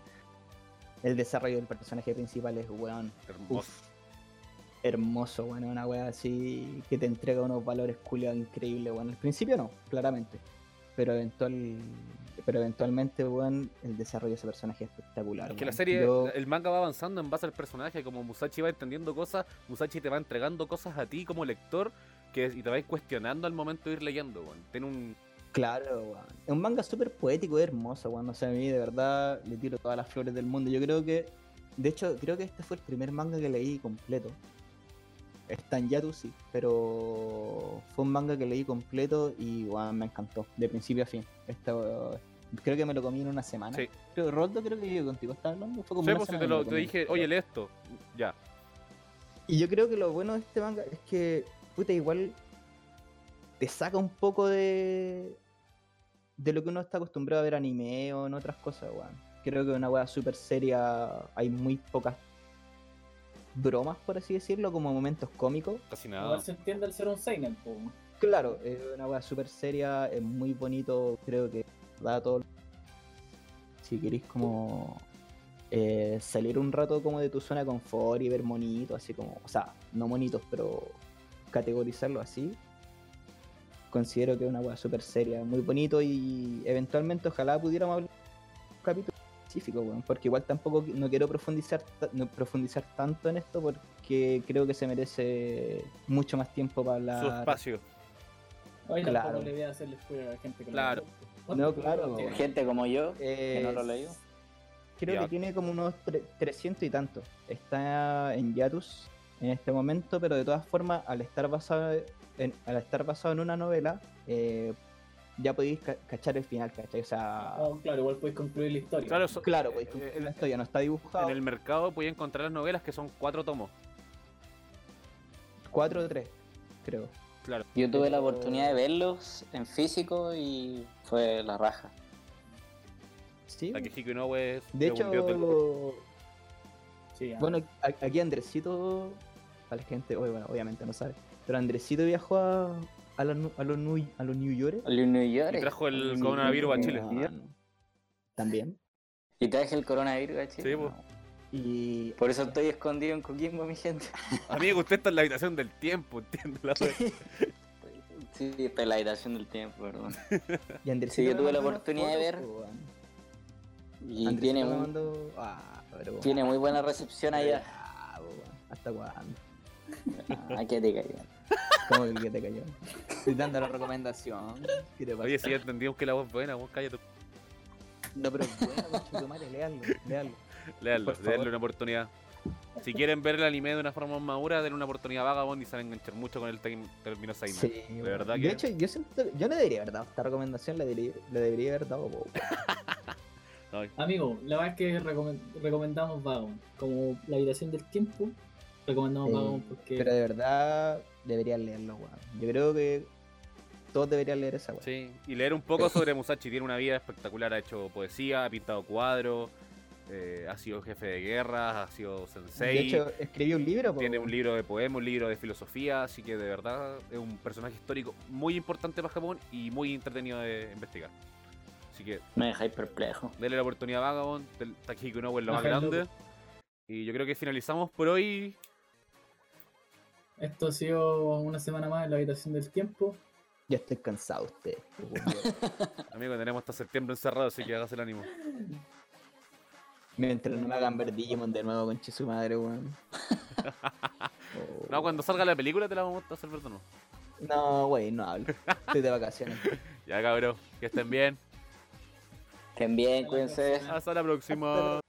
Speaker 3: El desarrollo del personaje principal es, weón,
Speaker 1: Hermoso.
Speaker 3: hermoso, bueno, una wea así que te entrega unos valores culiados increíbles, bueno, al principio no, claramente, pero eventual pero eventualmente, bueno, el desarrollo de ese personaje es espectacular.
Speaker 1: Es que la
Speaker 3: weón.
Speaker 1: serie,
Speaker 3: Yo-
Speaker 1: el manga va avanzando en base al personaje, como Musashi va entendiendo cosas, Musashi te va entregando cosas a ti como lector que, y te vas cuestionando al momento de ir leyendo, weón. Tiene un...
Speaker 3: Claro, weón. Es un manga súper poético y hermoso, weón. No sé, a mí de verdad le tiro todas las flores del mundo. Yo creo que, de hecho, creo que este fue el primer manga que leí completo. Está en Yatu, sí, pero fue un manga que leí completo y weón, me encantó, de principio a fin. Esto, creo que me lo comí en una semana.
Speaker 1: Sí.
Speaker 3: Creo, Roldo, creo que yo contigo estaba hablando. Fue como
Speaker 1: Sí,
Speaker 3: una
Speaker 1: pues, si
Speaker 3: semana
Speaker 1: te,
Speaker 3: que me
Speaker 1: lo, te
Speaker 3: comí.
Speaker 1: dije, oye, lee esto. Ya.
Speaker 3: Y yo creo que lo bueno de este manga es que, puta, igual te saca un poco de, de lo que uno está acostumbrado a ver anime o en otras cosas, weón. Creo que una weá súper seria, hay muy pocas bromas, por así decirlo, como momentos cómicos.
Speaker 1: Casi
Speaker 2: Igual
Speaker 1: nada.
Speaker 2: se entiende al ser un seinen, po.
Speaker 3: Claro, es una weá súper seria, es muy bonito, creo que da todo. lo- Si queréis como eh, salir un rato como de tu zona de confort y ver monitos, así como, o sea, no monitos, pero categorizarlo así, considero que es una weá súper seria, muy bonito y eventualmente ojalá pudiéramos hablar de un capítulo específico, weón, porque igual tampoco qui- no quiero profundizar, ta- no profundizar tanto en esto porque creo que se merece mucho más tiempo para hablar.
Speaker 1: Su espacio.
Speaker 2: Oye,
Speaker 3: Claro.
Speaker 2: tampoco le voy a hacerle spoiler a la gente que lo
Speaker 1: Claro.
Speaker 2: leyó.
Speaker 3: No, claro.
Speaker 2: Sí.
Speaker 4: Gente como yo, que no lo
Speaker 3: Eh,
Speaker 4: leí.
Speaker 3: Creo
Speaker 1: Ya.
Speaker 3: que tiene como unos tre- 300 y tanto. Está en Yatus en este momento, pero de todas formas, al estar basado en, al estar basado en una novela, eh, ya podéis ca- cachar el final, ¿cachai? O sea,
Speaker 2: Ah, claro, igual puedes concluir la historia.
Speaker 1: Claro, so-
Speaker 3: claro, podéis
Speaker 1: eh,
Speaker 3: concluir
Speaker 1: en-
Speaker 3: esto ya no está dibujado.
Speaker 1: En el mercado podía encontrar las novelas que son cuatro tomos.
Speaker 3: 4 o 3, creo.
Speaker 4: Yo tuve la
Speaker 3: pero-
Speaker 4: oportunidad de verlos en físico y fue la raja.
Speaker 3: Sí.
Speaker 1: La que Hiko Inoue es
Speaker 3: De
Speaker 1: es un dios del-
Speaker 3: hecho,
Speaker 2: Sí, ah.
Speaker 3: Bueno, a- aquí Andresito, para la gente, oye, bueno, obviamente no sabe, pero Andresito viajó a, a, la nu- a los, New, a los New York.
Speaker 4: Los New York.
Speaker 1: Y trajo el
Speaker 3: Sí,
Speaker 1: coronavirus a
Speaker 3: eh,
Speaker 1: Chile.
Speaker 3: También.
Speaker 4: Y traje el coronavirus a Chile.
Speaker 1: Sí, pues.
Speaker 3: Y
Speaker 4: Por eso estoy escondido en Coquimbo, mi gente.
Speaker 1: Amigo, usted está en la habitación del tiempo, entiende la wea?
Speaker 4: Sí, está en la habitación del tiempo, perdón.
Speaker 3: Y Andresito
Speaker 4: Sí, yo
Speaker 3: me
Speaker 4: tuve la
Speaker 3: mandó unas
Speaker 4: oportunidad de
Speaker 3: fotos,
Speaker 4: ver.
Speaker 3: po, weón.
Speaker 4: Y
Speaker 3: Andresito
Speaker 4: tiene,
Speaker 3: me
Speaker 4: muy-
Speaker 3: mandó- Ah, pero,
Speaker 4: tiene muy buena recepción allá.
Speaker 3: Ah, po, weón, ¿Hasta cuándo?
Speaker 4: Ah, que te caiga.
Speaker 3: ¿Cómo que te cayó? Estoy dando la recomendación. ¿Qué te pasa?
Speaker 1: Oye, sí, ya entendimos que la voz es buena, vos cállate.
Speaker 3: No, pero es bueno, conchetumare, léalo, léalo.
Speaker 1: Leanlo,
Speaker 3: Por favor.
Speaker 1: denle una oportunidad. Si quieren ver el anime de una forma más madura, denle una oportunidad a Vagabond y se van a enganchar mucho con el tem- término Seinen.
Speaker 3: Sí,
Speaker 1: de
Speaker 3: weón.
Speaker 1: verdad
Speaker 3: de
Speaker 1: que.
Speaker 3: hecho, yo siento yo le debería haber dado esta recomendación, le debería, le debería haber dado, po, weón.
Speaker 2: Amigo, la verdad es que recomen- recomendamos Vagon. Como la habitación del tiempo, recomendamos
Speaker 3: Sí,
Speaker 2: Vagon porque.
Speaker 3: pero de verdad deberían leerlo, weón. Yo creo que todos deberían leer esa weón.
Speaker 1: Sí, y leer un poco sobre Musashi. Tiene una vida espectacular. Ha hecho poesía, ha pintado cuadros, eh, ha sido jefe de guerra, ha sido sensei.
Speaker 3: De hecho, escribió un libro, po,
Speaker 1: tiene
Speaker 3: weón.
Speaker 1: un libro de poemas, un libro de filosofía. Así que de verdad es un personaje histórico muy importante para Japón y muy entretenido de investigar. Así que
Speaker 4: Me dejáis perplejo.
Speaker 1: Dele la oportunidad a Vagabond, del Takehiko Inoue es lo más
Speaker 2: Ajá,
Speaker 1: grande.
Speaker 2: loco.
Speaker 1: Y yo creo que finalizamos por hoy.
Speaker 2: Esto ha sido una semana más en la habitación del tiempo.
Speaker 3: Ya estoy cansado de ustedes. po, weón.
Speaker 1: Amigo, tenemos hasta septiembre encerrado, así que hagas el ánimo.
Speaker 3: Mientras no me hagan ver Digimon de nuevo, conche su madre, weón. Oh,
Speaker 1: No, cuando salga la película te la vamos a hacer ver de nuevo.
Speaker 3: No, wey, no hablo. Estoy de vacaciones.
Speaker 1: Ya, cabrón, que estén bien.
Speaker 4: Estén bien, cuídense.
Speaker 1: Hasta la próxima.